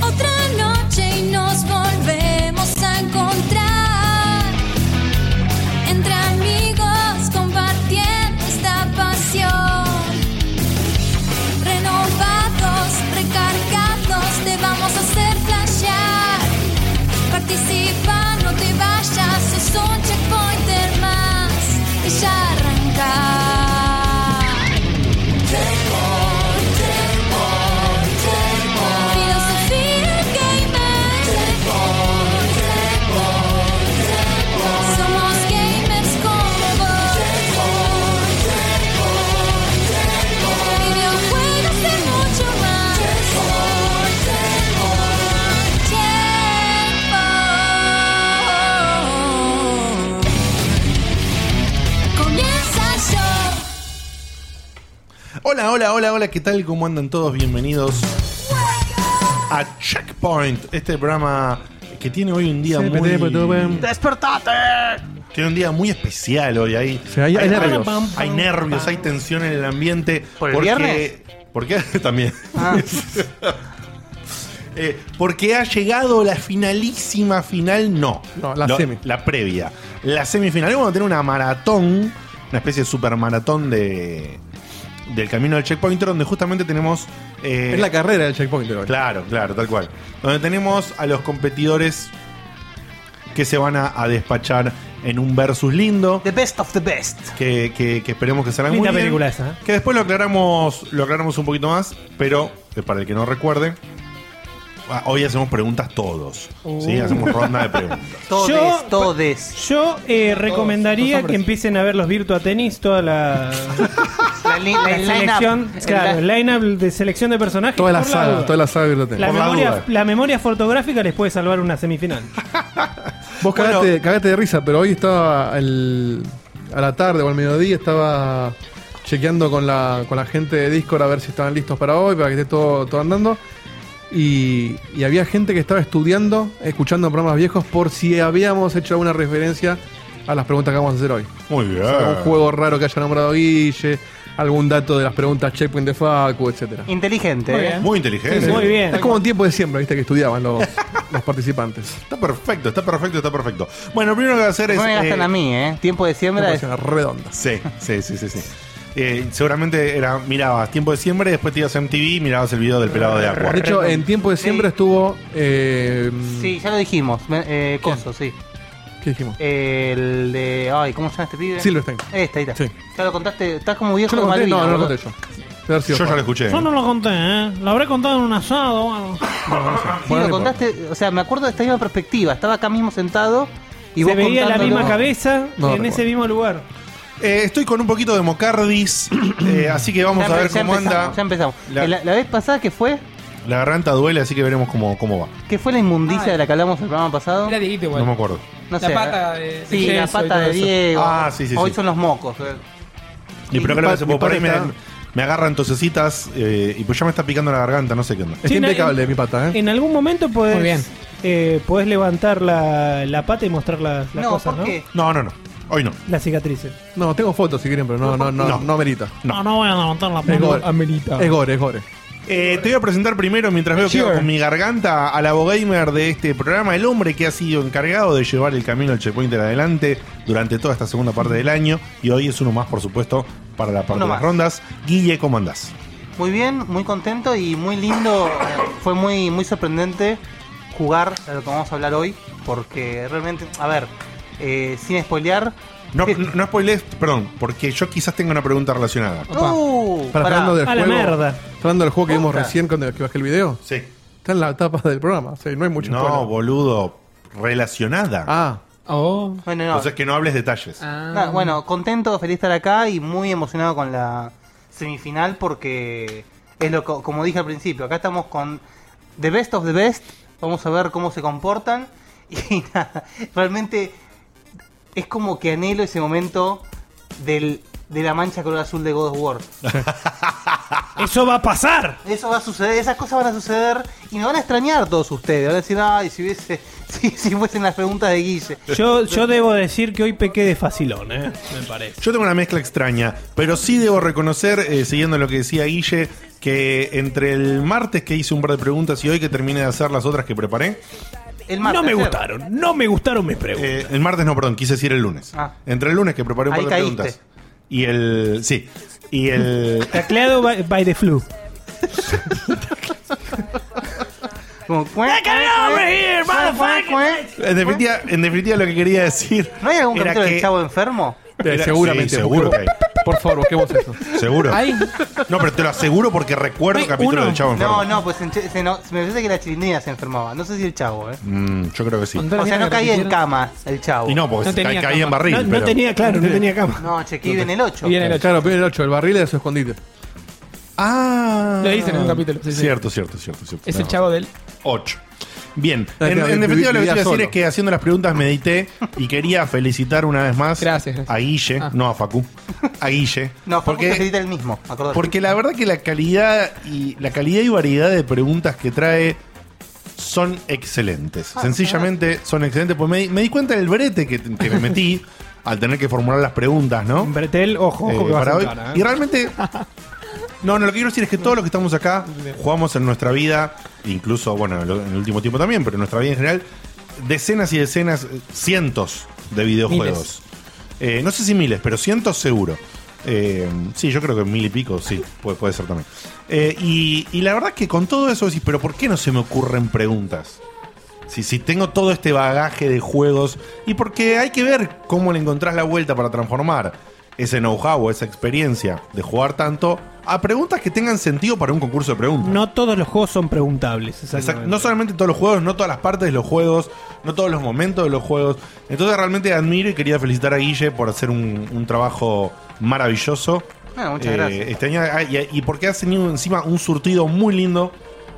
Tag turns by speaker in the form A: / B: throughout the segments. A: Otra noche y nos volvemos a encontrar. Entre amigos compartiendo esta pasión. Renovados, recargados, te vamos a hacer flashear. Participa, no te vayas, es un checkpointer más. Y ya arrancar. Filosofía gamer. Somos gamers como vos. Videojuegos de mucho más. Checkpoint. Comienza el show.
B: Hola, hola, hola, hola, ¿qué tal? ¿Cómo andan todos? Bienvenidos a Checkpoint, este programa que tiene hoy un día
C: Sí,
B: muy...
C: PT, PT, PT.
B: ¡Despertate! Tiene un día muy especial hoy, hay,
C: Sí, hay- hay nervios.
B: hay nervios, hay tensión en el ambiente.
D: ¿Por el viernes?
B: ¿Por qué? También. Eh, porque ha llegado la finalísima final, no.
C: No, la
B: Lo-
C: semi.
B: La previa. La semifinal. Hoy Vamos a tener una maratón, una especie de supermaratón de, del camino del checkpointer, donde justamente tenemos. eh,
C: Es la carrera del checkpoint de hoy.
B: Claro, claro, tal cual. Donde tenemos a los competidores que se van a, a despachar en un versus lindo.
D: The best of the best.
B: Que, que- que esperemos que salgan
D: Linda
B: muy bien.
D: película esa, ¿eh?
B: Que después lo aclaramos, lo aclaramos un poquito más, pero eh, para el que no recuerde, ah, hoy hacemos preguntas todos. ¿sí? Hacemos ronda de preguntas.
D: Uh. Todes,
E: Yo-
D: todes.
E: Yo eh,
C: Oh,
E: recomendaría que empiecen a ver los Virtua Tennis, toda la,
D: La, li- la
E: la
D: line-up.
E: selección,
D: El
E: claro,
D: la-
E: el lineup de selección de personajes.
C: Toda la
E: por
C: saga,
E: duda.
C: toda la saga que lo tengo.
E: La
B: Por la
E: memoria,
B: duda.
E: la memoria fotográfica les puede salvar una semifinal.
C: Vos cagaste, cagaste de risa, pero hoy estaba el- a la tarde o al mediodía, estaba chequeando con la, con la gente de Discord a ver si estaban listos para hoy, para que esté todo, todo andando. Y, y había gente que estaba estudiando, escuchando programas viejos, por si habíamos hecho alguna referencia a las preguntas que vamos a hacer hoy.
B: Muy bien.
C: O sea, algún juego raro que haya nombrado Guille, algún dato de las preguntas Checkpoint de Facu, etcétera.
D: Inteligente,
E: Muy
D: eh.
E: bien.
B: Muy inteligente.
E: Muy bien.
C: Es como un tiempo de siempre, viste, que estudiaban los, los participantes.
B: Está perfecto, está perfecto, está perfecto. Bueno, lo primero que voy a hacer es.
D: No me gastan
B: eh, pues,
D: a mí, ¿eh? Tiempo de
C: Una
D: siembra es...
C: persona redonda.
B: Sí, sí, sí, sí. sí. Eh, seguramente era, mirabas tiempo de siembra y después te ibas a MTV y mirabas el video del pelado de agua.
C: De hecho, en tiempo de siempre estuvo. eh,
E: em,
D: Sí, ya lo dijimos. Me- Eh, coso, sí.
C: ¿Qué dijimos?
D: El de... Ay, ¿cómo se llama este pibe?
C: Silverstein.
D: Este, ahí está.
C: Sí.
D: Ya lo contaste. Estás como viejo
C: Yo lo
D: de
C: conté, no,
D: Malvinas,
C: no lo
D: boludo.
C: conté yo. Debe
B: Yo
C: haber sido
B: ya
C: Juan.
B: lo escuché.
E: Yo no lo conté, ¿eh? Lo habré contado en un asado o algo.
D: Sí,
C: Bueno,
D: lo
C: no
D: contaste... O sea, me acuerdo de esta misma perspectiva. Estaba acá mismo sentado y
E: Se
D: vos
E: veía la
D: contándolo.
E: misma cabeza
C: No
E: en
C: recuerdo.
E: ese mismo lugar.
B: Eh, estoy con un poquito de mocardis, eh, así que vamos
D: Ya
B: a ver
D: empe- ya
B: cómo
D: empezamos,
B: anda.
D: Ya empezamos.
B: La-
D: Eh, La, la vez pasada que fue...
B: La garganta duele, así que veremos cómo, cómo va.
D: ¿Qué fue la inmundicia de la que hablamos el programa pasado?
F: Ah, Era Dieguito igual.
B: No me acuerdo.
D: No
F: La
D: sé. ¿eh?
F: pata de-
D: Sí,
F: de
D: la
F: Celso
D: pata
F: y todo
D: de
F: eso.
D: Diego.
B: Ah, sí, sí,
D: Hoy
B: sí.
D: son los mocos. eh.
B: Y pero
C: mi
B: creo
C: pa-
B: que se-
C: mi
B: por ahí me,
C: padre está-
B: me agarran tosecitas eh, y pues ya me está picando la garganta, no sé qué onda.
C: Está
E: Sí, no,
C: impecable mi pata, ¿eh?
E: En algún momento podés,
F: Muy bien.
E: eh, podés levantar la, la pata y mostrar la- las
D: no,
E: cosas,
D: ¿por
E: ¿no?
D: qué?
B: No, no, no. Hoy no.
E: Las cicatrices.
C: No, tengo fotos si quieren, pero no, no, no,
B: No.
C: no, amerita.
B: No.
E: no voy a levantar la
C: Es gore.
F: amerita.
C: Es gore, es gore.
B: Eh, te voy a presentar primero, mientras veo que hago
F: Sure.
B: con mi garganta, al abogamer de este programa, el hombre que ha sido encargado de llevar el camino al checkpoint adelante durante toda esta segunda parte del año. Y hoy es uno más, por supuesto, para la parte
D: Uno
B: de las
D: más.
B: rondas. Guille, ¿cómo andás?
D: Muy bien, muy contento y muy lindo. eh, Fue muy, muy sorprendente jugar a lo que vamos a hablar hoy. Porque realmente, a ver, eh, sin spoilear.
B: No,
D: Sí.
B: no, no spoilees, perdón, porque yo quizás tenga una pregunta relacionada.
D: ¡Uh!
C: Para,
D: Pará.
C: hablando del
E: A la
C: juego.
E: merda.
C: hablando del juego que vimos
D: Posta.
C: recién cuando que bajé el video.
B: Sí.
C: Está en la tapa del programa, sí, no hay mucho.
B: No,
C: spoiler.
B: boludo, relacionada.
C: Ah,
F: Oh.
D: Bueno, no.
B: Entonces que no hables detalles.
D: Nada, bueno, contento, feliz de estar acá y muy emocionado con la semifinal porque es lo co- como dije al principio, acá estamos con The Best of the Best, vamos a ver cómo se comportan y nada, realmente es como que anhelo ese momento del, de la mancha color azul de God of War.
E: Eso va a pasar.
D: Eso va a suceder, esas cosas van a suceder y me van a extrañar todos ustedes. Van a decir, ay, si hubiese, si, si fuesen las preguntas de Guille.
E: Yo, yo debo decir que hoy pequé de facilón, ¿eh? me parece.
B: Yo tengo una mezcla extraña, pero sí debo reconocer, eh, siguiendo lo que decía Guille, que entre el martes que hice un par de preguntas y hoy que terminé de hacer las otras que preparé,
D: El martes, ¿eh?
E: No me
D: ayer.
E: gustaron, no me gustaron mis preguntas.
B: eh, el martes no, perdón, quise decir el lunes.
D: Ah.
B: Entre el lunes que preparé un
D: Ahí
B: par de
D: caíste.
B: preguntas y el. Sí, y el.
E: Tacleado by, by the flu.
D: Como, "Cué,
E: Get
D: cué,
E: over
D: cué,
E: here,
D: cué,
E: motherfucker".
D: cué, cué".
C: Eh,
B: En definitiva, en definitiva lo que quería decir.
D: ¿No hay algún
B: era
D: capítulo del
B: que-
D: Chavo Enfermo?
C: Eh,
B: Era-
C: seguramente.
B: sí, seguro
C: busquemos-
B: que
C: Por favor, busquemos eso.
B: Seguro.
E: Ahí.
B: No, pero te lo aseguro porque recuerdo
E: Hay
B: capítulo
E: uno.
B: del Chavo Enfermo.
D: No, no, pues en- se, no- se me parece que la chilinea se enfermaba. No sé si el Chavo, ¿eh?
B: Mm, yo creo que sí.
D: O sea, no caía en cama el Chavo.
B: Y no, porque
F: No
B: se ca-
F: tenía
B: caía en
F: cama.
B: barril.
E: No, no
B: pero-
E: tenía, claro, no tenía cama.
D: No, che, que vive en el 8.
F: Viene el ocho.
C: Claro, pero el 8, el barril es su escondite.
B: Ah.
F: Lo dicen en un capítulo, sí, sí.
B: cierto, cierto, cierto, cierto.
F: Es el chavo del.
B: 8. Bien.
C: Ah,
B: En,
C: claro,
B: en
C: vivi-
B: definitiva, lo que
C: vivía
B: quiero decir
C: solo.
B: es que haciendo las preguntas medité y quería felicitar una vez más
F: Gracias, gracias.
B: a Guille,
F: Ah.
B: no a Facu. A Guille.
D: No, porque
B: porque,
D: el mismo, me acuerdo.
B: porque la verdad que la calidad y la calidad y variedad de preguntas que trae son excelentes.
D: Ah,
B: Sencillamente son excelentes. Pues me, di- me di cuenta del brete que, que me metí al tener que formular las preguntas, ¿no?
E: En Bertel, ojo, ojo
B: Eh,
E: que vas
B: para
E: a
B: hoy.
E: cara, ¿eh?
B: Y realmente. No, no, lo que quiero decir es que todos los que estamos acá jugamos en nuestra vida, incluso, bueno, en lo- en el último tiempo también, pero en nuestra vida en general, decenas y decenas, eh, cientos de videojuegos. Eh, no sé si miles, pero cientos seguro. Eh, sí, yo creo que mil y pico, sí, puede, puede ser también. Eh, y, y la verdad es que con todo eso decís, pero ¿por qué no se me ocurren preguntas? Si, si tengo todo este bagaje de juegos. Y porque hay que ver cómo le encontrás la vuelta para transformar ese know-how, esa experiencia de jugar tanto, a preguntas que tengan sentido para un concurso de preguntas.
E: No todos los juegos son preguntables.
B: Exact-
E: exactamente.
B: No solamente todos los juegos, no todas las partes de los juegos, no todos los momentos de los juegos. Entonces realmente admiro y quería felicitar a Guille por hacer un, un trabajo maravilloso.
D: Bueno, Ah, muchas
B: Eh,
D: gracias.
B: este año, ah, y, y porque has tenido encima un surtido muy lindo.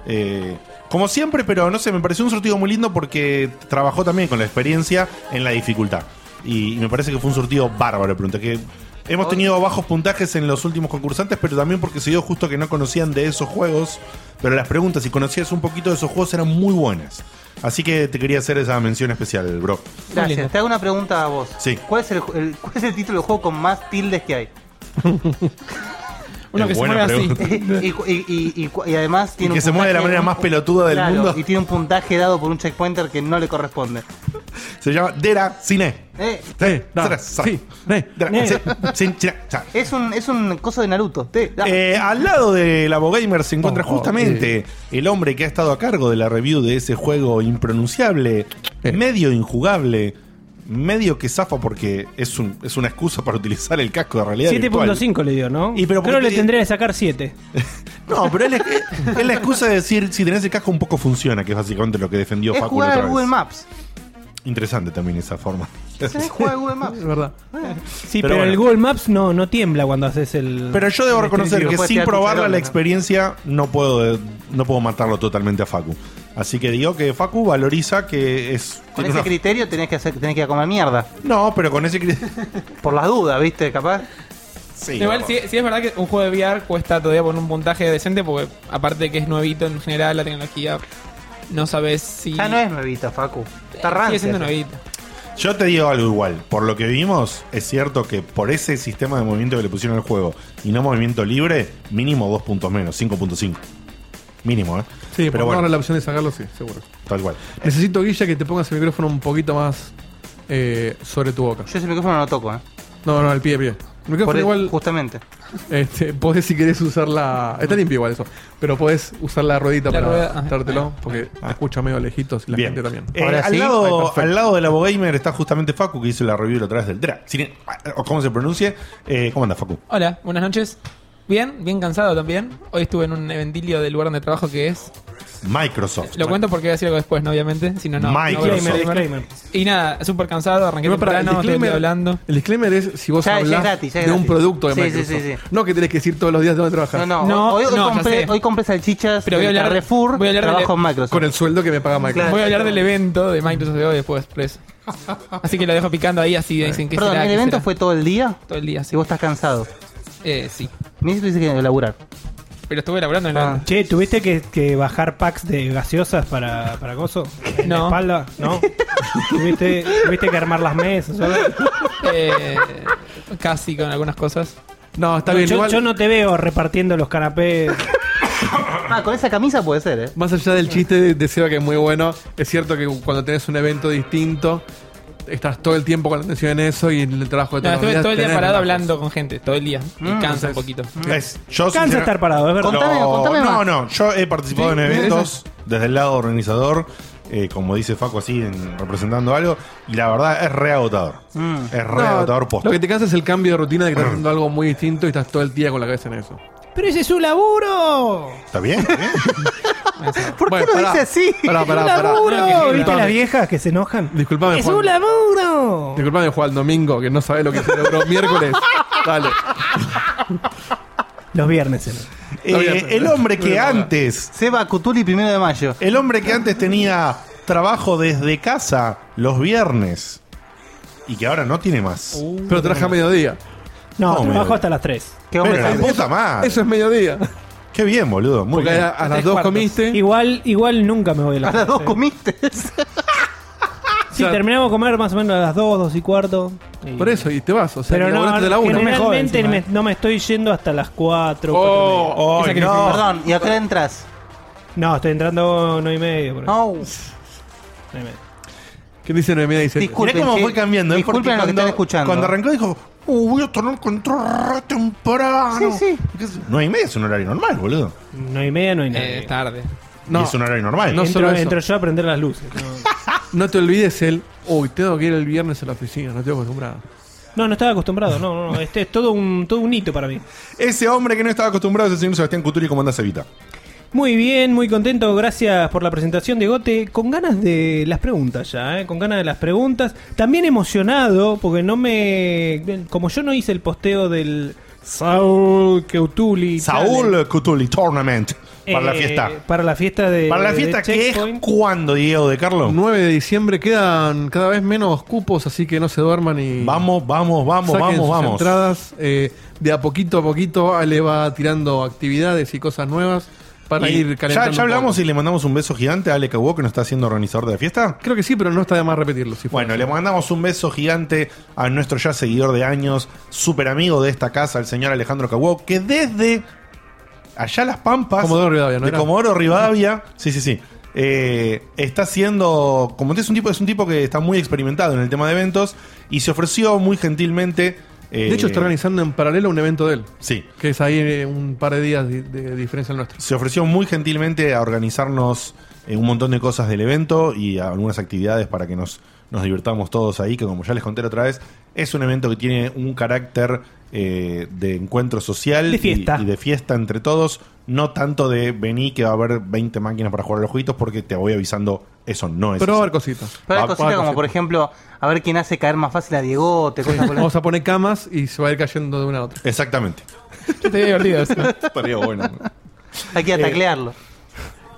B: eh, como siempre, pero no sé, me pareció un surtido muy lindo porque trabajó también con la experiencia en la dificultad. Y, y me parece que fue un surtido bárbaro, de pregunta que
D: Oh.
B: hemos tenido bajos puntajes en los últimos concursantes, pero también porque se dio justo que no conocían de esos juegos, pero las preguntas, si conocías un poquito de esos juegos, eran muy buenas. Así que te quería hacer esa mención especial, bro.
F: Muy
D: Gracias.
F: lindo.
D: Te hago una pregunta a vos.
B: Sí.
D: ¿Cuál es el, ju- el- cuál es el título del juego con más tildes que hay?
F: Uno
B: Es
F: que se
B: buena
F: mueve así.
B: pregunta.
D: y, y- y- y cu- y además tiene
B: Y que se mueve de la manera más pelotuda del
D: Claro,
B: mundo.
D: Y tiene un puntaje dado por un checkpointer que no le corresponde.
B: Se llama Dera Cine.
D: Eh,
B: Sí,
C: da,
B: tra-
C: sí, ne.
B: tra-
E: Ne.
B: sí, sí, tra- tra-
D: es un es un coso de Naruto. Te- da.
B: Eh, al lado del Abogamer se encuentra
C: Oh,
B: justamente el hombre que ha estado a cargo de la review de ese juego impronunciable,
C: Eh.
B: medio injugable, medio que zafa porque es, un- es una excusa para utilizar el casco de realidad. virtual.
E: 7.5 le dio, ¿no?
B: Y pero
E: Creo
B: porque-
E: le tendría que sacar 7.
B: No, pero es la, es la excusa de decir si tenés el casco un poco funciona, que es básicamente lo que defendió
D: es
B: Facu
D: jugar
B: la
D: al
B: otra
D: Google
B: vez.
D: Maps.
B: Interesante también esa forma.
D: Es jugar al Google Maps. Eh.
C: Es verdad.
E: Sí,
B: Pero
E: pero,
B: bueno.
E: el Google Maps no, no tiembla cuando haces el.
B: Pero yo
C: Este
B: debo reconocer
D: Definitivo.
B: que
D: Puedes
B: sin
D: tirar
B: probarla
D: cucharones, ¿no?
B: la experiencia no puedo no puedo matarlo totalmente a Facu. Así que digo que Facu valoriza que es
D: Con
B: tiene
D: ese
B: una-
D: criterio tenés que hacer, tenés que ir a comer mierda.
B: No, pero con ese criterio
D: Por las dudas, ¿viste? Capaz.
B: sí.
F: Igual, si, es verdad que un juego de VR cuesta todavía poner un puntaje decente, porque aparte de que es nuevito en general, la tecnología no sabes si. Eh,
D: Ya no es nuevito, Facu. Está
F: Sigue
D: rancia.
F: siendo nuevito.
B: Yo te digo algo igual, por lo que vimos es cierto que por ese sistema de movimiento que le pusieron al juego y no movimiento libre, mínimo dos puntos menos, 5.5. Mínimo, ¿eh?
C: Sí,
B: pero
C: pero
B: bueno,
C: ahora la opción de sacarlo, sí, seguro.
B: tal cual.
C: Necesito, Guilla, que te pongas el micrófono un poquito más eh, sobre tu boca.
D: Yo ese micrófono no lo toco, ¿eh?
C: No, no, el pie, pie. El micrófono
D: Por-
C: igual.
D: Justamente.
C: Este, podés, si querés, usar la. Está limpio igual eso. Pero podés usar la ruedita
F: La
C: para
F: rueda, ajá. Ah.
C: dártelo, porque te escucha medio lejitos y la gente también.
B: Eh,
D: Ahora sí.
B: al,
C: Ay,
B: lado,
C: perfecto.
B: al lado del Abogamer está justamente Facu, que hizo la review a través del DRA. Sin- o ¿Cómo se pronuncie? Eh, ¿Cómo anda, Facu?
F: Hola, buenas noches. Bien, bien cansado también. Hoy estuve en un eventilio del lugar donde trabajo que es
B: Microsoft.
F: Lo cuento porque voy a decir algo después, ¿no? obviamente. Si no, no. no voy a
B: Microsoft.
F: decir.
E: Disclaimer, disclaimer.
F: Y nada, súper cansado, arranqué
C: No, pará,
F: temprano, estoy hablando.
C: el disclaimer es si vos
D: Ya, ya es
C: hablas
D: gratis, ya es
C: de un
D: gratis.
C: producto de
D: Sí, sí,
C: Microsoft.
D: sí, sí.
C: No que tenés que decir todos los días dónde trabajas.
D: No, no,
F: No,
D: hoy, hoy
F: no, ya
D: compré,
F: sé.
D: hoy compré salchichas
F: Pero voy a
D: del
F: hablar-
D: Carrefour,
F: voy a hablar de-
D: trabajo en Microsoft.
C: Con el sueldo que me paga Microsoft.
D: Claro.
F: Voy a hablar del evento de Microsoft de hoy después, preso. Así que lo dejo picando ahí, así dicen que
D: Perdón,
F: será.
D: ¿el
F: qué
D: evento
F: será.
D: fue todo el día?
F: todo el día, sí.
D: Si vos estás cansado.
F: Eh, sí.
D: Me dice que laburar.
F: Pero estuve elaborando en
D: Ah.
F: la.
E: Che, ¿tuviste que, que bajar packs de gaseosas para, para gozo? ¿En la
F: No.
E: espalda? ¿No? ¿Tuviste, tuviste que armar las mesas? o algo?
F: Eh, casi con algunas cosas.
C: No, está
E: No,
C: bien.
E: yo,
C: igual,
E: yo no te veo repartiendo los canapés.
D: Ah, con esa camisa puede ser, ¿eh?
C: Más allá del chiste de, de Seba que es muy bueno, es cierto que cuando tenés un evento distinto, estás todo el tiempo con la atención en eso y en el trabajo de
F: No,
C: todos
F: estuve
C: los días
F: todo el día
C: tenés
F: parado
C: relajo.
F: hablando con gente, todo el día. Y
D: Mm,
F: cansa
C: entonces-
F: un poquito.
B: Es- yo,
E: Cansa
B: sincera-
E: estar parado, es verdad.
D: Con- Contame,
B: No,
D: contame
B: no,
D: más.
B: no. Yo he participado en eventos desde el lado organizador, eh, como dice Facu así, en- representando algo, y la verdad es reagotador.
D: Mm.
B: Es
C: No,
B: reagotador posta.
C: Lo que te cansa es el cambio de rutina de que estás haciendo algo muy distinto y estás todo el día con la cabeza en eso.
E: ¡Pero ese es su laburo!
B: ¿Está bien? ¿Está bien?
D: ¿Por qué lo dice así?
C: Pará, pará, pará.
E: ¡Laburo!
F: No, que-
E: ¿Viste
C: no.
E: las viejas que se enojan?
C: Disculpame,
E: ¡Es
C: Juan.
E: un laburo!
C: Disculpame, Juan, domingo, que no sabés lo que se logró miércoles. Dale.
E: Los viernes. ¿eh?
C: Está bien,
B: Eh,
C: está bien.
B: el hombre que
C: Muy bien,
B: antes
D: Seba Cutuli, primero de mayo.
B: El hombre que antes tenía trabajo desde casa los viernes y que ahora no tiene más.
D: Uh,
C: Pero trabaja a mediodía.
E: No,
B: Hombre.
E: trabajo hasta las 3.
D: Qué
B: Pero
D: hombre
B: la
D: sabio.
B: puta madre.
C: Eso es mediodía.
B: Qué bien, boludo. Muy
C: Porque
B: bien.
C: a, a las
F: Tres
C: dos
F: cuartos.
C: comiste.
E: Igual, igual nunca me voy a la
D: A las dos comiste.
E: Sí,
C: O sea,
E: terminamos de comer más o menos a las 2, 2 y cuarto. y-
C: Por eso, y te vas. O sea,
E: Pero
C: te
E: no,
C: laburás de la una.
E: generalmente
C: No me jodas
E: me-
C: encima, eh.
E: no me estoy yendo hasta las 4.
B: Oh,
F: Esa que
B: no.
D: Perdón, ¿y acá entras?
E: No, estoy entrando 9 y medio. Por ahí,
D: No.
E: nueve y medio.
C: ¿Quién dice Noemí? Dice.
D: Disculpe.
B: Mirá cómo
D: que-
B: fue cambiando. ¿eh?
D: disculpen
B: Porque
D: a los que
B: cuando-
D: están escuchando.
B: Cuando arrancó dijo, uh, voy a tener que entrar re temprano.
D: Sí,
B: sí. No hay media es un horario normal, boludo.
E: Nueve y media no hay nadie.
F: Eh, es tarde.
C: No,
B: Y es un horario normal.
C: No. solo
E: entro,
C: eso.
E: entro yo a prender las luces. No,
C: no te olvides el. Uy, tengo que ir el viernes a la oficina, no estoy acostumbrado.
E: no, no estaba acostumbrado. No, no, no, este es todo un, todo un hito para mí.
B: Ese hombre que no estaba acostumbrado es el señor Sebastián Couturi como anda Cevita.
E: Muy bien, muy contento. Gracias por la presentación, Diegote. Con ganas de las preguntas ya, ¿eh? con ganas de las preguntas. También emocionado, porque no me. Como yo no hice el posteo del Saúl Keutuli.
B: Saúl Couturi Tournament.
E: Challenge,
B: para la
E: eh,
B: fiesta.
E: Para la fiesta de.
B: Para la
E: de
B: fiesta que es
E: Checkpoint.
B: cuando, Diego de Carlos.
C: 9 de diciembre quedan cada vez menos cupos, así que no se duerman y.
B: Vamos, vamos, vamos,
C: saquen
B: vamos,
C: sus
B: vamos.
C: entradas. eh, de a poquito a poquito, Ale va tirando actividades y cosas nuevas para
B: Y
C: ir calentando.
B: ya, ya hablamos
C: un
B: y le mandamos un beso gigante a Ale Caguó, que nos está siendo organizador de la fiesta.
C: poco. Creo que sí, pero no está de más repetirlo. Si
B: Bueno,
C: fuera.
B: le mandamos un beso gigante a nuestro ya seguidor de años, súper amigo de esta casa, el señor Alejandro Caguó, que desde allá Las Pampas,
C: Comodoro Rivadavia, ¿no
B: de
C: era?
B: Comodoro Rivadavia, sí, sí, sí, eh, está siendo, como es un tipo, es un tipo que está muy experimentado en el tema de eventos y se ofreció muy gentilmente. eh,
C: De hecho, está organizando en paralelo un evento de él,
B: Sí,
C: que es ahí eh, un par de días de, de diferencia al nuestro.
B: se ofreció muy gentilmente a organizarnos eh, un montón de cosas del evento y a algunas actividades para que nos, nos divirtamos todos ahí, que como ya les conté la otra vez, es un evento que tiene un carácter eh, de encuentro social
E: De fiesta.
B: Y, y de fiesta entre todos, no tanto de vení que va a haber 20 máquinas para jugar a los jueguitos porque te voy avisando, eso no es...
C: Pero va a
B: así.
C: haber cositas.
D: Pero hay
B: Ah,
D: cositas como,
C: cosita.
D: por ejemplo, a ver quién hace caer más fácil a Diegote, cosas por el-
C: Vamos a poner camas y se va a ir cayendo de una a otra.
B: Exactamente.
F: Yo te había olvidado eso.
B: Estaría bueno.
D: Hay
E: eh,
D: que ataclearlo.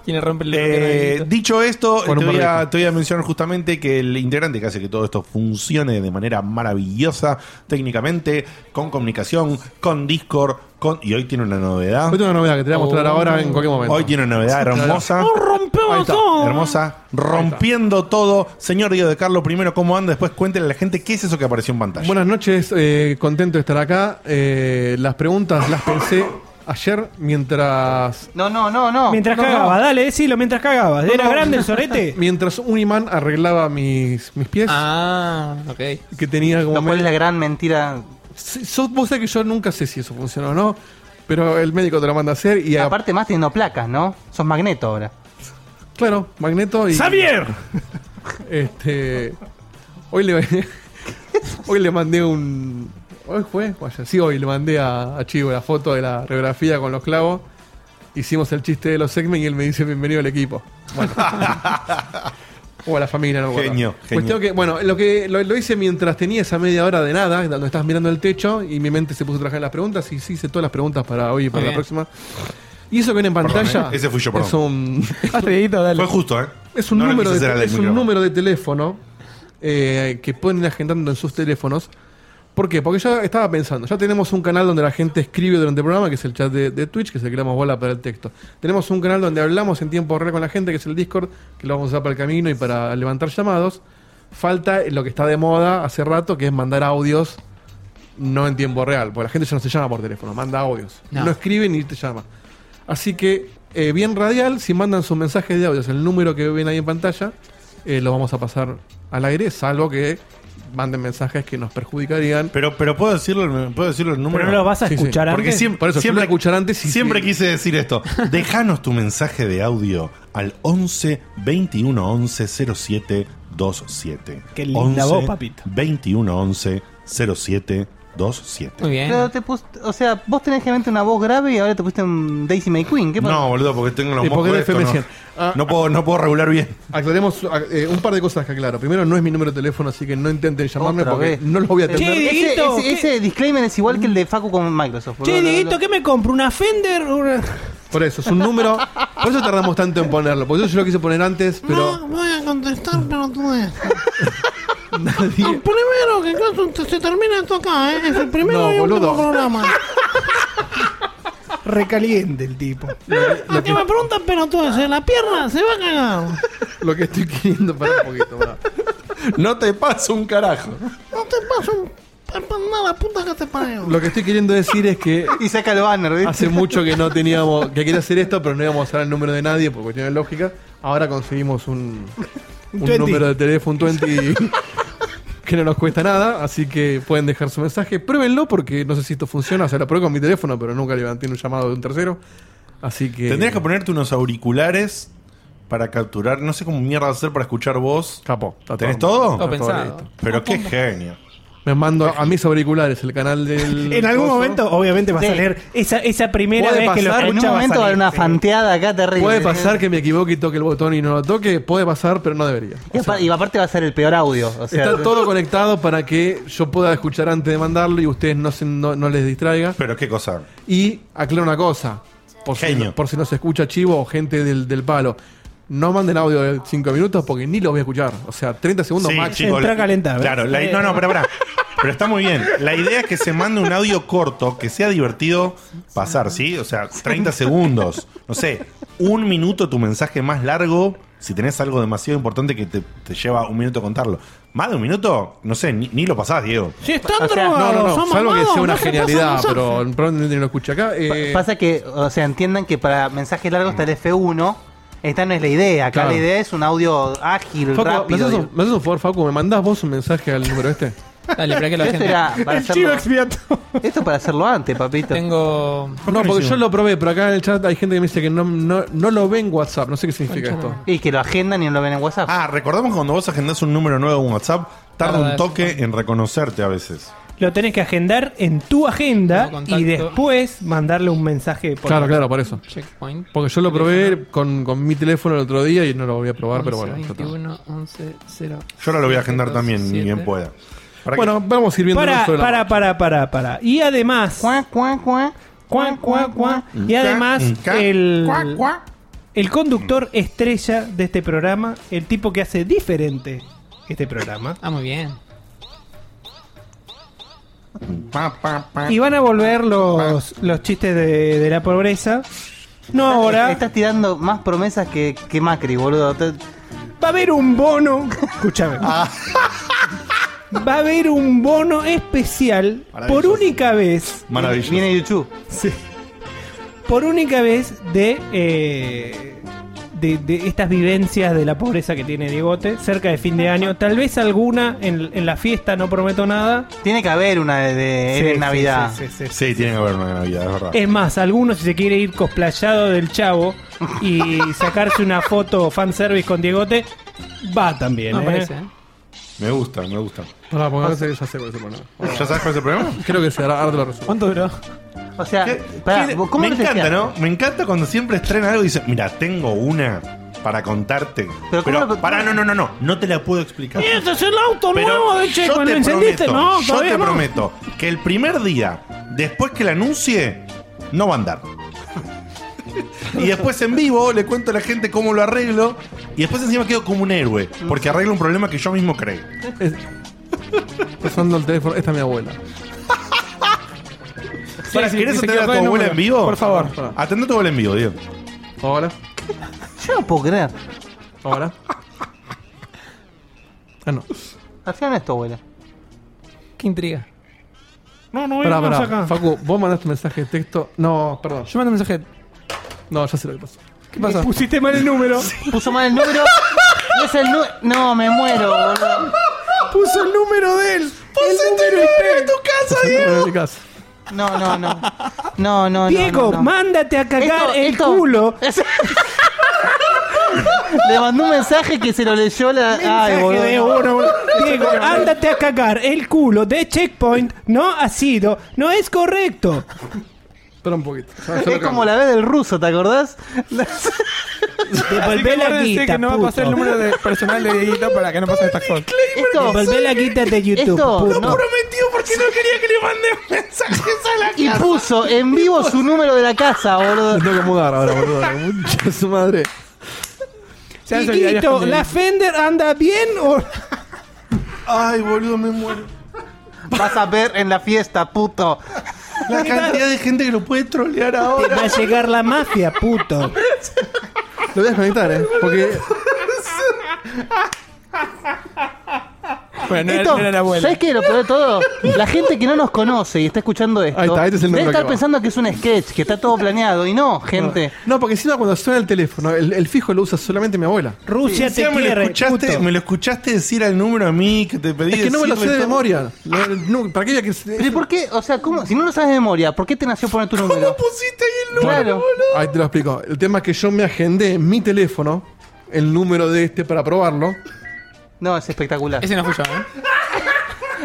F: ¿Quién le rompe el
B: Eh,
F: el-
B: dicho esto, te
C: Con un
B: voy, a,
C: barbijo.
B: te voy a mencionar justamente que el integrante que hace que todo esto funcione de manera maravillosa técnicamente, con comunicación, con Discord, con y hoy tiene una novedad.
C: Hoy tengo una novedad que te voy a mostrar ahora en cualquier momento.
B: Hoy tiene una novedad hermosa.
C: ¡Oh, Ahí está.
B: Hermosa, rompiendo todo. Señor Diego de Carlos, primero cómo anda, después cuéntenle a la gente qué es eso que apareció en pantalla.
C: Buenas noches, eh, contento de estar acá. Eh, las preguntas las pensé ayer mientras
D: No, no, no, no.
E: Mientras
D: No, no.
E: cagaba, dale, decilo, mientras cagaba. ¿Era
C: no.
E: grande el sorete?
C: mientras un imán arreglaba mis, mis pies
F: Ah, ok.
C: que tenía como
D: Lo cual
C: medio-
D: es la gran mentira.
C: Sí, sos- vos sabés que yo nunca sé si eso funciona o no, pero el médico te lo manda a hacer y a-
D: Aparte, más teniendo placas, ¿no? Sos magneto ahora.
C: claro, magneto y
E: ¡Xavier!
C: este hoy le hoy le mandé un hoy fue, O ayer, sí, hoy le mandé a, a Chivo la foto de la radiografía con los clavos hicimos el chiste de los segmen y él me dice bienvenido al equipo. Bueno. o a la familia, no me acuerdo.
B: Genio, genio.
C: Cuestión que, bueno, lo que lo, lo hice mientras tenía esa media hora de nada, donde estás mirando el techo y mi mente se puso a trabajar en las preguntas y sí hice todas las preguntas para hoy y para
F: Muy
C: la
F: bien.
C: próxima. Y eso que viene en pantalla.
B: ¿eh? Ese fui yo, perdón.
C: Es un,
F: Hazte, Dieguito, dale.
B: Fue justo, ¿eh?
C: es un
B: No lo
C: número,
B: quise hacer al
C: de,
B: del
C: es un
B: micrófono.
C: número de teléfono eh, que pueden ir agendando en sus teléfonos. ¿Por qué? Porque yo estaba pensando, ya tenemos un canal donde la gente escribe durante el programa, que es el chat de, de Twitch, que es el que damos bola para el texto. Tenemos un canal donde hablamos en tiempo real con la gente, que es el Discord, que lo vamos a usar para el camino y para levantar llamados. Falta lo que está de moda hace rato, que es mandar audios no en tiempo real, porque la gente ya no se llama por teléfono, manda audios. No,
F: No.
C: escribe ni te llama. Así que, eh, bien radial, si mandan sus mensajes de audios, el número que ven ahí en pantalla, eh, lo vamos a pasar al aire, salvo que manden mensajes que nos perjudicarían.
B: Pero, pero puedo decirlo, puedo decirlo el número.
E: Pero no lo vas a
C: Sí, sí.
E: escuchar
B: Porque
E: antes.
B: siempre,
C: Por eso, yo
B: siempre,
C: lo escucharé antes y-
B: siempre
C: y-
B: quise decir esto. Dejanos tu mensaje de audio al 11 21 11 07 27.
E: Qué linda voz, papito.
B: 21 11 07 27.
F: Muy bien.
D: Pero te pus- o sea, vos tenés generalmente una voz grave y ahora te pusiste un Daisy May Queen. ¿Qué pasa?
B: No, boludo, porque tengo los
C: ¿Y por
B: mocos
C: qué Eh, de
B: estos,
C: FM100?
B: no,
C: Ah.
B: no puedo, no puedo regular bien.
C: Aclaremos a- eh, un par de cosas que aclaro. Primero, no es mi número de teléfono, así que no intenten llamarme
D: Otra
C: porque
D: vez.
C: no los voy a atender.
E: Che,
D: Ese,
E: Dieguito,
D: ese-
E: ¿qué?
D: ese disclaimer es igual que el de Facu con Microsoft.
E: Che,
D: boludo.
E: Dieguito, ¿qué me compro? ¿Una Fender? Una-
C: Por eso, es un número. Por eso tardamos tanto en ponerlo. Por eso yo lo quise poner antes, pero
G: voy a contestar, pero tú es.
C: nadie.
G: Primero que caso se termina esto acá, ¿eh? Es el
C: No,
G: primero y último
C: boludo.
G: programa.
E: Recaliente el tipo.
G: La que me preguntan, pero tú es, ¿eh? la pierna se va a cagar.
C: Lo que estoy queriendo para un poquito más.
B: No te paso un carajo.
G: No te paso un pan nada, puta que te parió.
C: Lo que estoy queriendo decir es que
D: Y saca el banner, ¿viste?
C: hace mucho que no teníamos. que quería hacer esto, pero no íbamos a dar el número de nadie por cuestiones lógicas. Ahora conseguimos un, un
E: 20.
C: número de teléfono, un 20 que no nos cuesta nada, así que pueden dejar su mensaje. Pruébenlo porque no sé si esto funciona. O sea, lo probé con mi teléfono, pero nunca levanté un llamado de un tercero. Así que.
B: Tendrías que ponerte unos auriculares para capturar. No sé cómo mierda hacer para escuchar voz.
C: Capo. está
B: ¿Tenés todo?
C: está
F: Todo pensado.
C: listo.
B: Pero qué genio.
C: Me mando a mis auriculares el canal del.
E: En algún
C: coso.
E: momento, obviamente, vas a
D: Sí.
E: leer esa, esa primera
C: Puede
E: vez que lo
C: pasar,
E: escuchas.
D: en un
E: vas a
D: momento va a haber
E: leer,
D: una
E: sí.
D: fanteada acá terrible.
C: Puede pasar que me equivoque y toque el botón y no lo toque. Puede pasar, pero no debería.
D: Y, apa- y aparte va a ser el peor audio. O sea,
C: Está todo conectado para que yo pueda escuchar antes de mandarlo y ustedes no, se- no, no les distraiga.
B: Pero qué cosa.
C: Y aclaro una cosa, por si,
B: Genio.
C: por si no se escucha chivo o gente del, del palo. No manden audio de 5 minutos porque ni los voy a escuchar. O sea, 30 segundos
B: Sí,
C: máximo.
B: chicos,
E: Entra a calentar, ¿eh? ¿ves?
B: Claro, la- no, no, pero, pará. pero está muy bien. La idea es que se mande un audio corto, que sea divertido pasar, ¿sí? O sea, 30 segundos. No sé, un minuto tu mensaje más largo, si tenés algo demasiado importante que te, te lleva un minuto contarlo. Más de un minuto, no sé, ni, ni lo pasás, Diego.
G: Si están
D: O sea,
C: No,
G: drogados,
C: no, no.
G: son
C: Salvo que
G: mamados,
C: sea una
G: no se pasan
C: genialidad,
G: mensaje.
C: pero probablemente no lo escuche acá. Eh, Mm.
D: Pasa que, o sea, entiendan que para mensajes largos está el F1. Esta no es la idea. Acá
C: Claro.
D: la idea es un audio ágil,
C: Facu, ¿me,
D: rápido.
C: haces
D: digo.
C: un, me haces un favor, Facu? ¿Me mandás vos un mensaje al número este?
F: Dale, para que la
D: Esto
F: gente.
D: era para
E: El chivo
D: hacerlo,
E: expiatorio.
D: esto para hacerlo antes, papito.
F: Tengo.
C: No, porque yo lo probé, pero acá en el chat hay gente que me dice que no, no, no lo ve en WhatsApp. No sé qué significa esto.
D: Y que lo agendan y no lo ven en WhatsApp.
B: Ah, recordamos que cuando vos agendás un número nuevo en WhatsApp, tarda
F: Tarda
B: un toque en reconocerte a veces.
E: Lo tenés que agendar en tu agenda
F: Como contacto.
E: y después mandarle un mensaje por
C: Claro, claro, por eso.
F: Checkpoint.
C: Porque yo lo probé con, con mi teléfono el otro día y no lo volví a probar, pero bueno. ya está.
F: 21, 11, 0.
B: Yo ahora lo voy a agendar también, ni bien
F: pueda.
B: pueda. Para que-
C: Bueno, vamos a ir viendo
E: Para,
C: sobre la
E: para, para, para, para. Y además,
D: Cuá, cuá, cuá.
E: cuá, cuá, cuá.
B: Mm.
E: y además
B: Cuá,
E: el,
B: cuá, cuá.
E: el conductor estrella de este programa, el tipo que hace diferente este programa.
F: Ah, muy bien.
E: Y van a volver los, los chistes de, de la pobreza. No ahora,
D: eh, Estás tirando más promesas que, que Macri, boludo. Te-
E: va a haber un bono. Escúchame.
B: Ah.
E: Va a haber un bono especial por
B: Maravilloso.
E: única vez.
B: Maravilloso.
D: Viene YouTube.
E: Sí. Por única vez de, eh, de, de estas vivencias de la pobreza que tiene Diegote cerca de fin de año. Tal vez alguna en, en la fiesta, no prometo nada.
D: Tiene que haber una de, de-
E: Sí,
D: de
E: sí,
D: Navidad.
E: sí, sí, sí.
B: Sí, tiene que haber una Navidad, es verdad.
F: Ah.
G: Em,
E: Es más, alguno si se quiere ir cosplayado del chavo y sacarse una foto fanservice con Diegote, va también.
F: No
E: ¿eh?
F: aparece, ¿eh?
B: Me gusta, me gusta.
C: Pará, porque ahora sé- ya sé cuál es el problema.
B: ¿Ya sabes cuál es el problema?
C: Creo que se hará, ahora te lo resuelvo.
E: ¿Cuánto duró?
D: O sea,
B: ¿Qué-
D: pará,
B: quién-
D: vos- ¿cómo
B: me
D: lo testeaste?
B: encanta, ¿no? Me encanta cuando siempre estrena algo y dice, mira, tengo una para contarte.
D: Pero
B: Pero,
D: ¿cómo lo-
B: pará, no, no, no, no, no te la puedo explicar.
G: Y este es el auto
B: Pero
G: nuevo de Checo. ¿Lo encendiste? no,
B: yo
G: todavía
B: te
G: no.
B: prometo que el primer día, después que la anuncie, no va a andar. Y después en vivo le cuento a la gente cómo lo arreglo. Y después encima quedo como un héroe. Porque arreglo un problema que yo mismo creé.
C: Pasando el teléfono. Esta es mi abuela.
B: Pará,
F: sí,
B: ¿Querés
F: dice que
B: atender a
F: acá
B: tu
F: hay
B: abuela
F: número.
B: en vivo?
F: Por favor.
B: Atender a tu abuela en vivo, Diego.
C: Ahora.
D: Yo no puedo creer.
C: Ahora. Ah, no.
D: Al final no es tu abuela.
F: Qué intriga.
G: No, no,
C: Pará,
G: no,
C: pará.
G: acá.
C: Facu, vos mandaste mensaje de texto. No, perdón.
F: Yo mando un mensaje.
C: No, ya sé lo que pasó.
F: ¿Qué pasó?
E: Pusiste mal el número.
D: Puso mal el número. No es el número. No, me muero, boludo.
C: Puso el número de él.
F: ¡Pusiste el número en tu casa,
C: En mi casa.
D: No, no, no. No, no, no.
E: Diego,
D: no, no.
E: mándate a cagar
D: Esto-
E: el
D: esto-
E: culo.
D: Le mandó un mensaje que se lo leyó la. Ay, boludo.
E: Mensaje de uno, boludo. Diego, ándate a cagar el culo de checkpoint. No ha sido, no es correcto.
C: Espera un poquito. Ya, ya lo
D: Es como
C: cambio.
D: la vez del ruso, ¿te acordás?
F: Así
E: Devolvé
F: que
E: la
F: acuérdense
E: guita,
F: que no va a pasar el
E: puto.
F: número de personal de Dieguito para que no pasen estas cosas.
D: Esto,
E: Devolvé la guita de YouTube.
D: Esto-
E: puto.
D: no.
B: prometido porque no quería que le mande mensajes a la
D: y puso en vivo su número de la casa,
C: Me
D: boludo.
C: tengo que mudar ahora, boludo. Mucha su madre.
F: Sean solidarios
E: Dieguito,
F: con
E: ¿la
F: Dieguito.
E: Fender anda bien o...?
B: Ay, boludo, me muero.
D: Vas a ver en la fiesta, puto.
B: La cantidad de gente que lo puede trolear
E: Te
B: ahora.
E: va a llegar la mafia, puto.
C: Lo voy a desconectar, eh. Porque.
F: Bueno, no era-
D: Esto,
F: no era la abuela.
D: ¿Sabes qué? Lo peor de todo, la gente que no nos conoce y está escuchando esto,
C: Ahí está, este es el
D: debe
C: número
D: estar
C: que va.
D: pensando que es un sketch, que está todo planeado. Y no, gente.
C: No, porque si no, cuando suena el teléfono, el, el fijo lo usa solamente mi abuela.
E: Rusia te
B: Encima me, lo
E: quiere,
B: escuchaste,
E: puto.
B: me lo escuchaste decir al número a mí que te pedí.
C: Es que no me lo sé
B: decirle
C: de
B: todo.
C: memoria. Lo- no, ¿Para qué voy a que.?
D: Pero ¿y por qué? O sea, ¿cómo? si no lo sabes de memoria, ¿por qué te nació poner tu número?
B: pusiste ahí el
D: Claro.
C: Ahí te lo explico. El tema es que yo me agendé en mi teléfono el número de este para probarlo.
D: No, es espectacular.
F: Ese no fui yo, ¿eh?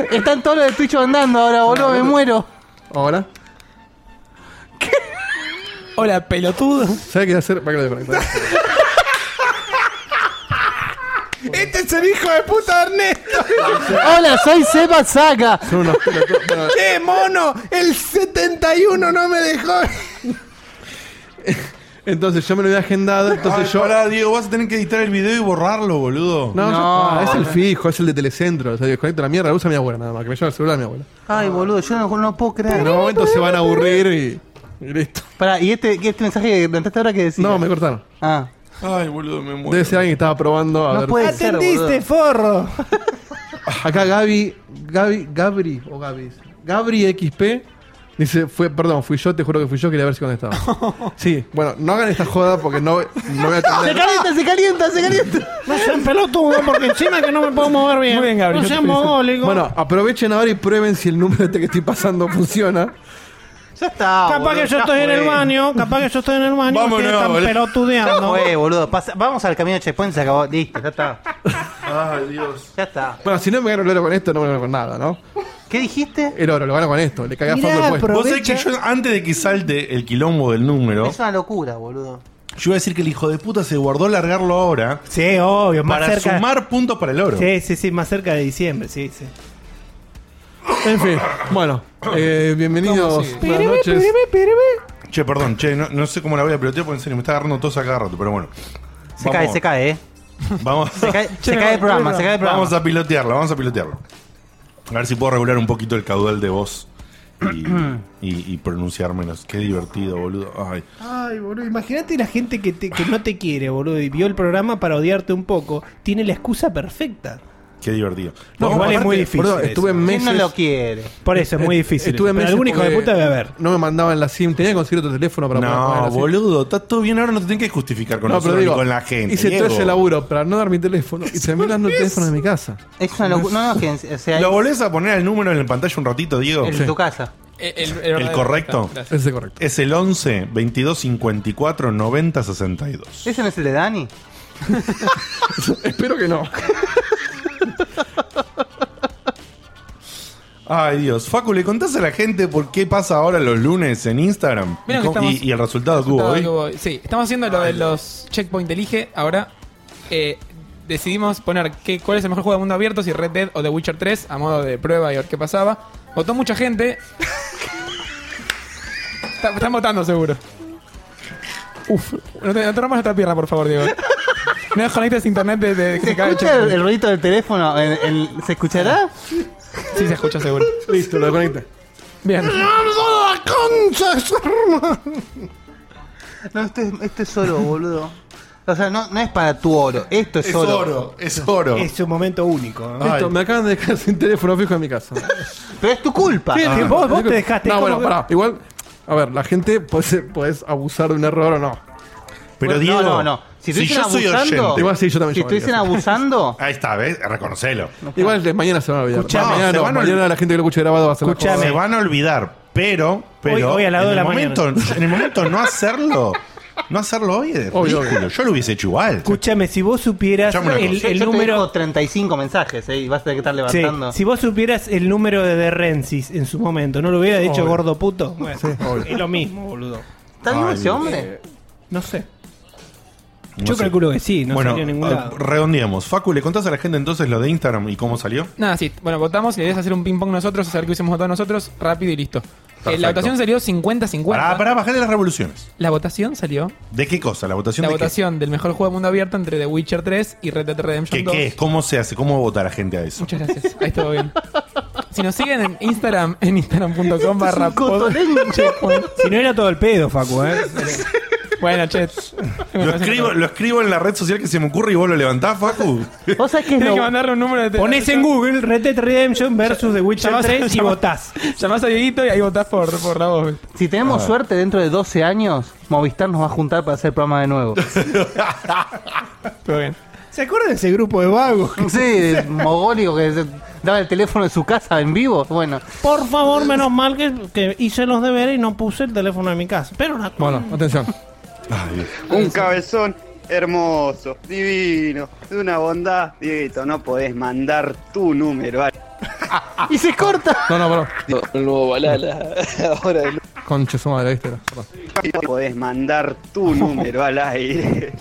C: ¿eh?
D: Están todos los de Twitch andando ahora, boludo, me muero.
C: Ahora.
F: Hola, pelotudo.
C: ¿Sabes qué hacer? ¿Para qué lo desconectar?
F: Este es el hijo de puta Ernesto.
D: Hola, soy Seba Saga.
C: Son unos pelotudos. Bueno,
F: ¡Qué mono! El 71 no me dejó.
C: entonces yo me lo había agendado. Entonces yo.
B: Pará, Diego, vas a tener que editar el video y borrarlo, boludo.
C: No, ya
D: No.
C: está. es el fijo, es el de Telecentro. O sea, desconecto la mierda, lo usa mi abuela nada más, que me lleva el celular de mi abuela.
D: Ay, boludo, yo no, no puedo
C: En
D: creer.
C: algún momento se van a aburrir y, y listo.
D: Pará, ¿y este, qué- este mensaje que plantaste ahora que decía?
C: No, me cortaron.
D: Ah.
B: Ay, boludo, me muero.
C: Debe ser alguien que estaba probando a
D: No
C: ver.
D: puede ser,
E: Atendiste,
D: boludo.
E: forro.
C: Acá Gaby, Gaby, Gabri o Gaby. Gabri XP dice, fue, perdón, fui yo, te juro que fui yo, quería ver si contestaba. sí, bueno, no hagan esta joda porque no, no voy a
D: Se
C: atender.
D: calienta, se calienta, se calienta.
G: No sean pelotudos, porque encima que no me puedo mover bien.
F: Muy bien,
G: No
F: Gabriel, yo
G: sean
F: te felicito.
G: mogólicos.
C: Bueno, aprovechen ahora y prueben si el número este que estoy pasando funciona.
D: Ya está.
G: Capaz
D: boludo,
G: que yo
D: ya
G: estoy en
D: fue.
G: el baño, capaz que yo estoy en el baño y ustedes
B: Vámonos,
G: están
B: boludo.
D: Ya
G: pelotudeando.
D: fue, boludo. Pasa- vamos al camino de checkpoint, se acabó. Listo, ya está.
B: Ay, Dios.
D: Ya está.
C: Bueno, si no me gano el oro con esto, no me gano con nada, ¿no?
D: ¿Qué dijiste?
C: El oro, lo gano con esto, le cagué a
E: Mirá,
C: fondo después.
E: pro-
B: Vos sabés que yo, antes de que salte el quilombo del número,
D: Es una locura, boludo.
B: yo iba a decir que el hijo de puta se guardó largarlo ahora
E: Sí, obvio, más
B: para
E: cerca.
B: sumar puntos para el oro.
E: Sí, sí, sí, más cerca de diciembre, sí, sí.
C: En fin, bueno, eh, bienvenidos. Buenas
E: Piribí,
C: noches.
E: piribí, piribí.
B: Che, perdón, che, no, no sé cómo la voy a pelotear porque en serio me está agarrando tos a cada rato, pero bueno.
D: Se cae, se cae, eh.
B: Vamos,
D: Se cae, se cae el programa, se cae el programa.
B: vamos a pilotearlo, vamos a pilotearlo. A ver si puedo regular un poquito el caudal de voz y, y- y pronunciar menos. Qué divertido, boludo. Ay.
E: Ay, boludo, imagínate la gente que, te- que no te quiere, boludo, y vio el programa para odiarte un poco. Tiene la excusa perfecta.
B: Qué divertido.
E: No,
B: Vamos,
E: igual es
B: aparte-
E: muy difícil.
C: Perdón,
E: eso.
C: estuve
D: ¿Quién
C: meses.
D: no lo quiere?
E: Por eso es muy difícil.
C: Eh, Estuve
E: Pero
C: meses
E: algún hijo de
C: porque
E: puta debe haber.
C: No me mandaban la SIM, tenía que conseguir otro teléfono para poder poner
B: No,
C: la SIM.
B: boludo, está todo bien ahora, no te tenés que justificar con nosotros ni con la gente.
C: Hice todo
B: Diego.
C: ese laburo para no dar mi teléfono y se me dando el teléfono de mi casa.
D: Es una locura. No, no, que, en- o sea,
B: ¿Lo volvés a poner el número en la pantalla un ratito, Diego?
D: en
C: Sí.
D: tu casa.
F: El, el- el
B: ¿El correcto?
E: Ah,
C: Ese es correcto.
B: Es el 11 22 54 90 62.
D: ¿Ese no es el de Dani?
C: Espero que no.
B: Ay, Dios. Facu, ¿le contás a la gente por qué pasa ahora los lunes en Instagram?
F: Mira
B: ¿Y
F: que
B: cómo-
F: estamos-
B: y, y el resultado que hubo
F: Todo
B: hoy.
F: que hubo hoy. Sí, estamos haciendo lo de los checkpoint elige. Ahora eh, decidimos poner qué, cuál es el mejor juego de mundo abierto, si Red Dead o The Witcher 3, a modo de prueba y a ver qué pasaba. Votó mucha gente. Está- están votando seguro. Uf, no te, no te rompas otra pierna, por favor, Diego. No desconectes internet de, de que
D: ¿Se
F: se cae el
D: escucha el,
F: checkpoint.
D: el ruido del teléfono? ¿El- el- ¿Se
G: ¿Eh?
D: escuchará?
F: Sí, se escucha seguro.
C: Listo, lo desconecta.
F: Bien.
D: No, esto es, esto es oro, boludo. O sea, no, no es para tu oro. Esto es, oro.
B: es oro.
E: Es un momento único. ¿no?
C: Listo, me acaban de dejar sin teléfono fijo en mi casa.
D: Pero es tu culpa.
E: Sí, que vos, vos te dejaste.
C: No,
E: ¿cómo
C: bueno,
E: que-
C: pará. Igual, a ver, la gente puede, puedes abusar de un error o no.
B: Pero
D: Bueno,
B: Diego,
D: no, no, no. Si
B: si yo
D: estuviesen
B: soy
D: abusando.
B: oyente.
C: Igual sí, yo también
D: Si
C: llamaría.
D: estuviesen abusando.
B: Ahí está, ¿ves? Reconocelo.
C: Igual de mañana se van a olvidar.
E: Escuchame,
C: mañana,
B: se
C: no,
B: van a olvidar.
C: mañana la gente que lo escuche grabado va a hacer la
E: Escuchame.
C: joda.
B: Se van a olvidar, pero. pero
E: Hoy- hoy a las
B: en
E: dos de
B: el
E: la mañana.
B: momento- En el momento no hacerlo. No hacerlo hoy es
C: Obvio,
B: ridículo. Yo lo hubiese hecho igual.
E: Escúchame, si vos supieras
B: Escuchame una
E: el,
B: cosa.
E: el
D: yo te dejo
E: número.
D: 35 mensajes, ¿eh? y vas a tener que estar
E: Sí,
D: levantando.
E: si vos supieras el número de Rensis en su momento, ¿no lo hubiera dicho
C: Obvio.
E: gordo puto? Bueno,
C: obvio.
E: es lo mismo, boludo.
D: ¿Está vivo
B: Ay,
D: ese hombre?
E: No sé.
B: No
E: Yo
B: sé.
E: calculo que sí, no
B: bueno,
E: salió en ningún
B: eh,
E: lado.
B: redondeamos. Facu, ¿le contás a la gente entonces lo de Instagram y cómo salió?
F: Nada, sí. Bueno, votamos y la idea es hacer un ping-pong nosotros, saber qué hubiésemos votado nosotros, rápido y listo. Eh,
B: Perfecto.
F: la votación salió 50-50.
B: Pará, pará, bajarle las revoluciones.
F: La votación salió.
B: ¿De qué cosa? ¿La votación
F: La
B: de qué?
F: votación del mejor juego de mundo abierto entre The Witcher 3 y Red Dead Redemption
B: ¿Qué,
F: 2.
B: Eh, qué es? ¿Cómo se hace? ¿Cómo vota la gente a eso?
F: Muchas gracias. Ahí estuvo bien. Si nos siguen en Instagram, en instagram.com barra pod- checkpoint.
E: Si no era todo el pedo, Facu, ¿eh?
F: Bueno, che.
B: Lo escribo, lo escribo en la red social que se me ocurre y vos lo levantás, Facu.
D: ¿Vos sabés que es
F: Tienes
D: lo-
F: que mandarle un número de teléfono.
E: Ponés en Google Red Dead Redemption versus The Witcher
F: Llamás-
E: 3 y
F: llamás-
E: votás.
F: Llamás a Dieguito y ahí votás por, por la voz.
D: Si
B: Ah.
D: tenemos suerte dentro de 12 años, Movistar nos va a juntar para hacer el programa de nuevo.
F: Estuvo bien.
E: ¿Se acuerdan de ese grupo de vagos?
D: Sí, mogólico que se- daba el teléfono de su casa en vivo. Bueno,
G: Por favor, menos mal que, que hice los deberes y no puse el teléfono en mi casa. Pero la
C: Bueno, atención.
B: Ay,
H: Un cabezón hermoso, divino, de una bondad. Dieguito, no podés mandar tu número.
D: y se corta.
C: No, no, pará.
I: El nuevo Balala. Ahora el
C: Conche su madre, ¿viste? Perdón.
H: No podés mandar tu número al aire.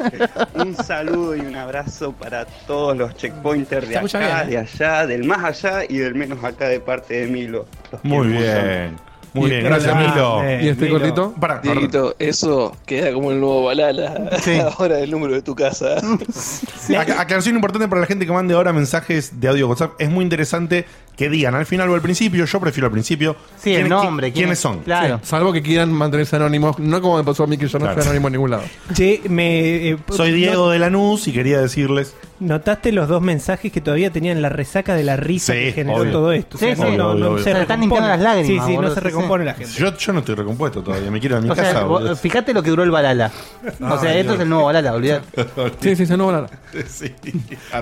H: un saludo y un abrazo para todos los checkpointers de
F: Se escucha
H: acá,
F: bien,
H: de allá, del más allá y del menos acá de parte de Milo. Los
B: muy
H: quiero un montón.
B: bien. Muy
C: Y-
B: bien, gracias,
E: grande.
B: Milo.
E: Eh,
C: ¿Y este
E: Milo.
C: cortito?
B: Pará, perdón.
I: Dieguito, eso queda como el nuevo Balala.
D: Sí.
I: Ahora el número de tu casa.
B: Ac- Aclaración importante para la gente que mande ahora mensajes de audio WhatsApp. Es muy interesante que digan al final o al principio. Yo prefiero al principio.
D: Sí, el
B: ¿Quiénes-
D: nombre.
B: qui-
D: ¿quién
B: ¿Quiénes
D: es?
B: son?
D: Claro.
C: Salvo que quieran mantenerse anónimos. No como me pasó a mí que yo no
B: Claro.
C: soy anónimo en ningún lado.
E: Che, me. eh,
B: Soy Diego de Lanús y quería decirles.
E: no- ¿Notaste los dos mensajes que todavía tenían la resaca de la risa
B: Sí,
E: que generó
B: obvio.
E: todo esto?
D: Sí, sí.
E: no,
B: Obvio,
E: no
B: obvio,
E: se
D: obvio. Se están
E: recompone.
D: limpiando las lágrimas,
E: Sí, sí,
D: boludo,
E: no se
D: sí, sí.
E: recompone la gente.
B: Yo, yo no estoy recompuesto todavía. Me quiero ir a mi
D: O
B: casa.
D: sea,
B: boludo. Ah,
D: vos- fíjate lo que duró el balala. O sea, esto es el nuevo balala, olvidate.
C: Sí, sí, se no Balala.
B: Sí.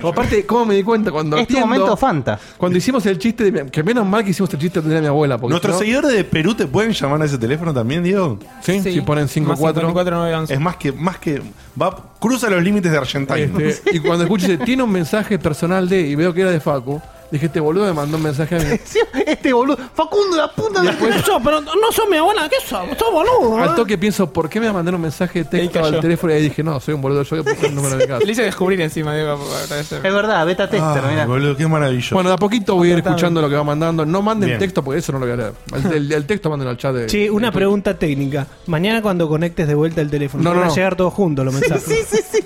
C: O aparte, ¿cómo me di cuenta? Cuando
D: Este
C: atiendo-
D: momento Fanta.
C: Cuando hicimos el chiste de mi- Que menos mal que hicimos el chiste de atender a mi abuela. Porque
B: ¿Nuestros
C: si no-
B: seguidores de Perú te pueden llamar a ese teléfono también, Diego?
C: Sí, si ponen
F: Más
C: 5-4.
F: 54-9-11.
B: Es más que. más que va Cruza los límites de Argentina.
C: Este, y cuando escuché, tiene un mensaje personal de, y veo que era de Facu, dije, este boludo me mandó un mensaje a mí.
D: Sí, Este boludo, Facundo, la puta de
G: ¿Qué sos? Pero no sos mi abuela. ¿Qué sos? Sos boludo.
C: Al
G: ¿eh?
C: toque pienso, ¿por qué me va a mandar un mensaje de
F: Ahí
C: texto
F: cayó.
C: al teléfono? Y ahí dije, no, soy un boludo, yo que puse el número de mi casa.
F: Le hice descubrir encima, Diego. por agradecer.
D: Es verdad, beta tester,
B: Ay,
D: mirá.
B: Ah, boludo, qué maravilloso.
C: Bueno, de a poquito voy a ir escuchando lo que va mandando. No manden
B: Bien.
C: texto porque eso no lo voy a leer. El, el- el texto manden al chat de.
E: Che, una
C: de-
E: pregunta técnica. Mañana cuando conectes de vuelta el teléfono,
C: No,
E: van
C: no,
E: a
C: no.
E: llegar todos juntos los mensajes.
D: Sí, sí, sí.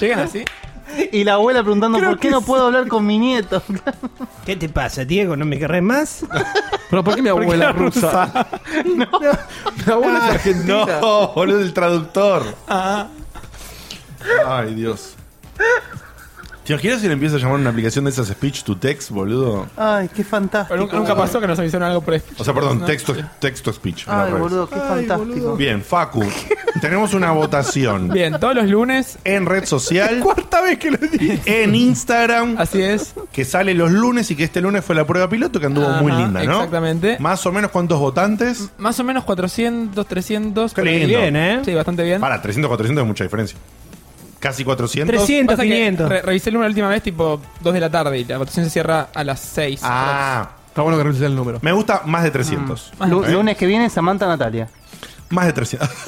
F: ¿Llegan así?
D: Y la abuela preguntando, ¿por qué no puedo hablar con mi nieto?
E: ¿Qué te pasa, Diego? ¿No me querrés más?
C: Pero ¿por qué mi abuela es rusa? Mi abuela es argentina.
B: Ah, No, boludo, el traductor.
G: Ah.
B: Ay, Dios. ¿Te imaginas si le empieza a llamar una aplicación de esas speech to text, boludo?
D: Ay, qué
F: Pero
D: fantástico.
F: nunca, nunca pasó que nos avisaron algo por
B: O sea, perdón,
F: No.
B: texto, texto speech. al
D: Ay,
B: revés.
D: boludo, qué fantástico.
B: Bien, Facu, tenemos una votación
F: Bien, todos los lunes.
B: en red social,
F: Cuarta vez que lo dije.
B: en Instagram,
F: Así es.
B: que sale los lunes y que este lunes fue la prueba piloto que anduvo
F: Ajá,
B: muy linda, ¿no?
F: exactamente.
B: Más o menos cuántos votantes.
F: Más o menos 400, 300.
B: Qué
F: por ahí.
B: lindo.
E: Bien, ¿eh?
F: Sí, bastante bien.
B: Para, 300, 400 es mucha diferencia. casi 400.
E: 300,
F: Pasa que
E: 500.
F: re- revisé el número la última vez, tipo 2 de la tarde, y la votación se cierra a las 6.
B: Ah,
C: Está bueno que revises el número.
B: me gusta más de 300.
D: Mm. Ah, Lu- Lunes que viene, Samantha Natalia.
B: Más de 300.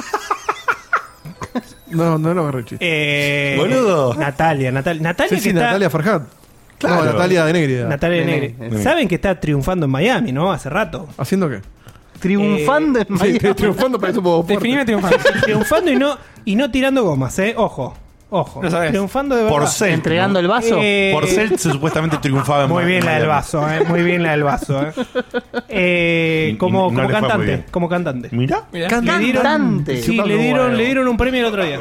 C: No, no lo agarré el chiste.
E: Eh,
B: Boludo.
E: Natalia, Natalia. Natalia
C: sí,
E: que
C: sí,
E: está,
C: Natalia Farhat.
B: Claro.
C: No, Natalia de Negri. era.
E: Natalia
D: Nene,
E: Negri.
B: nene.
E: Saben que está triunfando en Miami, ¿no? Hace rato. Eh,
C: ¿Haciendo qué?
D: Triunfando en
C: Sí,
D: Miami.
C: triunfando para eso puedo
F: Definime triunfante.
E: triunfando y no, y no tirando gomas, ¿eh? Ojo. Ojo.
F: No sabes.
E: Triunfando de verdad.
B: Por cel.
D: Entregando el vaso.
E: Eh,
B: Porcel se supuestamente triunfaba en
E: Muy
B: Ma-
E: bien la del
B: Miami.
E: vaso, ¿eh? Muy bien la del vaso, ¿eh? Eh,
B: Y- y
E: como,
B: no
E: como
B: le fue muy
E: cantante.
B: bien.
E: Como cantante.
B: Mirá,
F: Mirá.
E: Le dieron,
D: Cantante.
E: sí, le dieron, le dieron un premio el otro día.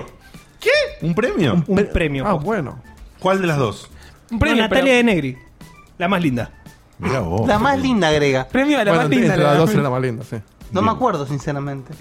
B: ¿un premio?
E: Un premio.
C: Ah,
E: No,
C: bueno.
B: ¿Cuál de las dos?
F: Un premio,
E: Natalia
F: pero-
E: de Negri. La más linda.
B: Mirá vos.
D: La más linda agrega.
F: premio a la
C: bueno,
F: más linda.
C: entre las
F: la-
C: dos era la más linda, sí.
D: No me
B: Bien.
D: acuerdo, sinceramente.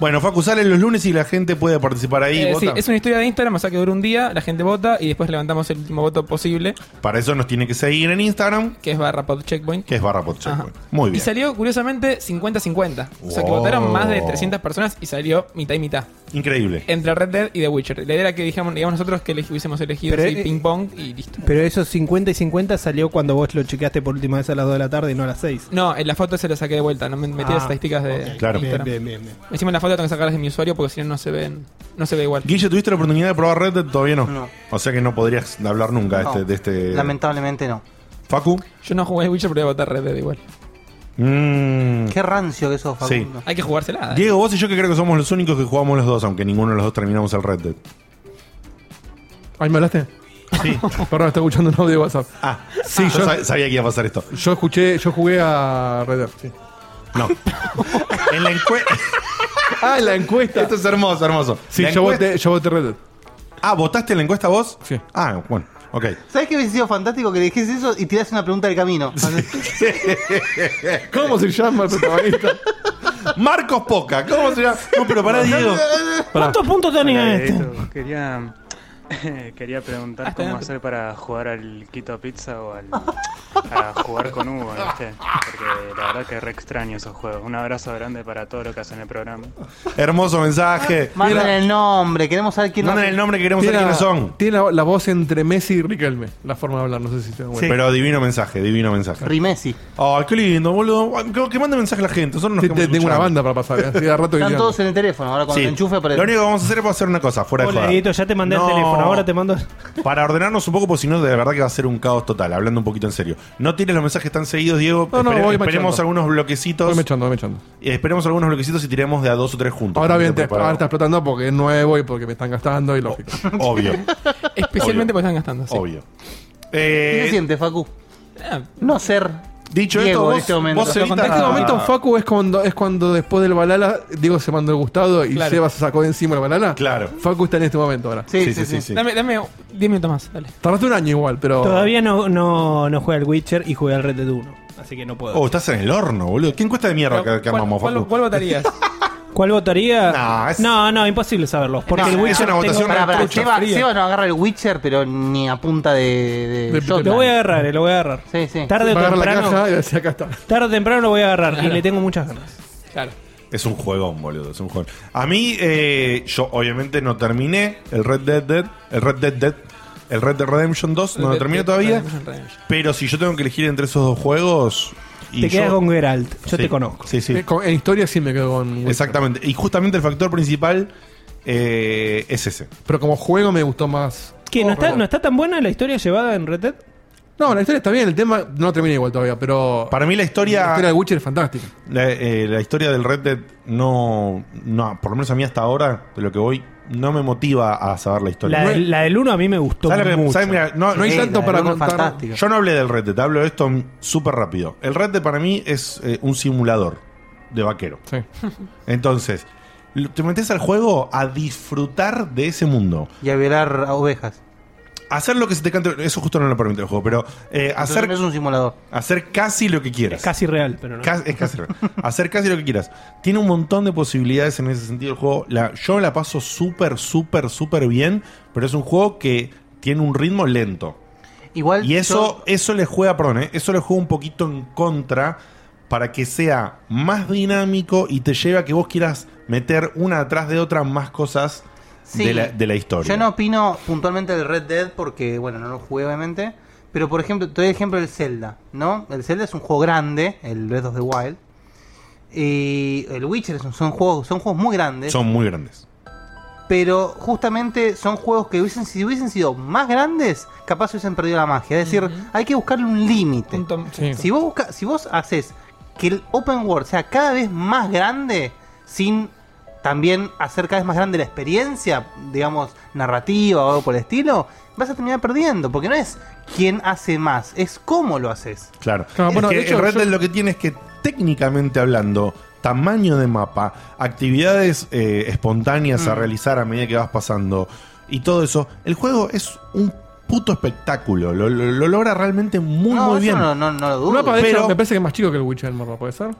B: Bueno, Facu sale los lunes y la gente puede participar ahí.
F: Eh, sí,
B: vota.
F: es una historia de Instagram, o sea que dura un día, la gente vota y después levantamos el último voto posible,
B: Para eso nos tiene que seguir en Instagram,
F: que es barra pod checkpoint.
B: que es barra Pod
F: Ajá.
B: Checkpoint. Muy
F: Y
B: bien.
F: salió, curiosamente, 50-50. O sea, que
B: Wow.
F: votaron más de 300 personas y salió mitad y mitad.
B: Increíble.
F: Entre Red Dead y The Witcher. La idea era que dijamos, digamos nosotros que le hubiésemos elegido
E: Pero,
F: así,
E: eh,
F: ping pong y listo.
E: Pero esos 50 y 50 salió cuando vos lo chequeaste por última vez a las 2 de la tarde y no a las 6.
F: No, en la foto se la saqué de vuelta, no me metí
E: Ah,
F: las estadísticas de
B: Claro.
F: Instagram. Encima en la foto tengo que sacarlas de mi usuario porque si no no se ven, no se ve igual.
B: Guille, ¿tuviste la oportunidad de probar Red Dead? Todavía no.
D: No.
B: O sea que no podrías hablar nunca de
D: No,
B: este- de este.
D: Lamentablemente no.
B: Facu.
F: Yo no jugué The Witcher, pero voy a votar Red Dead igual.
B: Mm.
D: Qué rancio que sos,
B: Sí.
D: Facundo.
F: Hay que jugársela. eh.
B: Diego, vos y yo que creo que somos los únicos que jugamos los dos, aunque ninguno de los dos terminamos el Red Dead.
C: ¿Ahí me hablaste?
B: Sí.
C: Perdón, está escuchando un audio de WhatsApp.
B: Ah,
C: Sí,
B: yo
C: yo-
B: sab- sabía que iba a pasar esto.
C: Yo escuché, yo jugué a Red Dead, sí.
B: No. en la encuesta.
C: Ah, la encuesta.
B: esto es hermoso, hermoso.
C: Sí,
B: La
C: yo
B: encuesta-
C: voté, yo voté Red Dead.
B: Ah, ¿votaste en la encuesta vos?
C: Sí.
B: Ah, bueno, ok.
D: ¿Sabes qué hubiese sido fantástico que le dijese eso y tirase una pregunta del camino?
C: ¿Cómo se llama el protagonista?
B: Marcos Poca, ¿cómo se llama? No, pero pará, Diego.
G: ¿Cuántos puntos tenía este?
J: Quería, quería preguntar
F: Hasta
J: cómo
F: ahora.
J: hacer para jugar al Quito Pizza o al, a jugar con Hugo, ¿viste? Porque la verdad que re extraño esos juegos. Un abrazo grande para todo lo que hacen en el programa.
B: Hermoso mensaje.
D: Manden el nombre, queremos saber quién
B: Manden el nombre que queremos saber
C: Tiene la-
B: quiénes son.
C: Tiene la, la voz entre Messi y Riquelme. La forma de hablar, no sé si te
B: Sí. Pero divino mensaje, divino mensaje. Ay,
D: Rimesi.
B: qué lindo, boludo. Ay, Que, que mande mensaje a la gente. Son unos
C: Sí,
B: que
C: te-
B: vamos
C: tengo una
B: escuchando.
C: banda para pasar. ¿eh? Sí, a rato
D: Están
C: que
D: todos en el teléfono, ahora cuando
B: Sí.
D: te enchufe aparece.
B: Lo único que vamos a hacer es hacer una cosa, fuera de
E: Hola,
B: joda.
E: Dieguito, ya te mandé
B: No.
E: el teléfono, ahora te mando.
B: Para ordenarnos un poco, porque si no, de verdad que va a ser un caos total. Hablando un poquito en serio. No tienes los mensajes tan seguidos, Diego.
C: No, no,
B: Espere-
C: voy
B: esperemos
C: machando.
B: algunos
C: Voy
B: bloquecitos.
C: mechando, voy mechando.
B: Eh, esperemos algunos bloquecitos y tiremos de a dos o tres juntos.
C: Ahora
B: Porque
C: bien,
B: te
C: te,
B: preparo.
C: ahora está explotando porque es nuevo y porque me están gastando y lógico.
B: Obvio,
F: Especialmente
B: Obvio.
F: porque están gastando. sí.
B: obvio.
D: ¿Qué se
B: Eh,
D: siente, Facu?
F: Ah,
D: No ser.
B: dicho
D: Diego
B: esto,
D: Eh. en
B: vos,
D: este momento.
B: vos Evita-
F: En
C: En este momento, Facu es cuando, es cuando después del balala, Diego se mandó el gustado y
F: Claro.
C: Seba se sacó de encima el balala.
B: Claro.
C: Facu está en este momento ahora.
D: Sí, sí, sí.
B: sí.
F: Dame, dame 10 minutos más, dale.
C: Tardaste un año igual, pero.
E: Todavía no, no, no juega el Witcher y juega el Red Dead 1. Así que no puedo.
B: Oh, estás en el horno, boludo. ¿Qué encuesta de mierda que, que
F: ¿Cuál-
B: armamos,
F: ¿Cuál,
B: Facu?
F: cuál votarías?
E: ¿Cuál votaría?
B: No, es-
E: no, no, imposible saberlos. Porque
D: No,
E: el
D: es
E: Witcher.
B: una votación
E: tengo-
D: Pará, pará,
B: trucha
D: Seba,
F: fría.
D: Seba no agarra el Witcher, pero ni a punta de. de
C: De-
D: shotgun.
E: Lo voy a agarrar, eh, lo voy a agarrar.
D: Sí, sí.
C: va a
E: Tarde o
C: agarrar la
E: temprano.
C: caja y decía acá está.
E: Tarde o temprano lo voy a agarrar y le tengo muchas ganas.
F: claro.
B: Es un juegón, boludo. Es un juegón. A mí, eh, yo obviamente no terminé el Red Dead Dead. El Red Dead Dead. El Red Dead Redemption 2. No lo terminé todavía.
F: pues,
B: Pero si yo tengo que elegir entre esos dos juegos. y
E: Te quedas
B: yo-
E: con Geralt, yo
B: Sí,
E: te conozco.
B: Sí, sí.
C: Eh, con- En historia sí me quedo con.
B: Exactamente. Y justamente el factor principal eh, es ese.
C: Pero como juego me gustó más.
E: ¿Qué? ¿No,
C: Oh,
E: está,
C: perdón.
E: ¿No está tan buena la historia llevada en Red Dead?
C: No, la historia está bien, el tema no termina igual todavía, pero.
B: Para mí la
C: la
B: historia.
C: historia de Witcher es fantástica.
B: La, eh, la historia del Red Dead no, no, por lo menos a mí hasta ahora, de lo que voy, no me motiva a saber la historia.
E: La,
B: No es-
E: la del 1 a mí me gustó
B: ¿Sabes lo que-
E: mucho.
B: sabes? Mira, no- eh,
C: No hay
D: Sí,
C: tanto
D: la
C: para
D: del uno es
C: contar.
D: fantástica.
B: yo no hablé del Red Dead, hablo de esto mm, súper rápido. El Red Dead para mí es eh, un simulador de vaquero.
C: Sí.
B: Entonces, lo- te metes al juego a disfrutar de ese mundo.
D: Y a violar a ovejas.
B: Hacer lo que se te cante, eso justo no lo permite el juego, pero eh,
D: Entonces
B: hacer,
D: no es un simulador.
B: hacer casi lo que quieras.
E: Es casi real, pero no.
B: Cas- es casi real. Hacer casi lo que quieras. Tiene un montón de posibilidades en ese sentido el juego. La, yo la paso súper, súper, súper bien, pero es un juego que tiene un ritmo lento.
D: Igual.
B: Y eso,
D: yo-
B: eso le juega, perdón, ¿eh? eso le juega un poquito en contra para que sea más dinámico y te lleve a que vos quieras meter una atrás de otra más cosas
D: Sí.
B: de, la, de la historia.
D: Yo no opino puntualmente del Red Dead porque, bueno, no lo jugué obviamente. Pero, por ejemplo, te doy el ejemplo del Zelda, ¿no? El Zelda es un juego grande, el Breath of the Wild. Y el Witcher es un- son juegos, son juegos muy grandes.
B: Son muy grandes.
D: Pero justamente son juegos que hubiesen, si hubiesen sido más grandes, capaz hubiesen perdido la magia. Es decir, hay que buscarle un límite. Si vos busca, si vos haces que el open world sea cada vez más grande, sin también hacer cada vez más grande la experiencia, digamos, narrativa o algo por el estilo, vas a terminar perdiendo, porque no es quién hace más, es cómo lo haces.
B: Claro.
D: No,
B: Es
D: bueno,
B: que
D: de hecho,
B: el Red
D: yo-
B: Dead lo que tiene es que técnicamente hablando, tamaño de mapa, actividades eh, espontáneas
D: Mm.
B: a realizar a medida que vas pasando y todo eso, el juego es un puto espectáculo. Lo, lo- lo logra realmente muy, muy bien.
C: El mapa, de hecho,
B: Pero-
C: me parece que es más chico que el Witcher el mapa, ¿puede ser?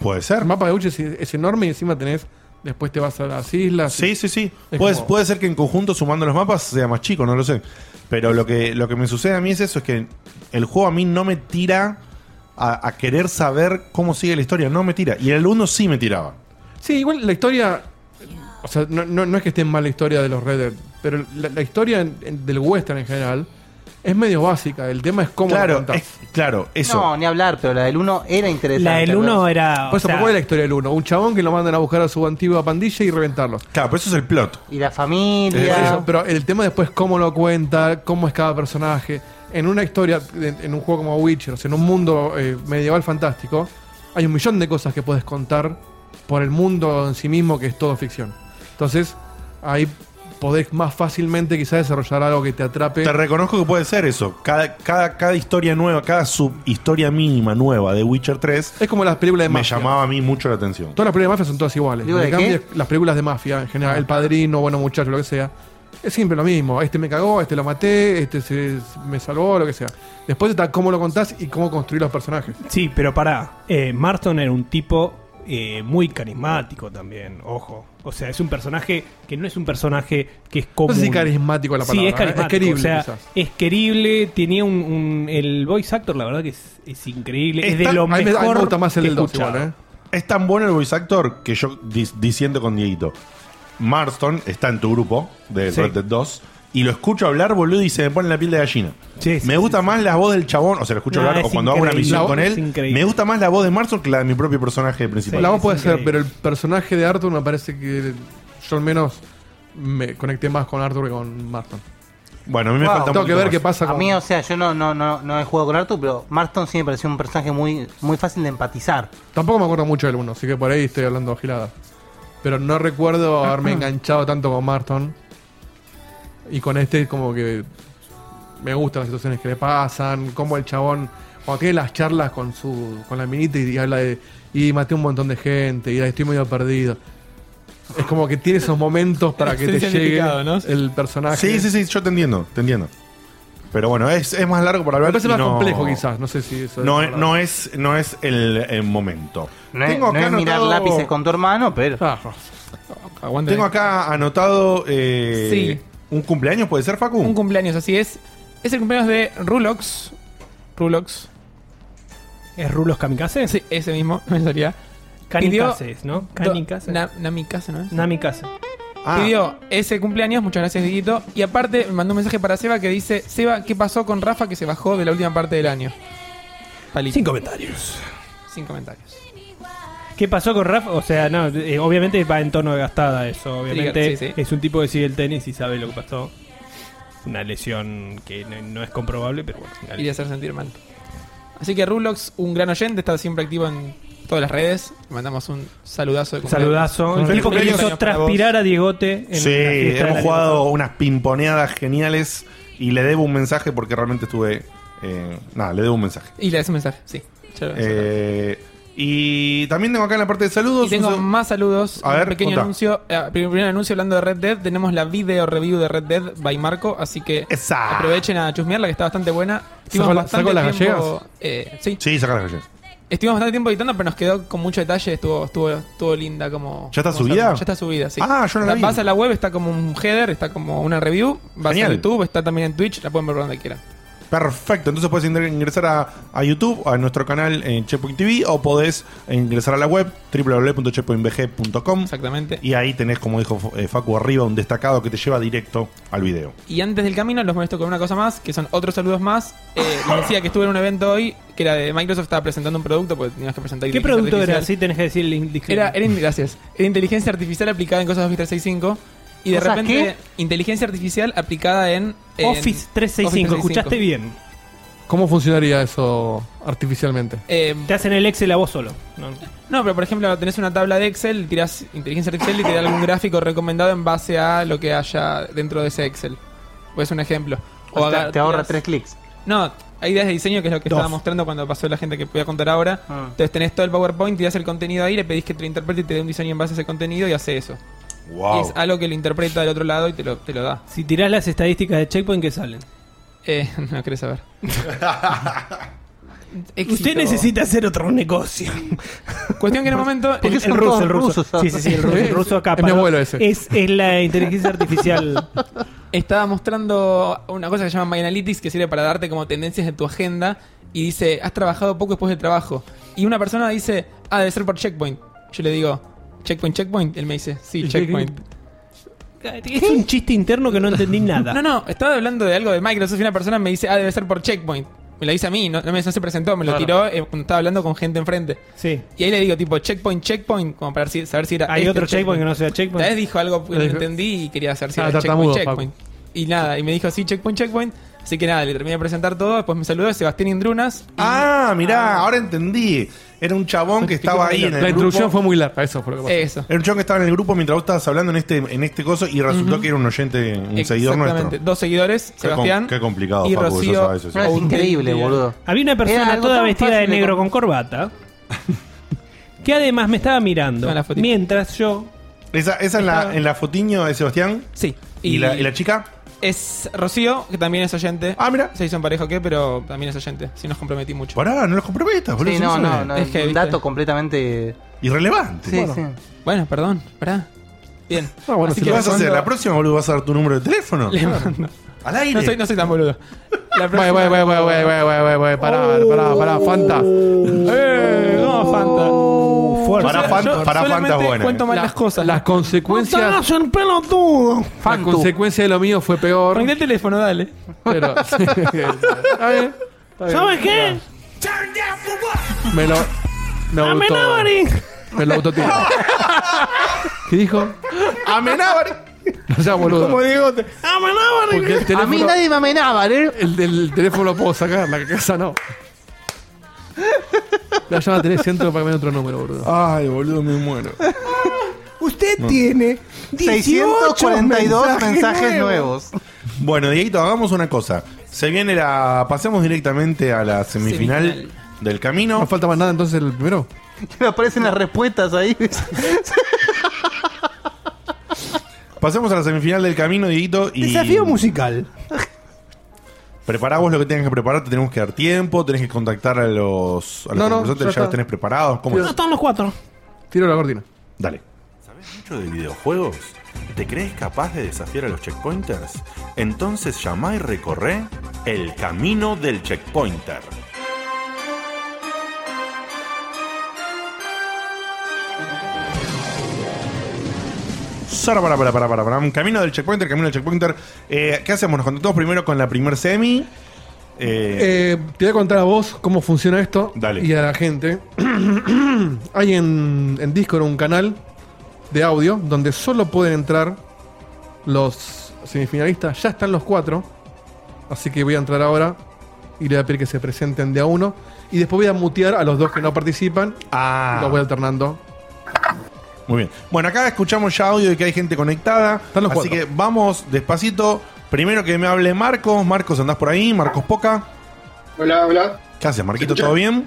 B: Puede ser.
C: El mapa de Witcher es, es enorme y encima tenés. Después te vas a las islas.
B: Sí, sí, sí. Puede, puede ser que en conjunto sumando los mapas sea más chico, no lo sé. Pero lo que, lo que me sucede a mí es eso, es que el juego a mí no me tira a, a querer saber cómo sigue la historia, no me tira. Y el 1 sí me tiraba.
C: Sí, igual la historia. O sea, no, no- no es que esté mal la historia de los Red Dead, pero la, la historia en- en- del western en general es medio básica. El tema es cómo
D: Claro,
C: la contás.
B: claro,
D: No, ni hablar, pero la del 1 era interesante. ¿no?
C: Por eso, ¿por ¿cuál es la historia del 1? Un chabón que lo mandan a buscar a su antigua pandilla y reventarlo.
B: Claro, pero eso es el plot.
D: Y la familia.
C: pero el tema después cómo lo cuenta, cómo es cada personaje. En una historia, en, en un juego como Witcher, o sea, en un mundo eh, medieval fantástico, hay un millón de cosas que puedes contar por el mundo en sí mismo que es todo ficción. Entonces, ahí podés más fácilmente quizás desarrollar algo que te atrape.
B: Te reconozco que puede ser eso. Cada, cada, cada historia nueva, cada subhistoria mínima nueva de Witcher 3.
C: Es como las películas de
B: Me
C: mafia.
B: llamaba a mí mucho la atención.
C: Todas las películas de mafia son todas iguales.
B: ¿Digo de
C: Le cambias
B: qué? Ah.
C: las películas de mafia en general, El Padrino, Bueno Muchacho, lo que sea. Es siempre lo mismo. Este me cagó, este lo maté, este se- me salvó, lo que sea. Después está cómo lo contás y cómo construir los personajes.
E: Sí, pero pará. Eh, Marston era un tipo eh, muy carismático también, ojo. O sea, es un personaje que no es un personaje que es común.
C: sé si carismático es la
E: Sí,
C: palabra, ¿eh?
E: es carismático.
C: Es querible,
E: o sea,
C: quizás.
E: es querible. Tenía un, un- El voice actor, la verdad que es, es increíble. es de
B: tan-
E: lo mejor que he
B: dos
E: escuchado.
B: igual, ¿eh? Es tan bueno el voice actor que yo dis- disiento con Dieguito. Marston está en tu grupo de
E: Sí.
B: Red Dead 2 y lo escucho hablar, boludo, y se me pone la piel de gallina. me gusta más la voz del chabón, o sea, lo escucho
C: No,
B: hablar,
C: es
B: o cuando hago una
C: increíble.
B: misión
C: La
B: con
C: voz es
B: él,
C: increíble.
B: me gusta más la voz de Marston que la de mi propio personaje principal.
C: la voz puede ser, pero el personaje de Arthur me parece que yo al menos me conecté más con Arthur que con Martin.
B: Bueno, a mí me
D: Wow.
B: falta un
C: Tengo que
B: poquito
C: ver
B: más.
C: qué pasa
D: A
C: con...
D: mí, o sea, yo no, no, no, no he jugado con Arthur, pero Marston sí me pareció un personaje muy, muy fácil de empatizar.
C: Tampoco me acuerdo mucho del 1, así que por ahí estoy hablando gilada. Pero no recuerdo haberme enganchado tanto con Marton. Y con este como que me gustan las situaciones que le pasan, como el chabón cuando tiene las charlas con su con la minita y, y habla de y maté un montón de gente y estoy medio perdido. Es como que tiene esos momentos para que te
B: Sí,
C: llegue
B: significado,
C: el personaje.
B: Sí, sí, sí, yo te entiendo, te entiendo. Pero bueno, es, es más largo para hablar.
C: Me parece
B: y
C: más
B: no-
C: complejo quizás, no sé si eso
B: No, es- no es, no es el, el momento.
D: No es- no es mirar lápices con tu hermano, pero.
B: Tengo
C: eh.
B: acá anotado eh,
F: Sí.
B: un cumpleaños, ¿puede ser, Facu?
F: Un cumpleaños, así es. Es el cumpleaños de Rulox. Rulox.
E: ¿Es Rulos Kamikaze?
F: Sí, ese mismo, me salía.
E: Kamikaze
F: Pidió-
E: es, ¿no?
F: Do-
E: Kamikaze.
F: Na- Namikaze, ¿no es?
E: Namikaze.
F: Pidió ese cumpleaños, muchas gracias, Diguito. Y aparte, me mandó un mensaje para Seba que dice: Seba, ¿qué pasó con Rafa que se bajó de la última parte del año? ¿eh?
E: Sin comentarios.
F: Sin comentarios.
E: ¿Qué pasó con Rafa? O sea, no, eh, obviamente va en tono de gastada eso. Obviamente
F: Trigger, sí,
E: es un tipo que sigue el tenis y sabe lo que pasó. Una lesión que no, no es comprobable, pero bueno. una
F: y de
E: lesión.
F: hacer sentir mal. Así que Rulox, un gran oyente, está siempre activo en todas las redes. Le mandamos un saludazo de cumpleaños.
E: Saludazo. El
F: Feliz
E: tipo que
F: cumpleaños
E: hizo
F: para vos.
E: transpirar a Diegote en
B: Sí,
E: la fiesta de
B: hemos
E: la
B: jugado unas pimponeadas geniales y le debo un mensaje porque realmente estuve. eh, nada, le debo un mensaje.
F: Y le das un mensaje, sí. Ya lo-
B: Eh, y también tengo acá en la parte de saludos.
F: Y tengo
B: un-
F: más saludos.
B: A
F: un
B: ver,
F: pequeño
B: contá.
F: anuncio. eh, primer, primer anuncio hablando de Red Dead. Tenemos la video review de Red Dead by Marco. Así que aprovechen a chusmearla, que está bastante buena. Estuvimos
C: ¿Saco la-
F: bastante
C: saco las
F: tiempo-
C: gallegas?
F: eh, sí.
B: Sí, saca las galletas.
F: Estuvimos bastante tiempo editando, pero nos quedó con mucho detalle. Estuvo, estuvo, estuvo linda como.
B: ¿Ya está
F: como
B: subida?
F: salmo. Ya está subida, sí.
B: Ah, yo no la vi.
F: Vas a la web, está como un header, está como una review. Vas
B: Genial.
F: a YouTube, está también en Twitch, la pueden ver por donde quieran.
B: Perfecto. Entonces puedes ingresar a, a YouTube, a nuestro canal en Checkpoint TV, o podés eh, ingresar a la web www.checkpointbg.com.
F: Exactamente.
B: Y ahí tenés, como dijo eh, Facu arriba, un destacado que te lleva directo al video.
F: Y antes del camino los molesto con una cosa más, que son otros saludos más. Eh, les decía que estuve en un evento hoy, que era de Microsoft, estaba presentando un producto, pues tenías que presentar
E: ¿Qué
F: inteligencia
E: producto era?
F: artificial.
E: Sí, tenés que decir el indiscreto.
F: Era, era in- gracias. Era inteligencia artificial aplicada en cosas de Office 365. Y de
E: ¿Cosas
F: repente, inteligencia artificial aplicada en, en
E: Office 365, escuchaste bien.
C: ¿Cómo funcionaría eso artificialmente?
E: Te hacen el Excel a vos solo. No.
F: Eh, No, pero por ejemplo, tenés una tabla de Excel, tirás inteligencia artificial y te da algún gráfico recomendado en base a lo que haya dentro de ese Excel. Pues un ejemplo.
D: O sea,
F: haga-
D: te ahorra
F: tirás-
D: tres clics.
F: No, hay ideas de diseño que es lo que
D: Dos.
F: estaba mostrando cuando pasó la gente que voy a contar ahora.
D: Ah.
F: Entonces tenés todo el PowerPoint, tirás el contenido ahí, le pedís que te lo interprete y te dé un diseño en base a ese contenido y hace eso.
B: Wow.
F: Y es algo que lo interpreta del otro lado y te lo, te lo da.
E: Si tirás las estadísticas de Checkpoint, ¿qué salen?
F: Eh, no querés saber. Éxito.
E: Usted necesita hacer otro negocio.
F: Cuestión que en el momento.
E: El, el ruso, el ruso. Sí, sí, sí, el ruso, el ruso acá.
F: Es mi abuelo ese.
E: Es, es la inteligencia artificial.
F: Estaba mostrando una cosa que se llama My Analytics, que sirve para darte como tendencias de tu agenda. Y dice, has trabajado poco después del trabajo. Y una persona dice, ah, debe ser por checkpoint. Yo le digo, checkpoint, checkpoint. Él me dice, sí, checkpoint.
E: Es un chiste Este interno que no entendí nada.
F: No, no, estaba hablando de algo de Microsoft y una persona me dice, ah, debe ser por checkpoint. Me lo dice a mí, no, no me, no se presentó, me lo tiró eh, cuando estaba hablando con gente enfrente.
E: Sí.
F: Y ahí le digo, tipo, checkpoint, checkpoint, como para si- saber si era.
E: Hay
F: este
E: otro
F: el
E: checkpoint que no sea checkpoint.
F: Tal vez dijo algo que no
E: Lo dijo-
F: entendí y quería saber si
E: Ah,
F: era
E: tartamudo,
F: checkpoint, checkpoint. Y nada, y me dijo, sí, checkpoint, checkpoint. Así que nada, le terminé de presentar todo, después me saludó Sebastián Indrunas.
B: Ah, mirá, ahora entendí. Era un chabón que estaba ahí en el
C: La introducción
B: grupo.
C: fue muy larga, eso fue lo que pasó.
F: Eso.
B: Era un chabón que estaba en el grupo mientras vos estabas hablando en este, en este coso y resultó
F: Ujú.
B: que era un oyente, un seguidor nuestro.
F: Exactamente, dos seguidores,
B: Qué
F: Sebastián.
B: com- qué complicado,
F: y
B: Facu, que
F: Rocío.
B: sos a veces. No, es increíble, boludo.
E: Había una
F: Era
E: persona
F: algo
E: toda
F: tan
E: vestida
F: fácil
E: de
F: de
E: negro con corbata que además me estaba mirando
F: Toma la fotito.
E: mientras yo
B: Esa, esa en, la, en la fotiño de Sebastián.
F: Sí.
B: ¿Y, la, y la chica?
F: Es Rocío, que también es oyente.
B: Ah, mira.
F: Se hizo en pareja que, pero también es oyente. Sí, nos comprometí mucho.
B: Pará, no los comprometas, boludo.
D: Sí,
B: eso
D: no,
B: se
D: no,
B: ve.
D: no. Es un dato completamente.
B: Irrelevante.
D: Sí,
B: Bueno.
D: sí.
F: Bueno, perdón, pará. Bien.
B: Ah, bueno,
F: Así
B: si
F: que
B: lo vas a hacer
F: cuando-
B: la próxima, boludo, vas a dar tu número de teléfono.
F: Le mando.
B: Al aire.
F: No soy, no soy tan boludo. La
C: Wey, wey, wey, wey, wey, wey, wey, wey, wey, pará, pará, pará, Fanta.
E: Uh.
F: Eh, no,
D: Uh,
F: Fanta.
C: fuerte.
F: Yo
C: Para
F: sola-
C: Fanta-
F: yo
C: para Fanta es
F: solamente
C: buena.
F: Cuento mal
C: La-
F: las cosas.
C: Las consecuencias.
E: un pelotudo!
C: La consecuencia de lo mío fue peor.
F: Prende el teléfono, dale.
C: Pero. Está bien, está bien.
E: ¿Sabes qué?
C: Me lo. Me gustó.
E: Amenábari.
C: Me lo gustó tío. ¿Qué dijo?
B: Amenábari.
C: No sea boludo.
E: Como digo, te-
C: Porque el
E: Amenábari.
C: teléfono,
D: A mí nadie me amenaba, ¿eh?
C: el del teléfono lo puedo sacar, la casa no. La llama tenés centro para que me dé otro número, boludo.
B: Ay, boludo, me muero.
E: Usted tiene
D: 642 mensajes nuevos.
B: Bueno, Dieguito, hagamos una cosa. Se viene la. Pasemos directamente a la semifinal, del camino.
C: No falta más nada entonces el primero.
D: Me aparecen las respuestas ahí.
B: Pasemos a la semifinal del camino, Dieguito. Y
E: Desafío musical.
B: Prepará vos lo que tengas que preparar. Te tenemos que dar tiempo. Tenés que contactar a los, a los
C: No, no,
B: concursantes,
C: ya
B: ya, los
C: está.
B: tenés preparados. ¿Cómo
C: Yo-
B: es?
E: Están los cuatro.
C: Tiro la cortina.
B: Dale.
K: ¿Sabes mucho de videojuegos? ¿Te crees capaz de desafiar a los checkpointers? Entonces llama y recorre el camino del checkpointer.
B: Sara, para, para, para, para, para. Camino del checkpointer, camino del checkpointer. Eh, ¿Qué hacemos? Nos contactamos primero con la primer semi. Eh,
C: Eh, te voy a contar a vos cómo funciona esto
B: Dale.
C: y a la gente. Hay en, en Discord un canal de audio donde solo pueden entrar los semifinalistas. Ya están los cuatro. Así que voy a entrar ahora y le voy a pedir que se presenten de a uno. Y después voy a mutear a los dos que no participan.
B: ah.
C: y Los voy alternando.
B: Muy bien. Bueno, acá escuchamos ya audio de que hay gente conectada.
C: Están los
B: así que
C: cuatro.
B: vamos despacito. Primero que me hable Marcos. Marcos, andás por ahí. Marcos Poca.
L: Hola, hola.
B: ¿Qué haces, Marquito? ¿Todo bien?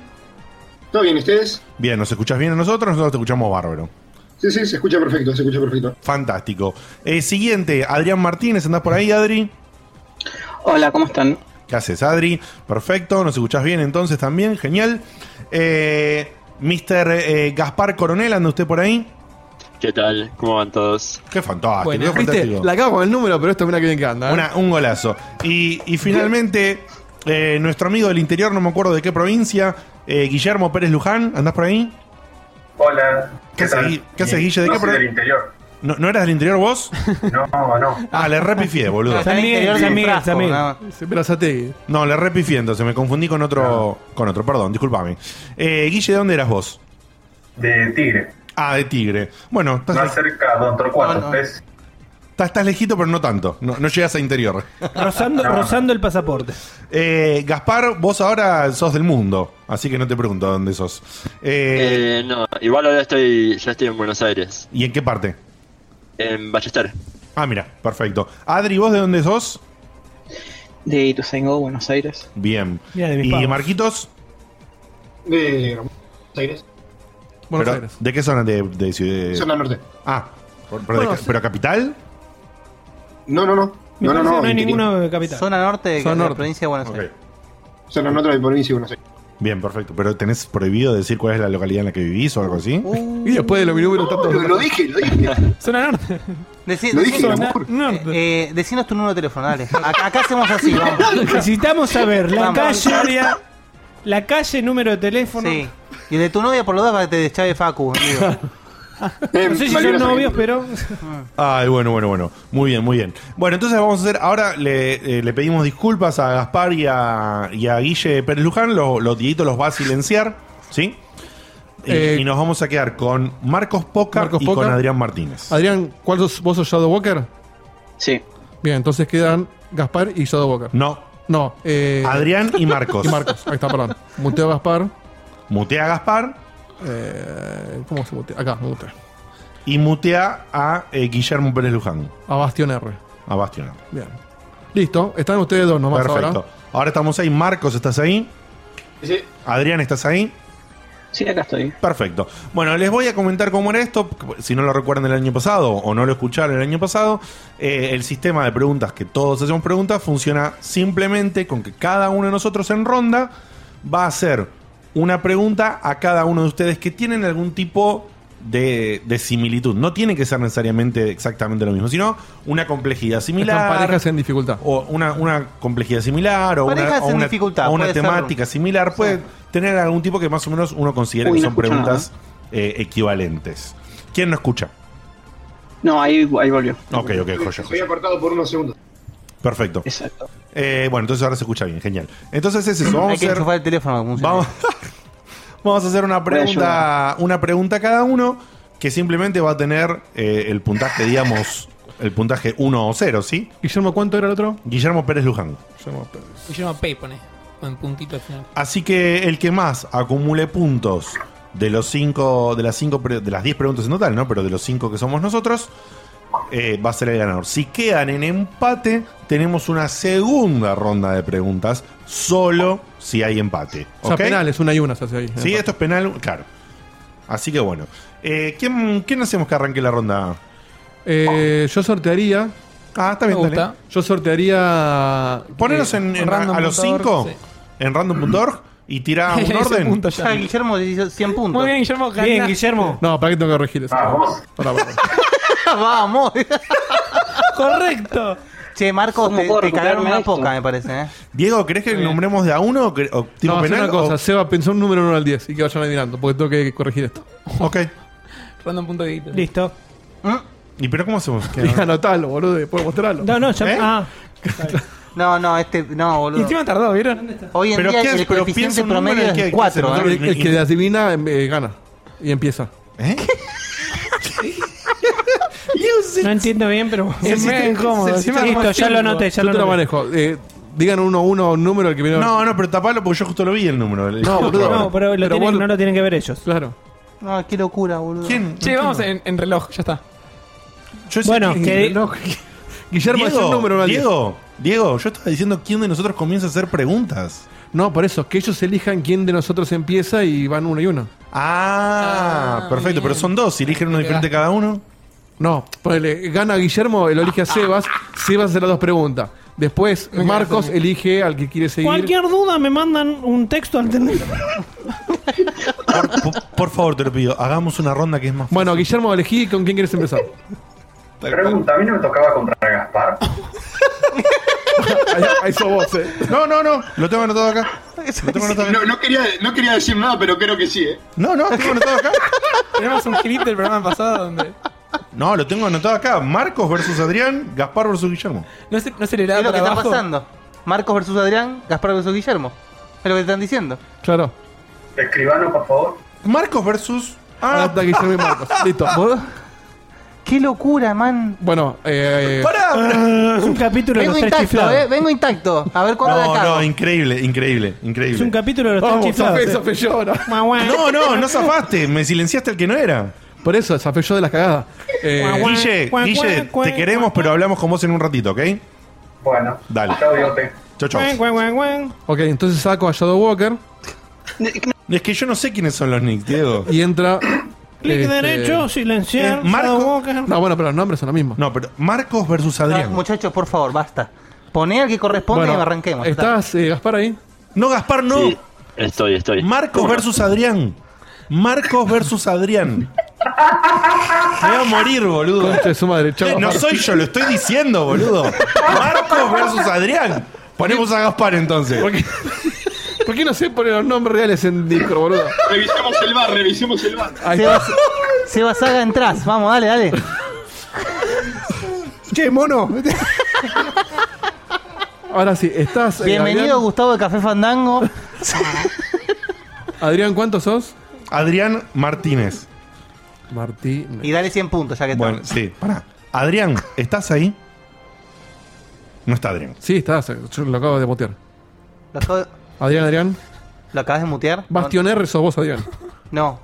L: ¿Todo bien ustedes?
B: Bien, ¿nos escuchás bien a nosotros? Nosotros te escuchamos bárbaro.
L: Sí, sí, se escucha perfecto, se escucha perfecto.
B: Fantástico. Eh, siguiente, Adrián Martínez. ¿Andás por ahí, Adri?
M: Hola, ¿cómo están?
B: ¿Qué haces, Adri? Perfecto, nos escuchás bien entonces también. Genial. Eh, Mr. eh, Gaspar Coronel, ¿anda usted por ahí?
N: ¿Qué tal? ¿Cómo van todos?
B: Qué fantástico, qué
C: ¿viste?
B: Ah, fantástico.
C: La acabo con el número, pero esto mira que bien que anda. ¿eh?
B: Una- un golazo. Y, y finalmente, Eh, nuestro amigo del interior, no me acuerdo de qué provincia, eh, Guillermo Pérez Luján, ¿andás por ahí?
O: Hola.
B: ¿Qué haces, Gui- qué haces, Guille? ¿De
O: No
B: qué
O: soy
B: pro-
O: del interior.
B: ¿No, no eras del interior vos?
O: No, no.
B: Ah, le repifié, boludo.
O: San Miguel, San Miguel, San Miguel.
B: No, le repifié entonces, me confundí con otro,
O: Ah.
B: con otro, perdón, discúlpame. Eh, Guille, ¿de dónde eras vos?
O: De Tigre.
B: Ah, de Tigre. Bueno, estás,
O: Más cerca de Don Torcuato. ¿ves?
B: estás, estás lejito, pero no tanto. No, no llegas a interior.
E: Rozando, rozando el pasaporte.
B: Eh, Gaspar, vos ahora sos del mundo, así que no te pregunto dónde sos. Eh,
N: Eh, no, igual ahora estoy, ya estoy en Buenos Aires,
B: ¿Y en qué parte?
N: en Ballester.
B: Ah, mira, perfecto. Adri, ¿vos de dónde sos?
M: De Ituzaingó, Buenos Aires.
B: Bien.
M: Mira, de mis
B: ¿Y
M: pagos.
B: Marquitos?
L: De Buenos Aires.
B: Pero, ¿De qué zona de, de ciudad?
L: Zona norte.
B: Ah, por- pero, de
L: Bueno,
B: ca- pero capital?
L: No, no, no.
E: Me
L: No, no, no.
E: parece que no hay
L: interior.
E: ninguno de capital.
D: Zona norte de,
L: Zona
D: de
L: norte.
D: la provincia de Buenos Aires.
L: Zona norte de provincia de Buenos Aires.
B: Bien, perfecto. ¿Pero tenés prohibido decir cuál es la localidad en la que vivís o algo así?
C: Y después de los minutos tanto.
D: lo- lo
L: dije, lo dije.
F: Zona norte.
D: Decí-
C: Lo
D: decí-
C: dije,
D: Zona-
C: amor.
D: eh, eh, decinos tu número de teléfono, dale. Acá, acá hacemos así, vamos.
E: Necesitamos saber la
D: Vamos.
E: calle, la calle, número de teléfono.
D: Sí. Y el de tu novia por lo dos para que te deschave Facu. amigo.
E: No sé si son novios, pero.
B: Ay, bueno, bueno, bueno. Muy bien, muy bien. Bueno, entonces vamos a hacer. Ahora le, eh, le pedimos disculpas a Gaspar y a, y a Guille Pérez Luján. Los, los Dieguito los va a silenciar, ¿sí? Y,
C: Eh,
B: y nos vamos a quedar con Marcos Poca
C: Marcos
B: y
C: Poca.
B: con Adrián Martínez.
C: Adrián, ¿cuál sos, ¿vos sos Shadow Walker?
M: Sí.
C: Bien, entonces quedan Gaspar y Shadow Walker.
B: No.
C: No. eh,
B: Adrián y Marcos.
C: Y Marcos, ahí está, perdón. Muteo a Gaspar.
B: Mutea a Gaspar.
C: Eh, ¿Cómo se mutea? Acá, me gusta.
B: Y mutea a eh, Guillermo Pérez Luján.
C: A Bastión R.
B: A Bastionar.
C: Bien. Listo, están ustedes dos nomás
B: Perfecto. Ahora.
C: ahora.
B: estamos ahí. Marcos, ¿estás ahí?
L: Sí.
B: Adrián, ¿estás ahí?
M: Sí, acá estoy.
B: Perfecto. Bueno, les voy a comentar cómo era esto. Si no lo recuerdan del año pasado o no lo escucharon el año pasado, eh, el sistema de preguntas que todos hacemos preguntas funciona simplemente con que cada uno de nosotros en ronda va a hacer una pregunta a cada uno de ustedes que tienen algún tipo de, de similitud. No tiene que ser necesariamente exactamente lo mismo, sino una complejidad similar.
C: Están parejas en dificultad.
B: O una, una complejidad similar, o
C: Parejas
B: una, o
C: en
B: una-
C: dificultad,
B: o una
C: puede ser.
B: temática similar. Puede tener algún tipo que más o menos uno considere
M: Uy,
B: que
M: no
B: son
M: escucho
B: preguntas eh, equivalentes. ¿Quién no escucha?
M: No, ahí, ahí volvió.
B: Ok, ok, joya,
L: Soy
B: joya.
L: apartado por unos segundos.
B: Perfecto. Eh,
M: Exacto.
B: bueno, entonces ahora se escucha bien, genial. Entonces es eso, vamos
D: Hay
B: a
D: que
B: hacer...
D: enchufar el teléfono. como
B: Vamos, vamos a hacer una
D: Voy a
B: pregunta, una pregunta a cada uno que simplemente va a tener eh, el puntaje, digamos, el puntaje 1 o 0, ¿sí?
C: Guillermo, ¿cuánto era el otro?
B: Guillermo Pérez Luján.
F: Guillermo Pei pone. Con puntito al final.
B: Así que el que más acumule puntos de los cinco, de las cinco, pre- de las 10 preguntas en total, ¿no? Pero de los cinco que somos nosotros, eh, va a ser el ganador. Si quedan en empate, tenemos una segunda ronda de preguntas, solo si hay empate.
C: O sea,
B: ¿ok?
C: penales, una y una se hace ahí.
B: Sí, esto es penal, claro. Así que bueno. Eh, ¿quién, quién hacemos que arranque la ronda?
C: Eh, Yo sortearía.
B: Ah, está bien, Me gusta. dale.
C: Yo sortearía. eh,
B: Ponernos en, en- a, a los cinco en random.org y tirá un orden.
D: Ya, Guillermo hizo 100 puntos.
F: Muy bien, Guillermo, Bien, ganaste. Guillermo.
C: No, para que tengo que corregir eso.
D: Vamos.
C: Pará, pará.
D: Vamos. Correcto. Che, Marcos,
M: ¿Cómo
D: te,
M: puedo
D: te cagaron
M: recuperarme
D: una
M: de esto?
D: poca, me parece. ¿eh?
B: Diego, ¿querés que nombremos de a uno o, cre- o tipo
C: No, hacé
B: penal?
C: una cosa.
B: o-
C: Seba pensó un número 1 al 10 y que vayan adivinando, porque tengo que corregir esto.
B: Ok.
F: Random punto de guita.
E: Listo.
B: ¿Y pero cómo hacemos?
C: Y anotalo, boludo, y después mostrarlo.
E: No, no, ya. Ah.
D: No, no, este, no, boludo.
C: Y encima
F: tardó, ¿vieron?
D: Hoy en
C: Pero
D: día
C: ¿qué es?
D: el
C: Pero
D: coeficiente
C: piensa un número
D: promedio
C: en que-
D: es ¿eh? 4.
C: El, el que adivina eh, gana y empieza.
B: ¿Eh?
E: No entiendo bien, pero.
C: Se
E: Es
C: siente-
E: medio incómodo.
C: se siente
E: Listo,
C: más
E: ya lo
B: ¿eh?
C: tiempo.
E: anoté, ya
C: Yo
E: lo
C: te lo
E: anoté.
C: manejo. Eh, digan uno a uno un número el que primero.
B: No, no, pero tapalo porque yo justo lo vi el número.
C: No, boludo.
E: No, pero, lo
C: Pero
E: tienen-
C: vos-
E: no lo tienen que ver ellos.
C: Claro.
D: No, Ah, qué locura, boludo.
B: ¿Quién?
F: Che, vamos en, en reloj, ya está.
E: Bueno, que-
C: Guillermo, es
B: Diego,
C: un número uno al diez.
B: Diego, Diego, yo estaba diciendo quién de nosotros comienza a hacer preguntas.
C: No, por eso, que ellos elijan quién de nosotros empieza y van uno y uno.
B: Ah, perfecto, pero son dos, si eligen uno diferente cada uno.
C: No, ponele, gana Guillermo, lo elige a Sebas, Sebas hace las dos preguntas. Después Marcos elige al que quiere seguir.
G: Cualquier duda me mandan un texto al teléfono.
B: Por favor, te lo pido, hagamos una ronda que es más.
C: Bueno, Guillermo, elegí con quién quieres empezar.
O: Pregunta, ¿a mí no me tocaba contra Gaspar?
C: ahí, ahí sos vos, eh.
B: No, no, no. Lo tengo anotado acá. Lo tengo anotado acá.
L: No, no quería, no quería decir nada, pero creo que sí, ¿eh?
B: No, no, tengo anotado acá.
F: Tenemos un clip del programa pasado donde.
B: No, lo tengo anotado acá. Marcos versus Adrián, Gaspar versus Guillermo.
F: No se, no se le da
D: Es lo que
F: para
D: está
F: abajo.
D: pasando. Marcos versus Adrián, Gaspar versus Guillermo. Es lo que te están diciendo.
C: Claro.
O: Escribano, por favor.
B: Marcos versus.
C: Ah, está Guillermo y Marcos. Listo.
D: Qué locura, man.
C: Bueno, eh.
D: ¡Para!
E: Es un capítulo
D: Vengo intacto, eh. Vengo intacto. A ver cuándo
B: No,
D: la cago.
B: no, increíble, increíble, increíble.
E: Es un capítulo de los tres eh. chiflados.
B: No, no, no zafaste. Me silenciaste el que no era.
C: Por eso, zafé yo de las cagadas.
B: Eh, Guille, Guille, te queremos, pero hablamos con vos en un ratito, ¿ok?
O: Bueno.
B: Dale.
O: Chau, Diote.
B: Chau, chau.
C: Ok, entonces saco a Shadow Walker.
B: Es que yo no sé quiénes son los Knicks, Diego.
C: Y entra. este,
B: Clic derecho,
E: silenciar.
B: Eh, Marco.
C: No, bueno, pero los nombres son los mismos.
B: No, pero Marcos versus
D: Ah, Muchachos, por favor, basta. Poné al que corresponde
C: Bueno,
D: y arranquemos.
C: ¿Estás, eh, Gaspar, ahí?
B: No, Gaspar, no.
N: Estoy, estoy.
B: Marcos versus Adrián. Marcos versus Adrián. Me voy a morir, boludo.
C: Concha de su madre, chau,
B: Eh, no
C: Gaspar.
B: soy yo, lo estoy diciendo, boludo. Marcos versus Adrián. Ponemos a Gaspar entonces.
C: ¿Por qué no sé poner los nombres reales en Discord, boludo?
L: Revisemos el bar, revisemos el bar.
D: Sebas, Sebas Saga entras. Vamos, dale, dale.
C: Che, mono. Ahora sí, estás. eh,
D: Bienvenido, Gustavo de Café Fandango.
C: Adrián, Adrián, ¿cuántos sos?
B: Adrián Martínez.
C: Martínez.
D: Y dale 100 puntos ya que
B: Bueno,
D: estamos.
B: sí, pará. Adrián, ¿estás ahí? No está Adrián.
C: Sí, estás. eh, Yo lo acabo de mutear.
D: Lo, acabo-
C: Adrián, Adrián.
D: ¿Lo acabas de mutear?
C: Bastión R sos vos, Adrián.
D: No.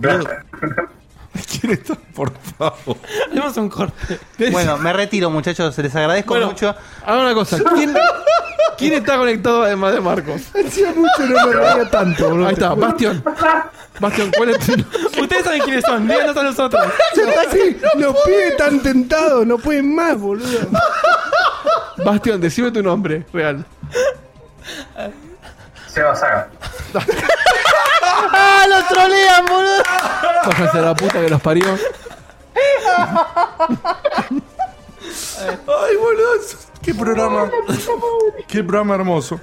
B: ¿Quién está? Por favor.
F: Hacemos un corte.
D: Bueno, me retiro, muchachos. Les agradezco
C: Bueno,
D: mucho.
C: Ahora una cosa. ¿Quién, quién está conectado además de Marcos?
P: Hacía mucho no me reía tanto, boludo.
C: Ahí está, Bastión. Bastión, ¿cuál es tu
F: Ustedes saben quiénes son, díganos a nosotros.
P: Sí, los pibes están tentados, no pueden más, boludo.
C: Bastión, decime tu nombre real.
O: Seba Saga.
D: ¡Ah, lo trolean, boludo!
C: Váyanse a la puta que los parió.
B: Ay, boludo. Qué programa. Qué programa hermoso.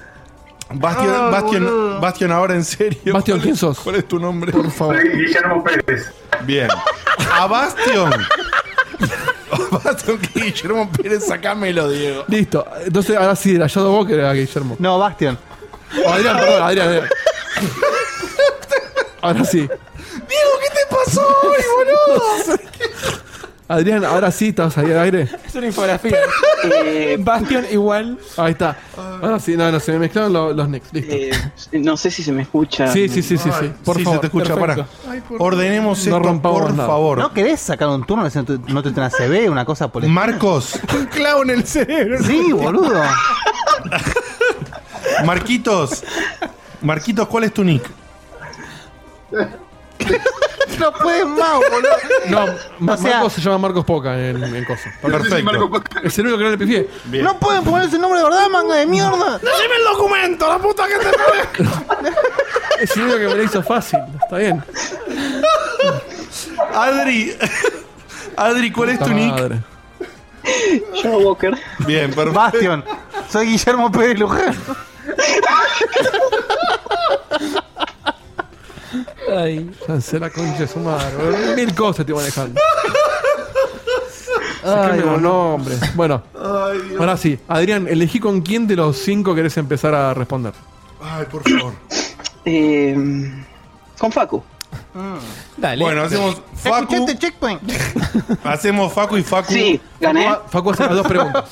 B: Bastión,
D: Ah,
O: Ay,
B: Bastión-
O: boludo.
B: Bastión, ahora en serio. Bastión, ¿quién sos? ¿Cuál es tu nombre? Por
O: Soy Guillermo Pérez.
B: Bien. A Bastión. A Bastión que Guillermo Pérez, sacámelo, Diego.
C: Listo. Entonces, ahora sí, era Shadow Walker era Guillermo.
D: No, Bastión.
C: Adrián, perdón, Adrián, Adrián. Ahora sí.
P: Diego, ¿qué te pasó hoy, boludo?
C: Adrián, ahora sí estás ahí al aire.
F: Es una infografía.
M: Eh,
F: Bastión igual.
C: Ahí está.
B: Ah.
C: Ahora sí, no, no, se me mezclaron lo- los Knicks. Listo.
M: eh, No sé si se me escucha.
C: Sí, sí, sí, sí, sí. Por favor.
M: para.
B: Ordenemos
C: No
B: esto,
C: rompamos
B: por
C: nada.
B: favor.
D: ¿No querés sacar un turno? No te, no te tenés CB, una cosa por el
B: Marcos.
P: Un clavo en el cerebro.
D: Sí, boludo.
B: Marquitos. Marquitos, ¿cuál es tu nick?
D: No puedes más, boludo.
C: No, Ma-
D: O sea-
C: Marcos se llama Marcos Poca en, en cosa.
B: Perfecto.
C: Es el único que no le pifié.
D: No pueden poner ese nombre de verdad, manga de mierda.
P: ¡Dame el documento, la puta que te
C: Es el único que me lo hizo fácil. Está bien.
B: Adri. Adri, ¿cuál es tu
C: Puta
B: nick?
C: madre.
M: Yo, Walker.
B: Bien, perfecto.
D: Bastión. Soy Guillermo Pérez Luján.
F: Ay.
C: Cancé la concha de su madre. boludo. Mil cosas te iba manejando. Ay, los nombres. Bueno,
B: Ay, Dios.
C: ahora sí. Adrián, elegí con quién de los cinco querés empezar a responder.
B: Ay, por favor.
M: con Facu.
F: Dale.
B: Bueno, hacemos Facu.
D: Escuchaste checkpoint.
B: Hacemos Facu y Facu.
M: Sí, gané.
C: Facu hace las dos preguntas.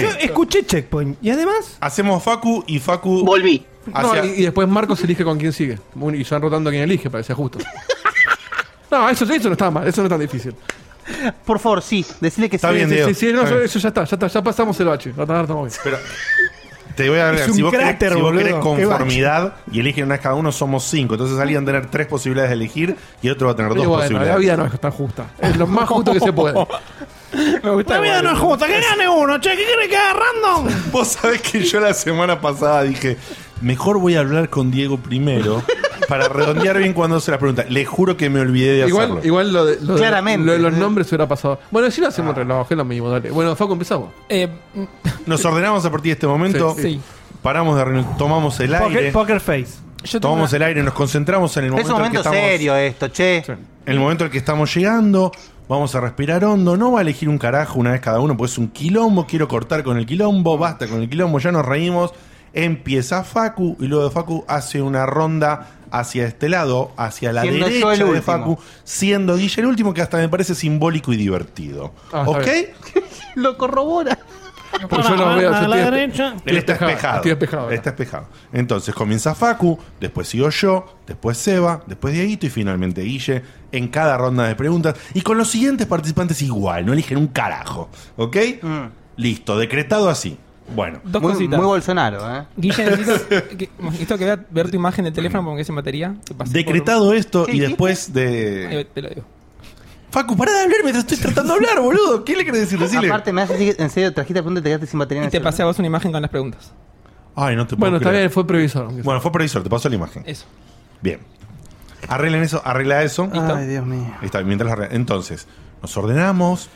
E: Yo escuché Checkpoint. ¿Y además?
B: Hacemos Facu y Facu.
M: Volví.
B: Hacia-
C: No, y, y después Marcos elige con quién sigue. Un- Y se van rotando a quién elige para que sea justo. No, eso, eso no está mal, eso no es tan difícil.
D: Por favor, sí. Decirle que
B: Está
D: sí.
B: bien,
C: Sí,
B: Diego.
C: sí, sí, no,
B: Está bien.
C: eso ya está, ya está, ya pasamos el bache. No, no, no, estamos bien.
B: Pero te voy a
C: Es
B: agregar,
C: un
B: si vos,
C: cráter,
B: querés, si vos
C: boludo.
B: querés
C: Qué
B: conformidad y eligen una vez cada uno, somos cinco. Entonces alguien va a tener tres posibilidades de elegir y el otro va a tener dos
C: Pero bueno, la
B: posibilidades.
C: vida no es tan justa. Es lo más justo que se puede.
F: Me gusta.
G: La vida no es justa, que gane uno, che, ¿qué quiere que haga random?
B: Vos sabés que yo la semana pasada dije, mejor voy a hablar con Diego primero Para redondear bien cuando se la pregunta. Le juro que me olvidé de hacerlo.
C: Igual, igual lo de, lo de-
B: Claramente.
C: lo de los nombres hubiera pasado. Bueno, si lo hacemos
B: Ah.
C: en reloj, es lo mismo, dale. Bueno, Facu, empezamos.
F: Eh,
B: Nos ordenamos a partir de este momento.
C: Sí, sí.
B: Paramos de reunir, tomamos el
E: Poker-
B: aire.
E: poker face.
B: tomamos el aire, nos concentramos en el momento.
D: Es un momento
B: en el que
D: serio
B: esto, che. El momento en el que estamos llegando. Vamos a respirar hondo, no va a elegir un carajo una vez cada uno, pues es un quilombo, quiero cortar con el quilombo, basta con el quilombo, ya nos reímos. Empieza Facu y luego de Facu hace una ronda hacia este lado, hacia la
D: Siendo yo
B: derecha
D: el
B: de
D: último.
B: Facu, siendo Guille el último, que hasta me parece simbólico y divertido.
G: Ah,
B: ¿Ok?
D: Lo corrobora.
C: Pues
B: Porque yo los veo,
G: a
B: yo
G: la
B: estoy-
G: derecha.
B: Él está espejado. Está espejado. Entonces comienza Facu, después sigo yo, después Seba, después Dieguito y finalmente Guille en cada ronda de preguntas. Y con los siguientes participantes igual, no eligen un carajo. ¿Ok? Listo, decretado así. Bueno.
F: Dos Muy- cositas. muy
B: Bolsonaro, ¿eh?
F: Guille, necesito que, necesito que vea, ver tu imagen del teléfono porque es en batería. Te pasé por-
B: Decretado esto
F: ¿Qué
B: y
F: dijiste?
B: después de...
F: Ahí Te lo digo.
B: Facu, pará de hablar mientras estoy tratando de hablar, boludo. ¿Qué le querés decir? Decile.
D: Aparte, me hace decir, en serio, trajiste la pregunta y te quedaste sin batería.
F: Y te pasé a vos una imagen con las preguntas.
B: Ay, no te
F: Bueno, está bien,
C: fue previsor.
B: Bueno, fue previsor, te pasó la imagen.
F: Eso.
B: Bien. Arreglen eso, arregla eso.
D: Ay, Dios mío.
B: Ahí Está, mientras lo arregla- Entonces, nos ordenamos,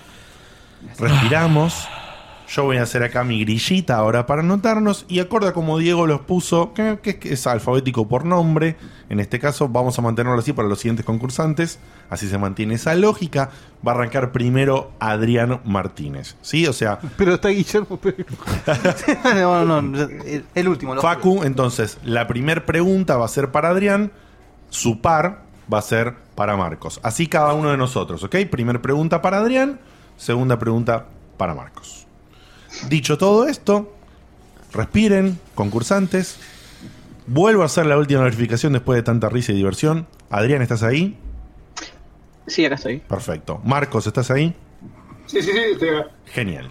B: respiramos. Yo voy a hacer acá mi grillita ahora para anotarnos. Y acorde a como Diego los puso, que, que- que es alfabético por nombre. En este caso, vamos a mantenerlo así para los siguientes concursantes. Así se mantiene esa lógica. Va a arrancar primero Adrián Martínez. ¿Sí? O sea,
D: Pero está Guillermo Pérez. no, no, no, el- el último. lo-
B: Facu, entonces, la primera pregunta va a ser para Adrián, su par va a ser para Marcos. Así cada uno de nosotros, ¿ok? Primer pregunta para Adrián, segunda pregunta para Marcos. Dicho todo esto, respiren, concursantes. Vuelvo a hacer la última verificación después de tanta risa y diversión. Adrián, ¿estás ahí?
M: Sí, acá estoy.
B: Perfecto. Marcos, ¿estás ahí?
L: Sí, sí, sí. estoy acá.
B: Genial.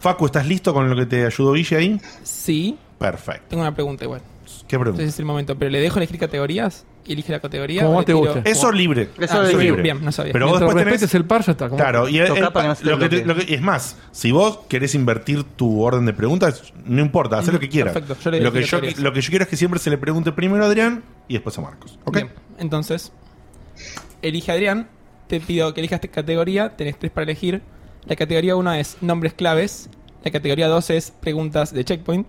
B: Facu, ¿estás listo con lo que te ayudó Guille ahí?
F: Sí.
B: Perfecto.
F: Tengo una pregunta igual.
B: ¿Qué pregunta?
F: Entonces es el momento. Pero le dejo elegir categorías y elige la categoría.
B: Como
F: o
B: más
F: le
B: te
F: tiro-
B: guste. Eso
F: como-
B: libre.
F: Eso
B: Eso
F: libre.
B: libre.
F: Bien, no sabía.
B: Pero vos
C: Mientras
B: después tenés-
C: respetes el par, ya está. como-
B: Claro, y el-
C: Toca
B: el-
C: para que no se te
B: lo que te-
C: bloquee.
B: lo que- es más, si vos querés invertir tu orden de preguntas, no importa, haz lo que quieras.
F: Perfecto, yo le
B: lo,
F: dije
B: que
F: que
B: yo,
F: querías.
B: lo que yo quiero es que siempre se le pregunte primero a Adrián y después a Marcos.
F: Bien, entonces, elige a Adrián. Te pido que elijas te- categoría. Tenés tres para elegir. La categoría 1 es nombres claves. La categoría 2 es preguntas de checkpoint.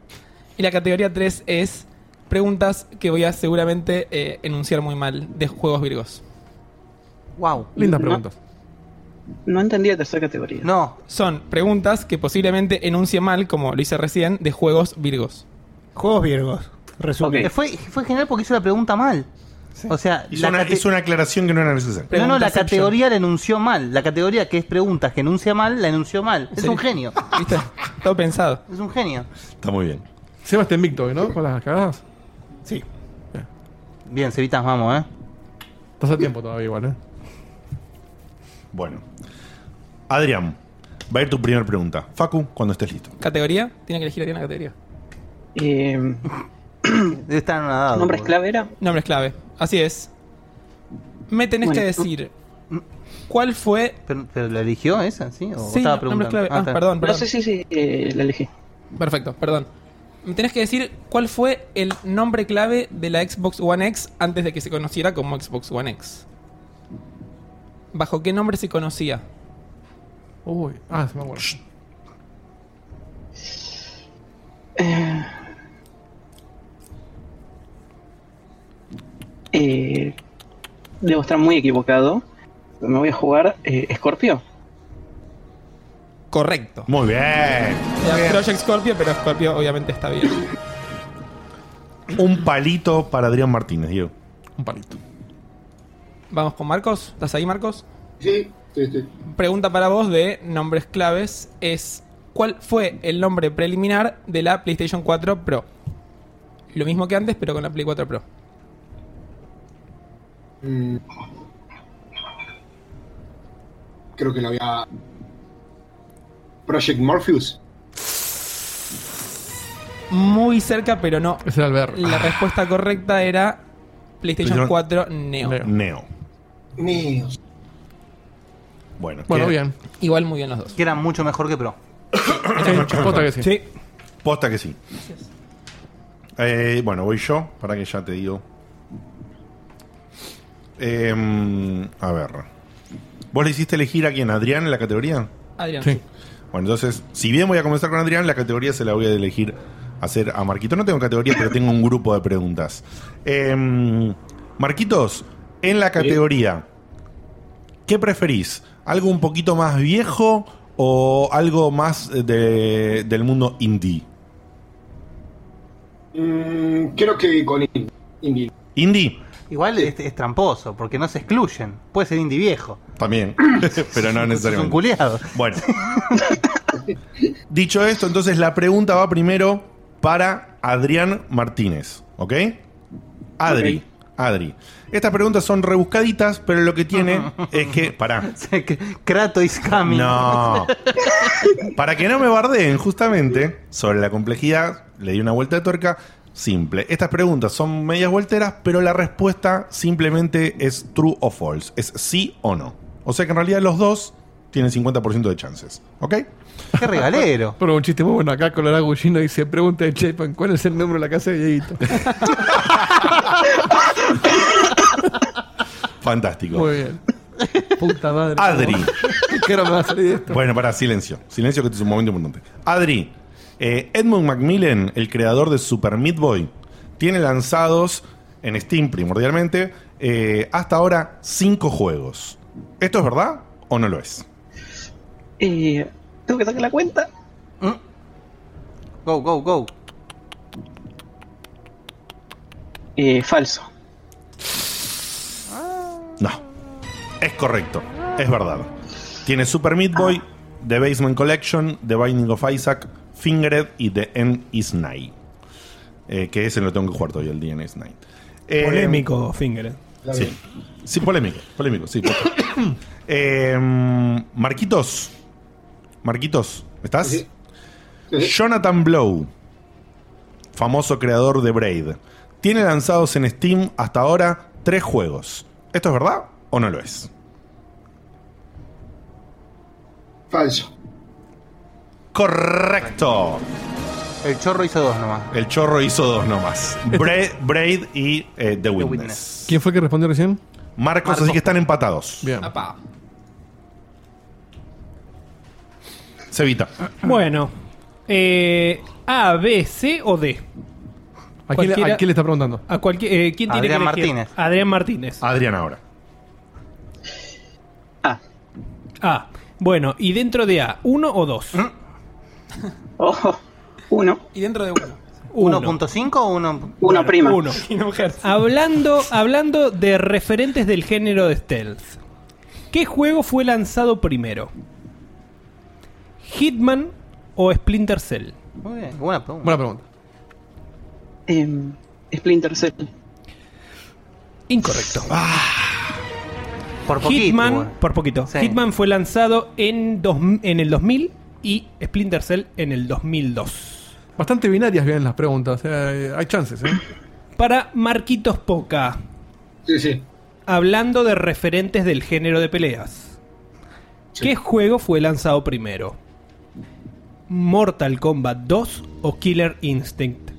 F: Y la categoría 3 es preguntas que voy a seguramente eh, enunciar muy mal de juegos virgos.
D: Wow.
F: Lindas
M: No-
F: preguntas.
M: No entendí la tercera categoría.
D: No.
F: Son preguntas que posiblemente enuncie mal, como lo hice recién, de juegos virgos.
G: Juegos virgos.
F: Resumen.
D: Fue, fue genial porque hizo la pregunta mal. O sea,
B: Hizo
D: la
B: una,
D: cate-
B: hizo una aclaración que no era necesaria.
D: No, no, la categoría la enunció mal. La categoría que es preguntas que enuncia mal, la enunció mal. Es
F: Sí.
D: un genio.
F: ¿Viste? Todo pensado.
D: Es un genio.
B: Está muy bien.
C: Seba está invicto, ¿no? Con las cagadas.
G: Sí.
D: Bien, Cevitas, vamos, ¿eh?
C: Estás a tiempo todavía igual, ¿eh?
B: Bueno. Adrián, va a ir tu primera pregunta. Facu, cuando estés listo.
F: ¿Categoría? Tiene que elegir Adrián la categoría.
M: Eh,
D: Debe estar anonadado.
M: ¿Nombres
D: boludo.
M: clave era?
F: Nombres clave. Así es. Me tenés
D: Bueno.
F: que decir cuál fue.
D: Pero, pero la eligió esa, ¿sí? ¿O
F: Sí,
D: estaba preguntando?
F: nombres clave. Ah,
D: está.
F: perdón, perdón.
M: sí, sí, eh, la elegí.
F: Perfecto, perdón. Me tenés que decir cuál fue el nombre clave de la Xbox One X antes de que se conociera como Xbox One X. ¿Bajo qué nombre se conocía?
C: Uy, ah, se me acuerdo.
M: Eh, debo estar muy equivocado. Me voy a jugar eh, Scorpio.
F: Correcto.
B: Muy bien.
F: Era Project Scorpio, pero Scorpio obviamente está bien.
B: Un palito para Adrián Martínez, Diego.
C: Un palito.
F: Vamos con Marcos. ¿Estás ahí, Marcos?
L: Sí, sí, sí.
F: Pregunta para vos de nombres claves es ¿cuál fue el nombre preliminar de la PlayStation 4 Pro? Lo mismo que antes, pero con la Play 4 Pro.
L: Mm. Creo que lo había. Project Morpheus.
F: Muy cerca, pero no.
C: Ese era el BR.
F: La respuesta correcta era PlayStation 4
B: PlayStation
F: Neo.
B: Neo.
L: Neo.
B: Bueno,
F: Bueno,
B: ¿qué-
F: bien. Igual muy bien los dos.
D: Que era mucho mejor que Pro.
C: posta que sí.
F: Sí.
B: Posta que sí. Eh, bueno, voy yo, para que ya te digo. Em, a ver. ¿Vos le hiciste elegir a quién? ¿Adrián en la categoría?
F: Adrián. sí.
B: Bueno, entonces, si bien voy a comenzar con Adrián, la categoría se la voy a elegir hacer a Marquito. No tengo categoría, pero tengo un grupo de preguntas. Em, Marquitos, en la categoría, ¿qué preferís? ¿Algo un poquito más viejo o algo más eh, de- del mundo indie?
L: Mm, creo que con in- Indie.
B: ¿Indie?
D: Igual es, es tramposo, porque no se excluyen. Puede ser indie viejo.
B: También, pero no necesariamente.
D: un culiado.
B: Bueno. Dicho esto, entonces la pregunta va primero para Adrián Martínez, ¿ok? Adri, Adri. Estas preguntas son rebuscaditas, pero lo que tiene es que... Pará.
D: Kratos is coming.
B: No. Para que no me bardeen, justamente, sobre la complejidad, le di una vuelta de tuerca. Simple. Estas preguntas son medias vuelteras, pero la respuesta simplemente es true o false. Es sí o no. O sea que en realidad los dos tienen 50% de chances. ¿Ok?
D: Qué regalero.
C: Pero un chiste muy bueno acá, Colorado Gullino dice, pregunta de Chepan, ¿cuál es el número de la casa de Dieguito?
B: Fantástico.
C: muy bien. Puta madre.
B: Adri.
C: ¿Qué hora me va a salir esto?
B: Bueno, para silencio. Silencio que este es un momento importante. Adri, eh, Edmund Macmillan, el creador de Super Meat Boy, tiene lanzados en Steam primordialmente eh, hasta ahora cinco juegos. ¿Esto es verdad o no lo es?
M: Eh, tengo que sacar la cuenta.
D: Mm. Go, go, go.
M: Eh, falso.
B: No. Es correcto. Es verdad. Tiene Super Meat Boy, The Basement Collection, The Binding of Isaac, Fingered y The End is Night. Eh, que ese lo tengo que jugar todavía, el The End is Night. Eh,
E: Polémico, Finger.
B: Sí. Sí, polémico, polémico, sí. poco. Eh, Marquitos. Marquitos, ¿estás? Jonathan Blow, famoso creador de Braid, tiene lanzados en Steam hasta ahora tres juegos. ¿Esto es verdad o no lo es?
L: Falso.
B: Correcto.
D: El chorro hizo dos nomás.
B: El chorro hizo dos nomás. Braid, Braid y eh, The Witness.
C: ¿Quién fue el que respondió recién?
B: Marcos, así que están empatados.
C: Bien.
B: Cevita.
E: Bueno, eh, A, B, C o D.
C: ¿A quién, le- a quién le está preguntando?
E: A cualquier, eh, ¿Quién tiene
C: Adrián
E: que elegir?
C: Martínez.
E: Adrián Martínez.
B: Adrián ahora.
E: A. Bueno, y dentro de A, ¿uno o dos?
B: Mm.
M: Ojo, uno.
F: Y dentro de uno.
E: Uno.
D: 1.5 o 1.
E: Bueno, uno. Hablando, hablando de referentes del género de stealth, ¿qué juego fue lanzado primero? ¿Hitman o Splinter Cell?
D: Muy bien, buena pregunta.
C: Buena pregunta.
M: Em, Splinter Cell.
E: Incorrecto.
C: Ah.
D: Por
M: poquito,
E: Hitman,
M: bueno.
E: por poquito.
M: Sí.
E: Hitman fue lanzado en, dos- en el 2000 y Splinter Cell en el 2002.
C: Bastante binarias bien las preguntas. eh, hay chances, ¿eh?
E: Para Marquitos Poca,
L: Sí, sí.
E: hablando de referentes del género de peleas, ¿qué juego fue lanzado primero? ¿Mortal Kombat 2 o Killer Instinct?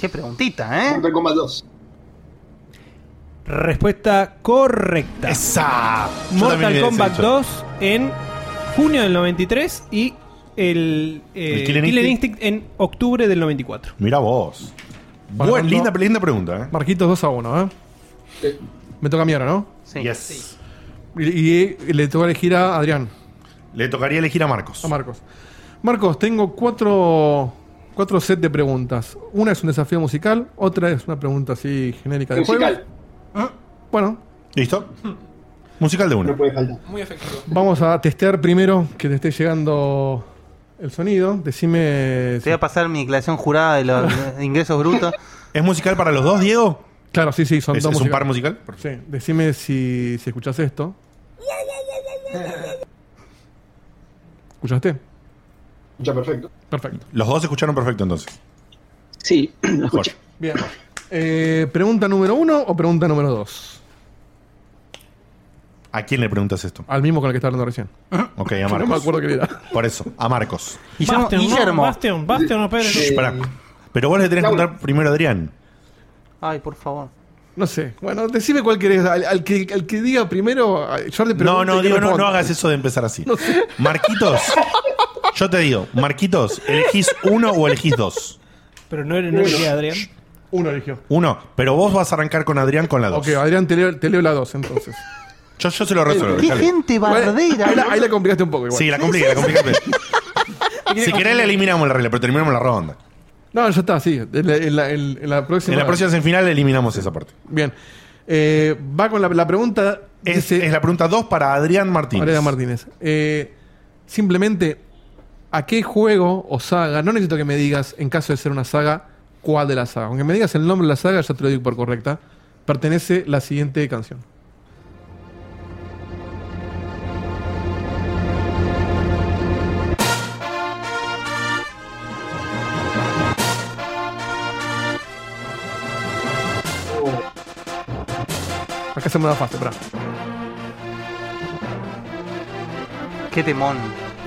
D: Qué preguntita, ¿eh?
L: Mortal Kombat 2.
E: Respuesta correcta.
B: Esa. Yo también
E: Mortal
B: hubiese
E: Kombat
B: dicho.
E: 2 en junio del 93 y el, eh,
B: ¿El Killer
E: Killer, Instinct? en octubre del 94.
B: Mira vos. Buen-
C: Marcando-
B: linda, linda pregunta, ¿eh?
C: Marquitos 2 a 1, ¿eh? Me toca a mí ahora, ¿no?
D: Sí.
C: Y, y le toca elegir a Adrián.
B: Le tocaría elegir a Marcos.
C: A Marcos. Marcos, tengo cuatro, cuatro sets de preguntas. Una es un desafío musical, otra es una pregunta así genérica de juego. Ah,
L: Musical.
C: Bueno.
B: ¿Listo? Musical de
L: No
B: uno.
L: puede faltar.
F: Muy efectivo.
C: Vamos a testear primero que te esté llegando el sonido.
B: Eh,
C: Decime.
D: Te voy a pasar mi declaración jurada de los de ingresos brutos.
B: ¿Es musical para los dos, Diego?
C: Claro, sí, sí, son
B: ¿Es-
C: dos
B: es un par
C: musicales. Sí, decime si, si escuchás esto. ¿Escuchaste?
L: Ya, perfecto.
C: Perfecto.
B: Los dos escucharon perfecto entonces.
M: Sí, lo
B: escuché.
C: Bien. Eh, ¿Pregunta número uno o pregunta número dos?
B: ¿A quién le preguntas esto?
C: Al mismo con el que estaba hablando recién.
B: Ok,
C: Yo
B: a
C: Ah, no
B: Marcos.
C: me acuerdo quién era.
B: Por eso, a Marcos.
G: Guillermo- Bastion, no, Guillermo. Bastion, Bastion, no, espérate.
B: Shh, pará. Pero vos le tenés que preguntar primero a Adrián.
D: Ay, por favor.
C: No sé. Bueno, decime cuál querés. Al, al que, al que diga primero, a- yo le pregunto.
B: No, no, Diego, no, no hagas eso de empezar así. Marquitos, yo te digo, Marquitos, ¿elegís uno o elegís dos?
E: Pero no, no elegí a Adrián.
C: Uno eligió.
B: Uno, pero vos vas a arrancar con Adrián con la dos.
C: Ok, Adrián, te leo, te leo la 2 entonces.
B: Yo, yo se lo resuelvo.
C: ¿Qué
B: dale.
D: gente bardera?
C: Ahí la, ahí la complicaste un poco igual.
B: Sí, la compliqué, la compliqué. si querés, le eliminamos la regla, pero terminamos la ronda.
C: No, ya está, sí. En la, en la- en- en la próxima.
B: En la próxima semifinal eliminamos esa parte.
C: Bien. Eh, va con la, la pregunta.
B: Es, es la pregunta 2 para Adrián Martínez.
C: Adrián Martínez. Eh, simplemente, ¿a qué juego o saga? No necesito que me digas, en caso de ser una saga, cuál de la saga. Aunque me digas el nombre de la saga, ya te lo digo por correcta. Pertenece la siguiente canción. Acá hacemos una fase, pará.
D: Qué temón.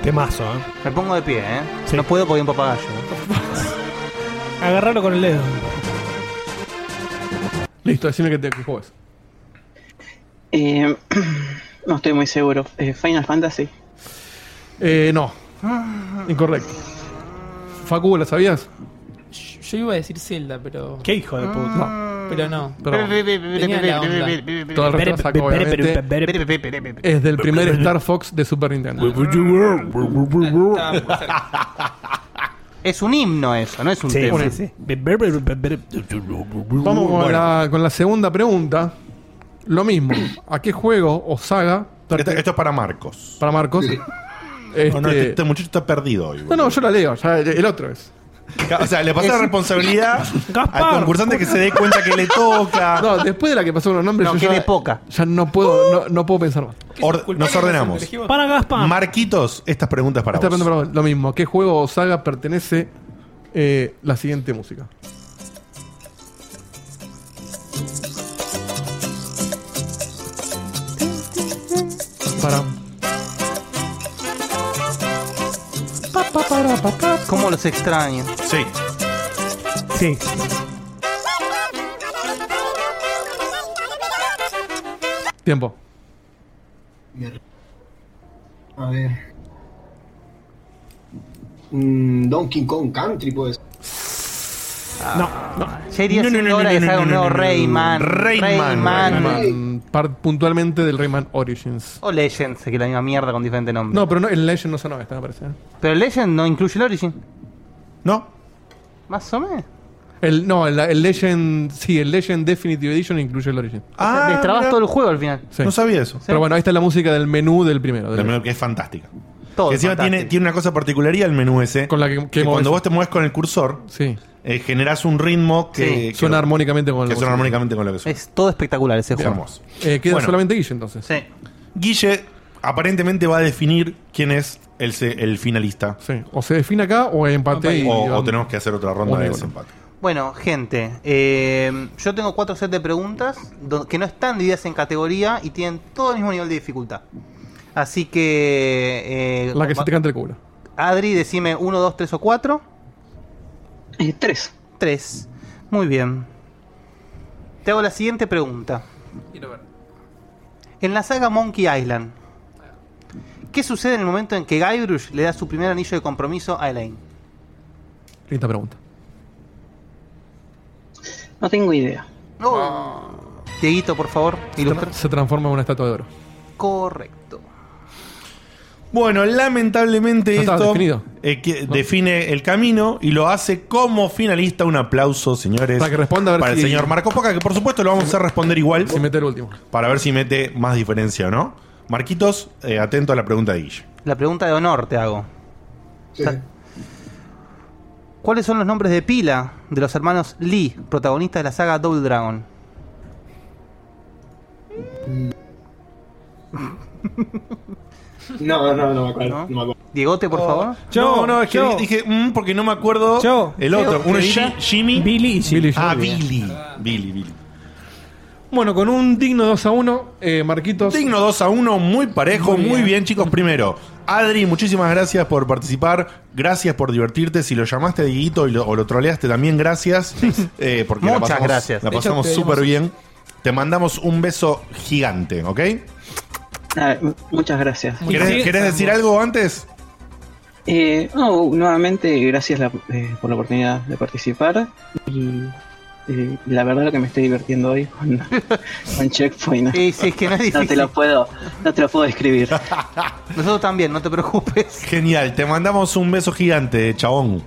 E: Temazo, ¿eh?
D: Me pongo de pie, ¿eh? No puedo porque hay un papagayo.
E: Agarralo con el dedo.
C: Listo, decime que te que juegues.
M: Eh, no estoy muy seguro. Eh, Final Fantasy.
C: Eh, no. Incorrecto. Facu, ¿la sabías?
F: Yo iba a decir Zelda, pero.
E: ¿Qué hijo de puta?
F: No. Pero no.
C: Pero-
F: Tenía la onda.
C: Todo el resto la saco, obviamente. Es del primer Star Fox de Super Nintendo.
D: Es un himno eso, no es un
C: Sí,
D: tema.
C: sí, sí. Vamos con, la, con la segunda pregunta. Lo mismo. ¿A qué juego o saga?
B: Esto, esto es para Marcos.
C: Para Marcos.
B: No, no,
C: Este-
B: este muchacho está perdido hoy.
C: No, no, yo la leo. ya, el otro es.
B: O sea, le pasé la responsabilidad
C: Gaspar.
B: al concursante que se dé cuenta que le toca.
C: No, después de la que pasó con los nombres,
B: No,
C: yo
B: que
C: ya,
B: de
D: poca.
C: ya no puedo, no, no puedo pensar más.
B: Or- nos ordenamos.
E: Para Gaspar.
B: Marquitos, estas preguntas para
C: Esta
B: vos.
C: pregunta para vos, lo mismo. ¿A qué juego o saga pertenece eh, la siguiente música? Para.
D: ¿Cómo los extraño?
B: Sí.
E: Sí.
C: Tiempo.
L: A ver. Mm, Donkey Kong Country, pues.
E: No, no.
D: Sería no, hora que salga un nuevo Rayman.
C: Rayman. Par- puntualmente del Rayman Origins.
D: O Legends, que es la misma mierda con diferente nombre.
C: No, pero no, el Legend no sonó esta, me parece. ¿eh?
D: Pero Legend no incluye el Origin.
B: No.
D: Más o menos.
C: El, no, el, el Legend. Sí, el Legend Definitive Edition incluye el Origin.
D: Ah, Destrabas
B: mira.
D: todo el juego al final.
C: Sí.
B: No sabía eso.
C: Pero bueno, esta es la música del menú del primero.
B: Del menú que es fantástica.
D: Todo
B: Que encima tiene, tiene una cosa particularía el menú ese. Con
C: la que,
B: cuando
C: movés.
B: vos te mueves con el cursor,
C: Sí.
B: eh, generás un ritmo que,
C: Sí.
B: que-
C: Suena armónicamente con
B: que
C: lo
B: suena
C: que-
B: armónicamente con lo que suena.
D: Es todo espectacular ese
B: juego.
C: Eh, queda solamente Guille entonces.
D: Sí.
B: Guille aparentemente va a definir quién es el, se- el finalista.
C: O se define acá o empate. y-
B: O,
C: y
B: o
C: vamos.
B: tenemos que hacer otra ronda
C: Uno y
B: de
C: uno.
B: desempate.
D: Bueno, gente, eh, yo tengo cuatro sets de preguntas do- que no están divididas en categoría y tienen todo el mismo nivel de dificultad. Así que. eh,
C: La que se
D: va-
C: te canta el culo.
D: Adri, decime uno, dos, tres o cuatro.
M: tres.
D: Tres. Muy bien. Te hago la siguiente pregunta. En la saga Monkey Island, ¿qué sucede en el momento en que Guybrush le da su primer anillo de compromiso a Elaine?
C: Linda pregunta.
M: No tengo idea.
D: Oh, Dieguito, por favor,
C: Se, tra- se transforma en una estatua de oro.
D: Correcto.
B: Bueno, lamentablemente
C: Ya está,
B: esto
C: definido.
B: eh, que define el camino y lo hace como finalista. Un aplauso, señores.
C: Para que responda a ver
B: para
C: si-
B: el señor Marcos Poca, que por supuesto lo vamos a hacer responder igual. Si
C: mete el último.
B: Para ver si mete más diferencia o no. Marquitos, eh, atento a la pregunta de Guille.
D: La pregunta de honor te hago. Sa- ¿Cuáles son los nombres de pila de los hermanos Lee, protagonistas de la saga Double Dragon?
L: Mm, No, no, no me acuerdo.
D: ¿No?
L: No, me acuerdo.
D: Diegote,
E: Oh,
D: por favor.
B: no, no, es que dije, mm, porque no me acuerdo
D: Yo.
B: el otro.
D: Yo,
B: Uno
D: te
B: es
D: diría
B: Ji- Jimmy.
E: Billy y
C: Billy,
B: Ah,
C: Jimmy.
B: Billy. Billy, Billy.
C: Bueno, con un digno 2 a 1, eh, Marquitos.
B: Digno 2 a 1, muy parejo, muy bien, chicos. Primero, Adri, muchísimas gracias por participar. Gracias por divertirte. Si lo llamaste a Dieguito y lo- o lo troleaste, también gracias. Eh, porque la
D: Muchas
B: pasamos-
D: gracias.
B: La
D: De hecho,
B: pasamos
D: te dimos-
B: súper bien. Te mandamos un beso gigante, ¿ok?
M: Ah, muchas gracias.
B: ¿Querés, querés decir algo antes?
M: Eh, no, nuevamente, gracias la- eh, por la oportunidad de participar. Y eh, la verdad lo que me estoy divirtiendo hoy con, con Checkpoint.
D: Sí, sí, es que no es
M: No te
D: difícil.
M: lo puedo, no te lo puedo describir.
D: Nosotros también, no te preocupes.
B: Genial, te mandamos un beso gigante, chabón.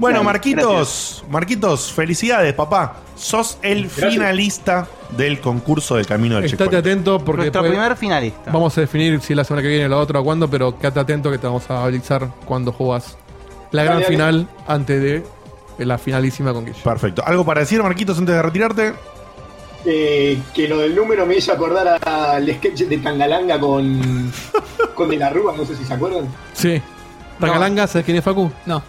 B: Bueno,
D: Dale,
B: Marquitos, Marquitos, felicidades, papá. Sos el finalista del concurso del Camino del
C: Estate
B: Checkpoint.
C: atento porque
B: Nuestro
C: después
B: primer finalista.
C: Vamos a definir si la semana que viene o la otra o cuándo, pero quédate atento que te vamos a avisar cuando jugás la gran
B: Dale, dale.
C: final antes de la finalísima con Guille.
B: Perfecto. ¿Algo para decir, Marquitos, antes de retirarte?
L: Eh, que lo del número me hizo acordar al sketch de Tangalanga con, con De la Rúa, no sé si se acuerdan.
C: Sí. Tangalanga, ¿sabes quién es Facu?
F: No.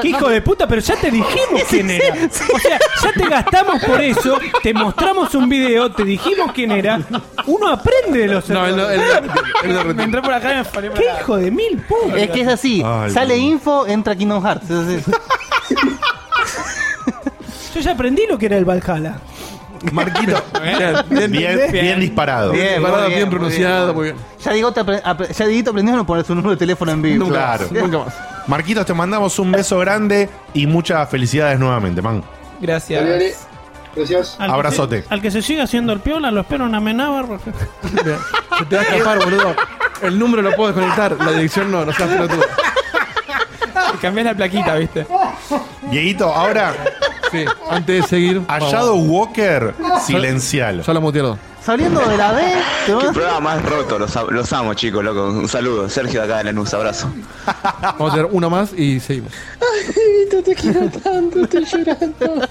E: ¿Qué hijo de puta? Pero ya pues, te dijimos quién era. O sea, ya te gastamos por eso, te mostramos un video, te dijimos quién era. Uno aprende de los errores.
F: Me entró por acá y me paré por
E: ¿Qué
F: acá.
E: hijo de mil putas?
D: Es que es así. Sale info, entra Kingdom Hearts. Es así.
E: Yo ya aprendí lo que era el Valhalla.
B: Marquito.
C: ¿Eh?
E: Bien, bien, bien
B: disparado.
E: Bien disparado, bien pronunciado,
C: muy bien.
D: Ya Dieguito apre- apre- ya Dieguito aprendió a no poner su número de teléfono en vivo.
B: claro.
C: más.
B: Marquitos, te mandamos un beso grande y muchas felicidades nuevamente, man.
F: Gracias.
L: Gracias.
G: Al que
B: Abrazote.
G: se- al que se siga haciendo el piola, lo espero en Amenábar.
C: Se te va a escapar, boludo. El número lo puedo desconectar, la dirección no, no seas pelotudo.
F: Cambiás la plaquita, ¿viste?
B: Dieguito, ahora.
C: Sí, antes de seguir.
B: Hallado Walker, silencialo.
C: Ya lo mutearon.
D: Saliendo de la B, te
Q: Qué
D: vas-
Q: programa más roto, los, a- los amo chicos, loco. Un saludo, Sergio de acá de Lanús, abrazo.
C: Vamos a hacer uno más y seguimos.
P: Ay, te quiero tanto, estoy llorando.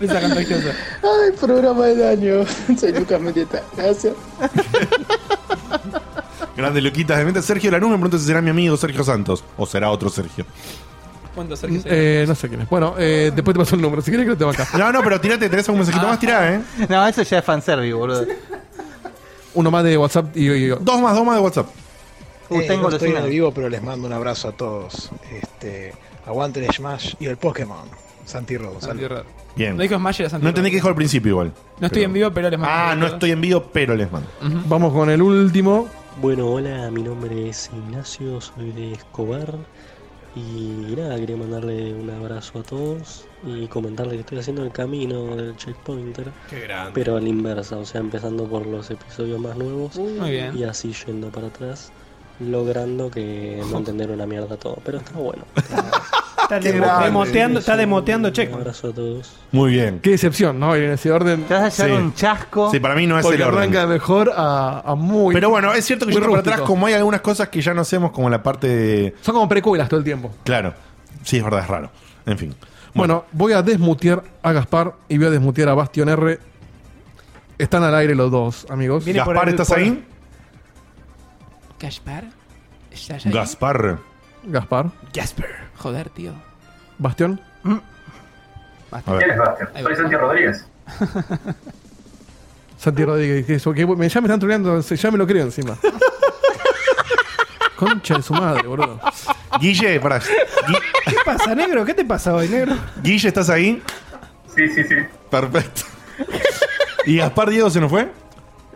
P: Ay, programa de daño. Soy Lucas Mendieta. Gracias.
B: Grande Luquitas de Mente. Sergio Lanús me pregunta si será mi amigo Sergio Santos o será otro Sergio.
F: ¿Cuántos Sergio?
C: Eh, no sé quién es. Bueno, eh, después te paso el número. Si quieres que lo tengo acá.
B: No, no, pero tirate, tenés algún mensajito más, tirá, eh.
D: No, eso ya es fanservice, boludo.
C: Uno más de WhatsApp y, y-
B: Dos más, dos más de WhatsApp.
D: Uy,
R: Eh,
D: Uh, tengo
R: no estoy en
D: golosina.
R: el vivo, pero les mando un abrazo a todos. Este, aguanten el Smash y el Pokémon. Santi Rodo.
F: Santi
R: Rodo.
B: Bien.
F: No dijo Smash, era Santi
B: No entendí
F: Rodo.
B: que dijo al principio igual.
F: No estoy en vivo, pero les mando.
B: Ah, no estoy en vivo, pero les mando.
C: Vamos con el último.
S: Bueno, hola, mi nombre es Ignacio, soy de Escobar y nada, quería mandarle un abrazo a todos y comentarle que estoy haciendo el camino del checkpointer,
P: Qué grande.
S: pero a la inversa, o sea, empezando por los episodios más nuevos
F: Muy bien.
S: y así yendo para atrás, logrando que no entender una mierda todo, pero está bueno.
G: Está, demo-
S: grande.
G: demoteando, está demoteando
S: Un
G: checkpoint.
S: abrazo a todos.
B: Muy bien.
C: Qué decepción, ¿no? En ese orden. Te
D: vas
S: a llevar Sí. un
D: chasco.
B: Sí, para mí no es
C: Porque
B: el orden.
C: arranca mejor a, a muy.
B: Pero bueno, es cierto que yo
C: muy
B: para
C: robótico.
B: atrás, como hay algunas cosas que ya no hacemos, como la parte de.
C: Son como precuelas todo el tiempo.
B: Claro. Sí, es verdad, es raro. En fin.
C: Bueno, voy a desmutear a Gaspar y voy a desmutear a Bastión R. Están al aire los dos, amigos.
F: Viene por Gaspar, el- ¿estás por- ahí? ¿Gaspar? ¿Estás ahí?
B: Gaspar.
C: Gaspar.
F: Gasper. Joder, tío.
C: Bastión.
F: Basta.
C: A ver.
O: ¿Quién es Bastian?
F: Ahí va.
O: Soy Santi Rodríguez.
C: Santi Rodríguez. que eso, que me- ya me están troleando, se- ya me lo creo encima. Concha de su madre, boludo.
B: Guille, pará.
E: ¿Qué pasa, negro? ¿Qué te pasa hoy, negro?
B: Guille, ¿estás ahí?
O: Sí, sí, sí.
B: Perfecto. ¿Y Gaspar Diego se nos fue?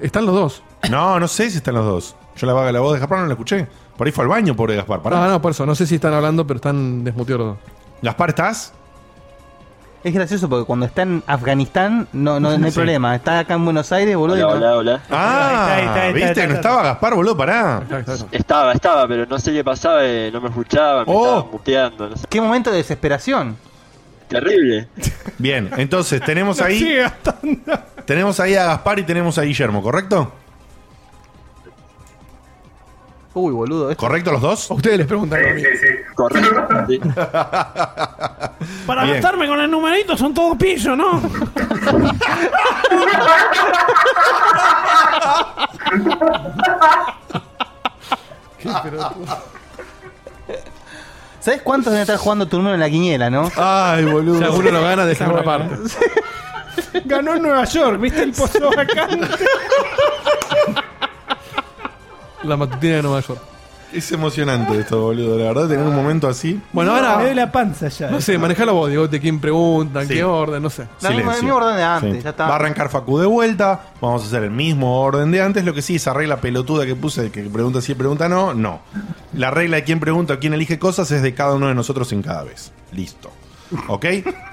C: Están los dos.
B: No, no sé si están los dos. Yo la vaga la voz de Gaspar no la escuché. Por ahí fue al baño, pobre Gaspar. Pará.
C: No, no, por eso. No sé si están hablando, pero están desmuteados los dos.
B: Gaspar, ¿estás?
D: Es gracioso porque cuando está en Afganistán no, no, no hay
B: Sí.
D: problema. Está acá en Buenos Aires, boludo. y no-
B: Ah,
D: Ahí está, ahí está, ahí está, ahí
B: ¿viste?
D: está,
B: no
D: ahí está.
B: estaba Gaspar, boludo, pará.
N: Estaba, estaba, pero no sé qué pasaba, eh, no me escuchaba,
B: Oh.
N: me estaban muteando. No sé.
D: Qué momento de desesperación.
N: Terrible.
B: Bien, entonces tenemos ahí.
N: sigue
B: tenemos ahí a Gaspar y tenemos a Guillermo, ¿correcto?
D: Uy, boludo.
B: ¿Correcto los dos?
C: ustedes les preguntan.
B: Sí, sí,
N: Correcto.
G: Para
B: Bien.
G: gastarme con el numerito son todos pillos, ¿no?
D: ¿Sabes cuántos deben estar jugando tu número en la quiniela, no?
B: Ay, boludo.
C: Si alguno lo gana, deja una parte.
E: Ganó en Nueva York, ¿viste el pozo vacante?
C: La matutina de Nueva York.
B: Es emocionante esto, boludo. La verdad, tener un momento así.
C: Bueno, ahora.
E: Me duele la panza ya.
C: No sé, manejalo vos, digo, de quién pregunta, en
B: Sí.
C: qué orden, no sé.
B: Silencio. Sí. Va a arrancar Facu de vuelta. Vamos a hacer el mismo orden de antes. Lo que sí, esa regla pelotuda que puse, que pregunta sí, pregunta no, no. La regla de quién pregunta, quién elige cosas es de cada uno de nosotros en cada vez. Listo. ¿Ok?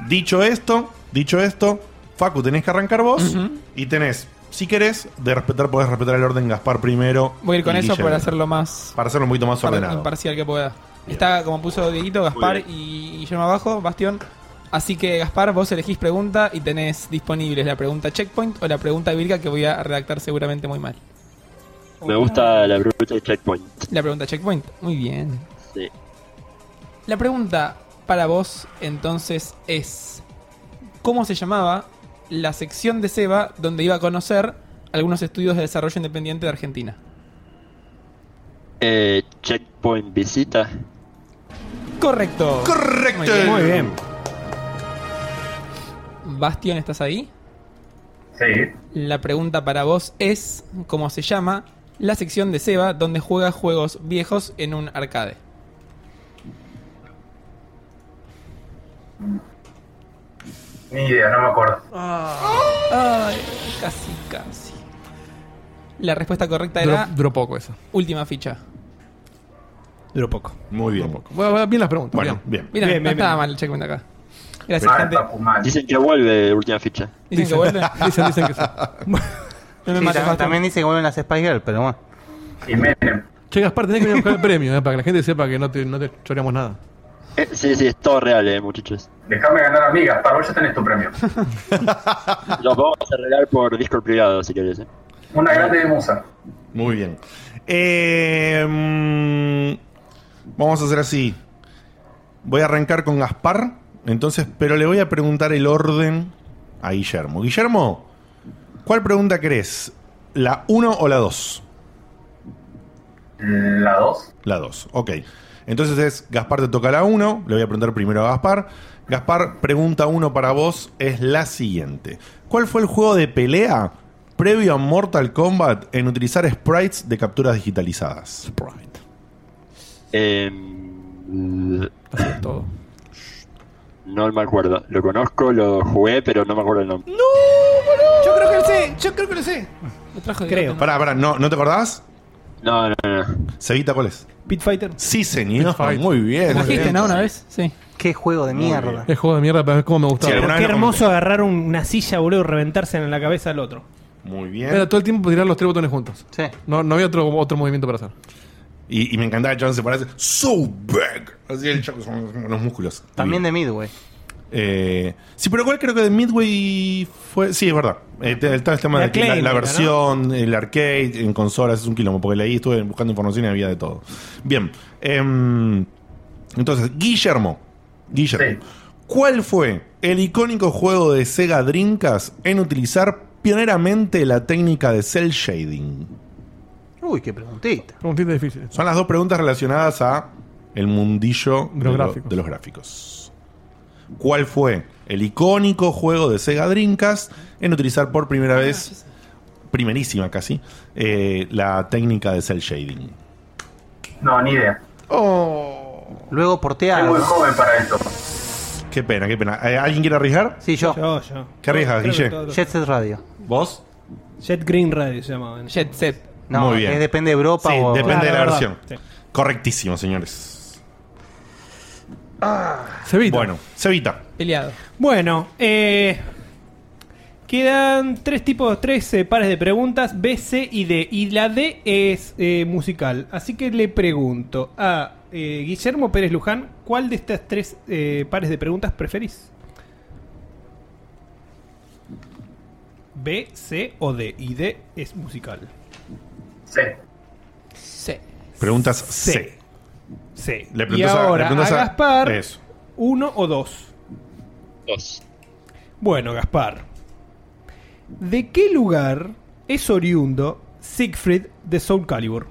B: dicho esto, dicho esto, Facu, tenés que arrancar vos y tenés, si querés, de respetar, podés respetar el orden Gaspar primero.
F: Voy a ir con
B: y
F: eso
B: Guillermo.
F: para hacerlo más
B: Para hacerlo un poquito más
F: par-
B: ordenado.
F: imparcial que pueda. Está como puso Dieguito, Gaspar y Guillermo abajo, Bastión. Así que Gaspar, vos elegís pregunta y tenés disponibles la pregunta checkpoint o la pregunta virga que voy a redactar seguramente muy mal.
N: Me gusta la bruta de Checkpoint.
F: La pregunta checkpoint, muy bien.
N: Sí.
F: La pregunta para vos entonces es, ¿cómo se llamaba la sección de Seba donde iba a conocer algunos estudios de desarrollo independiente de Argentina?
N: Eh, checkpoint visita.
F: Correcto.
B: Correcto.
F: Muy bien.
N: Muy bien.
F: Bastión, ¿estás ahí?
O: Sí.
F: La pregunta para vos es, ¿cómo se llama la sección de Seba donde juega juegos viejos en un arcade?
O: Ni idea, no me acuerdo.
G: Ah.
F: Ay, casi, casi. La respuesta correcta era...
C: Duró, duró poco eso.
F: Última ficha.
E: Duró poco.
B: Muy bien.
C: Bueno, bueno, bien las preguntas.
B: Bueno, bien.
F: Mira, no estaba mal el checkpoint acá. Gracias,
N: Pero-
F: gente.
N: Dicen que vuelve última ficha.
F: Dicen que vuelve.
C: Dicen, dicen que sí.
F: No me
D: Sí,
F: mates,
D: también,
F: Gastón.
D: también dice que vuelven las Spice Girls, pero bueno.
C: Che, Gaspar, tenés que venir a buscar el premio, eh, para que la gente sepa que no te, no te choreamos nada.
N: Eh, sí, sí, es todo real, eh, muchachos.
O: Déjame ganar amigas, para vos ya tenés tu premio.
N: Los vamos a arreglar por Discord privado, si querés. eh.
O: Una grande de musa.
B: Muy bien. Eh, mm, vamos a hacer así. Voy a arrancar con Gaspar, entonces, pero le voy a preguntar el orden a Guillermo. Guillermo, ¿cuál pregunta querés? ¿La 1 o la 2?
O: La 2.
B: La 2, ok. Entonces es, Gaspar te toca la 1, le voy a preguntar primero a Gaspar. Gaspar, pregunta 1 para vos es la siguiente. ¿Cuál fue el juego de pelea previo a Mortal Kombat en utilizar sprites de capturas digitalizadas?
N: Eh,
C: todo.
N: Em, No me acuerdo. Lo conozco, lo jugué, pero no me acuerdo el nombre.
F: Yo creo que lo sé, yo creo que lo sé. Me trajo de
B: Creo. Pará, pará, ¿no, ¿no te acordás?
N: No, no, no.
B: ¿Sevita cuál es?
F: Pit Fighter.
B: Sí, señor. Muy bien.
F: Trajiste,
B: Bien.
F: ¿no? Una vez, sí.
D: Qué juego de mierda.
C: Es juego de mierda, pero es como me gustaba.
E: Pero qué hermoso agarrar un- una silla, boludo, y reventarse en la cabeza al otro.
B: Muy
C: Era todo el tiempo tirar los tres botones juntos.
D: Sí.
C: No, no había otro, otro movimiento para hacer.
B: Y, y me encantaba John se parece. So big. Así el chaco con los músculos.
D: También de Midway.
B: Eh, sí, pero igual creo que de Midway fue. Sí, es verdad. Eh, te- el, todo el tema
E: La
B: de que la,
E: Claymore,
B: la
E: ¿no?
B: versión, el arcade, en consolas, es un quilombo. Porque leí, estuve buscando información y había de todo. Bien. em, entonces, Guillermo. Guillermo. ¿Cuál fue el icónico juego de Sega Dreamcast en utilizar pioneramente la técnica de cel shading?
D: Uy, qué preguntita.
C: Preguntita difícil.
B: Son las dos preguntas relacionadas a el mundillo
C: De los
B: de, lo-
C: gráficos.
B: de los gráficos. ¿Cuál fue el icónico juego de Sega Dreamcast en utilizar por primera vez, primerísima casi, eh, la técnica de cel shading?
O: No, ni idea.
D: Luego porteado.
O: Soy muy joven para esto.
B: Qué pena, qué pena. Eh, ¿Alguien quiere arriesgar?
D: Sí, yo.
E: Yo, yo.
B: ¿Qué arriesgas,
E: Creo que
B: Guille?
E: todos.
D: Jet Set Radio.
B: ¿Vos?
E: Jet Green Radio se llamaban.
F: Jet Set.
D: No,
B: Muy bien.
D: es depende de Europa
B: Sí,
D: o-
B: depende
D: Ah,
B: de
D: la
B: la,
D: verdad.
B: versión. Correctísimo, señores.
E: Ah.
C: Cevita.
B: Bueno, Cevita.
F: Peleado.
E: Bueno, eh, quedan tres tipos, tres eh, pares de preguntas, B, C y D. Y la D es eh, musical. Así que le pregunto a eh, Guillermo Pérez Luján, ¿cuál de estas tres eh, pares de preguntas preferís? B, C o D. Y D es musical.
O: C.
F: C.
B: Preguntas C.
E: C.
B: Le
E: y
B: preguntas a- le
E: ahora a,
B: preguntas a-
E: Gaspar,
B: eso.
E: ¿uno o dos?
N: Dos.
E: Bueno, Gaspar. ¿De qué lugar es oriundo Siegfried de Soul Calibur?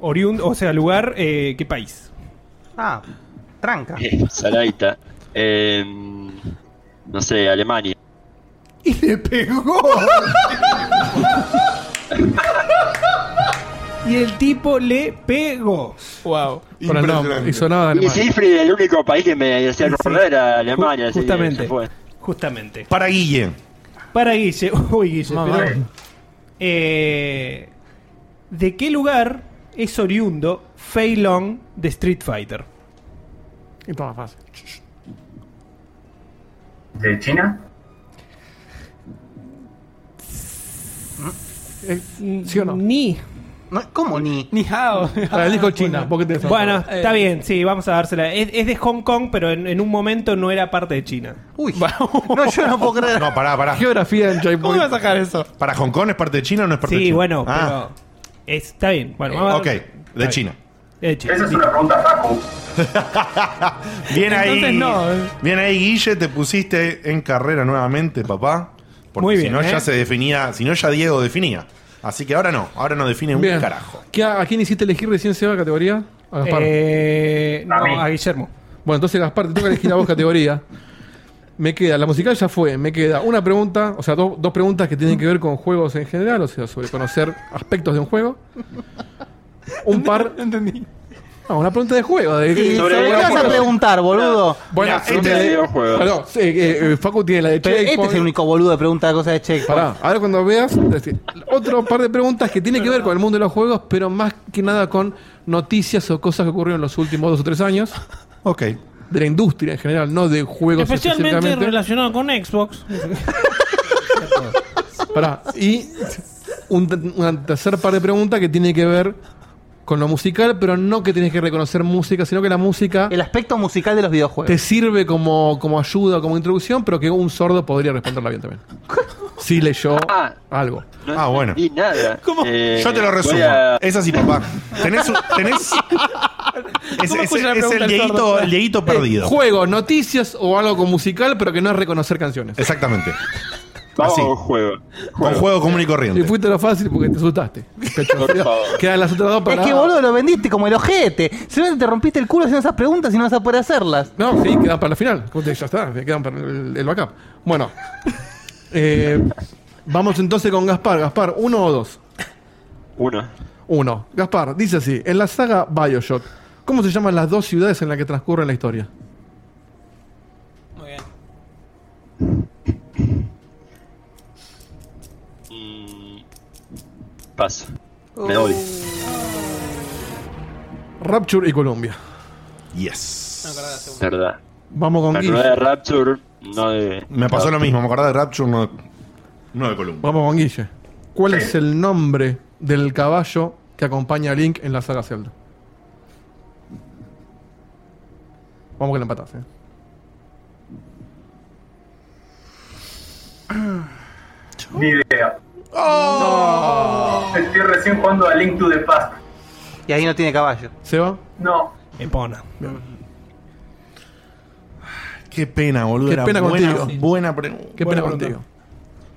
E: Oriundo, o sea, lugar, eh, ¿qué país?
D: Ah, tranca.
N: Eh, Saraita. Eh, no sé, Alemania.
E: Y le pegó. y el tipo le pegó. Wow.
C: Con el nombre. Y sonaba
N: Y
C: animal.
N: Siegfried, el único país que me hacía correr era Alemania. así que
E: justamente.
N: se fue.
E: Justamente.
B: Para Guille.
E: Para Guille. Uy, Guille,
B: Mamá.
E: pero, eh, ¿De qué lugar es oriundo Fei Long de Street Fighter?
C: Esto más fácil.
O: ¿De China?
G: Eh,
C: ¿Sí o no?
E: Ni.
D: ¿Cómo ni?
E: Ni hao.
G: Ah,
C: Para el disco China, ¿por qué te
E: Bueno,
B: Eh.
E: está bien, sí, vamos a dársela. Es, es de Hong Kong, pero en, en un momento no era parte de China.
D: Uy, no, yo no puedo creer.
B: No, pará, pará.
C: Geografía en Chaipo.
E: ¿Cómo iba a sacar eso?
B: ¿Para Hong Kong es parte de China o no es parte de
E: Sí,
B: China?
E: bueno,
B: Ah,
E: pero. es- está bien. Bueno, vamos a- Eh,
B: ok, de China.
E: De China.
O: Esa es una pregunta, Facu.
B: Bien ahí.
O: Entonces no, eh.
B: Bien ahí, Guille, te pusiste en carrera nuevamente, papá. Porque
C: Muy
B: si
C: bien,
B: no ya
C: eh.
B: se definía, si no ya Diego definía. Así que ahora no, ahora no define un
C: Bien.
B: carajo.
C: ¿Qué- ¿A quién hiciste elegir recién Seba categoría? A Gaspar.
E: Eh, no, a Guillermo.
C: Bueno, entonces Gaspar, te toca elegir a vos categoría. Me queda, la musical ya fue, me queda una pregunta, o sea, do- dos preguntas que tienen que ver con juegos en general, o sea, sobre conocer aspectos de un juego. Un par. No entendí. Ah, una pregunta de juego. De,
D: ¿Y sobre qué vas a preguntar, boludo?
C: Bueno,
D: Mira,
C: sobre-
D: este-
C: Perdón, sí, eh, eh, Facu tiene la de
D: Pero este
C: Checkpoint.
D: es el único boludo de preguntar cosas de Checkpoint.
C: Pará, ahora cuando veas, decí- otro par de preguntas que tiene que ver con el mundo de los juegos, pero más que nada con noticias o cosas que ocurrieron en los últimos dos o tres años.
B: Ok.
C: De la industria en general, no de juegos
G: Especialmente
C: específicamente.
G: relacionado con Xbox.
C: Pará, y un, un tercer par de preguntas que tiene que ver con lo musical, pero no que tienes que reconocer música, sino que la música
D: El aspecto musical de los videojuegos.
C: te sirve como, como ayuda, como introducción, pero que un sordo podría responderla bien también. Si leyó algo.
B: Ah, bueno.
N: Y nada. Eh,
B: Yo te lo
N: voy
B: resumo.
N: a-
B: Es así, papá. Tenés, un- tenés Es, es-
C: escucha
B: es
C: la pregunta
B: el
C: del sordo?
B: Dieguito, el Dieguito perdido.
C: Juego, noticias o algo con musical, pero que no es reconocer canciones.
B: Exactamente.
N: Vamos
B: Así.
N: con juego.
B: Con juego común y
C: Y
B: corriente.
C: fuiste lo fácil porque te asustaste. Pecho frío. Quedan las otras dos para.
D: Es que boludo lo vendiste como el ojete. Si no te rompiste el culo haciendo esas preguntas y no vas a poder hacerlas.
C: No, sí, quedan para la final. Como te- Ya está, quedan para el, el backup. Bueno. Eh, vamos entonces con Gaspar. Gaspar, ¿uno o dos?
N: Uno.
C: Uno. Gaspar, dice así: En la saga Bioshock, ¿cómo se llaman las dos ciudades en las que transcurre la historia?
N: Paso. Me voy.
C: Rapture y Colombia.
N: Yes. Verdad.
C: Vamos con
N: Me
C: Guille.
N: acordé de Rapture, no de.
B: Me pasó lo mismo, me acordaba de Rapture, no de, no de Columbo.
C: Vamos con Guille. ¿Cuál es el nombre del caballo que acompaña a Link en la saga Zelda? Vamos que la empatás, eh.
O: Ni idea.
G: Oh.
O: Estoy recién jugando a Link to the Past.
D: Y ahí no tiene caballo.
C: ¿Seba?
O: No.
E: Epona.
B: Qué pena, boludo.
C: Qué
B: era
C: pena
B: buena,
C: contigo.
B: Buena pregunta.
C: Qué pena contigo.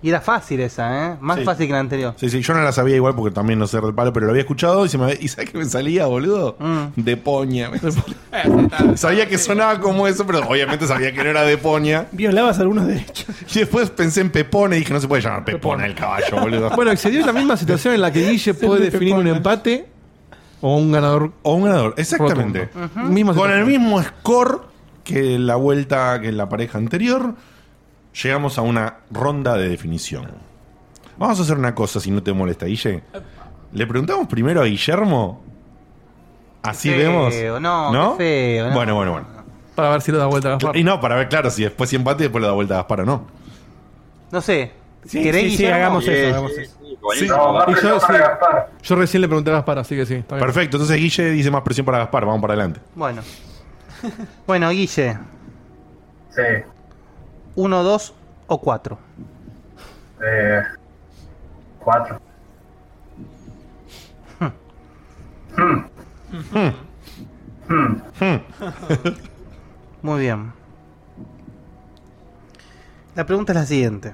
D: Y era fácil esa, ¿eh? Más
B: Sí.
D: fácil que la anterior.
B: Sí, sí, yo no la sabía igual porque también no sé del palo, pero lo había escuchado y se me había- ¿Y sabes que me salía, boludo? De poña. me salía. sabía que sonaba como eso, pero obviamente sabía que no era de poña.
E: Violabas algunos derechos.
B: Y después pensé en Pepone y dije, no se puede llamar Pepone el caballo, boludo.
C: Bueno, se dio la misma situación en la que Guille puede definir un empate o un ganador.
B: O un ganador, exactamente.
C: Rotundo.
B: Ujú.
C: Misma
B: Con
C: situación.
B: el mismo score que la vuelta que la pareja anterior, llegamos a una ronda de definición. Vamos a hacer una cosa, si no te molesta, Guille. Le preguntamos primero a Guillermo. Así
D: Qué
B: vemos.
D: feo, no, qué feo, no.
B: Bueno, bueno, bueno.
C: Para ver si lo da vuelta a Gaspar.
B: Y no, para ver, claro, si después si empate, después lo da vuelta a Gaspar o no.
D: No sé.
B: Sí,
D: ¿Queréis,
B: sí, sí,
D: Guillermo?
B: hagamos eso, Sí, hagamos sí, eso. Sí. No, va
C: Y yo,
B: presión
C: sí,
B: para
C: yo recién le pregunté a Gaspar, así que sí. está bien.
B: Perfecto, entonces Guille dice más presión para Gaspar, vamos para adelante.
D: Bueno. Bueno, Guille.
O: Sí.
D: ¿Uno, dos o cuatro?
O: Eh, cuatro. Hmm. Hmm.
D: Muy bien. La pregunta es la siguiente.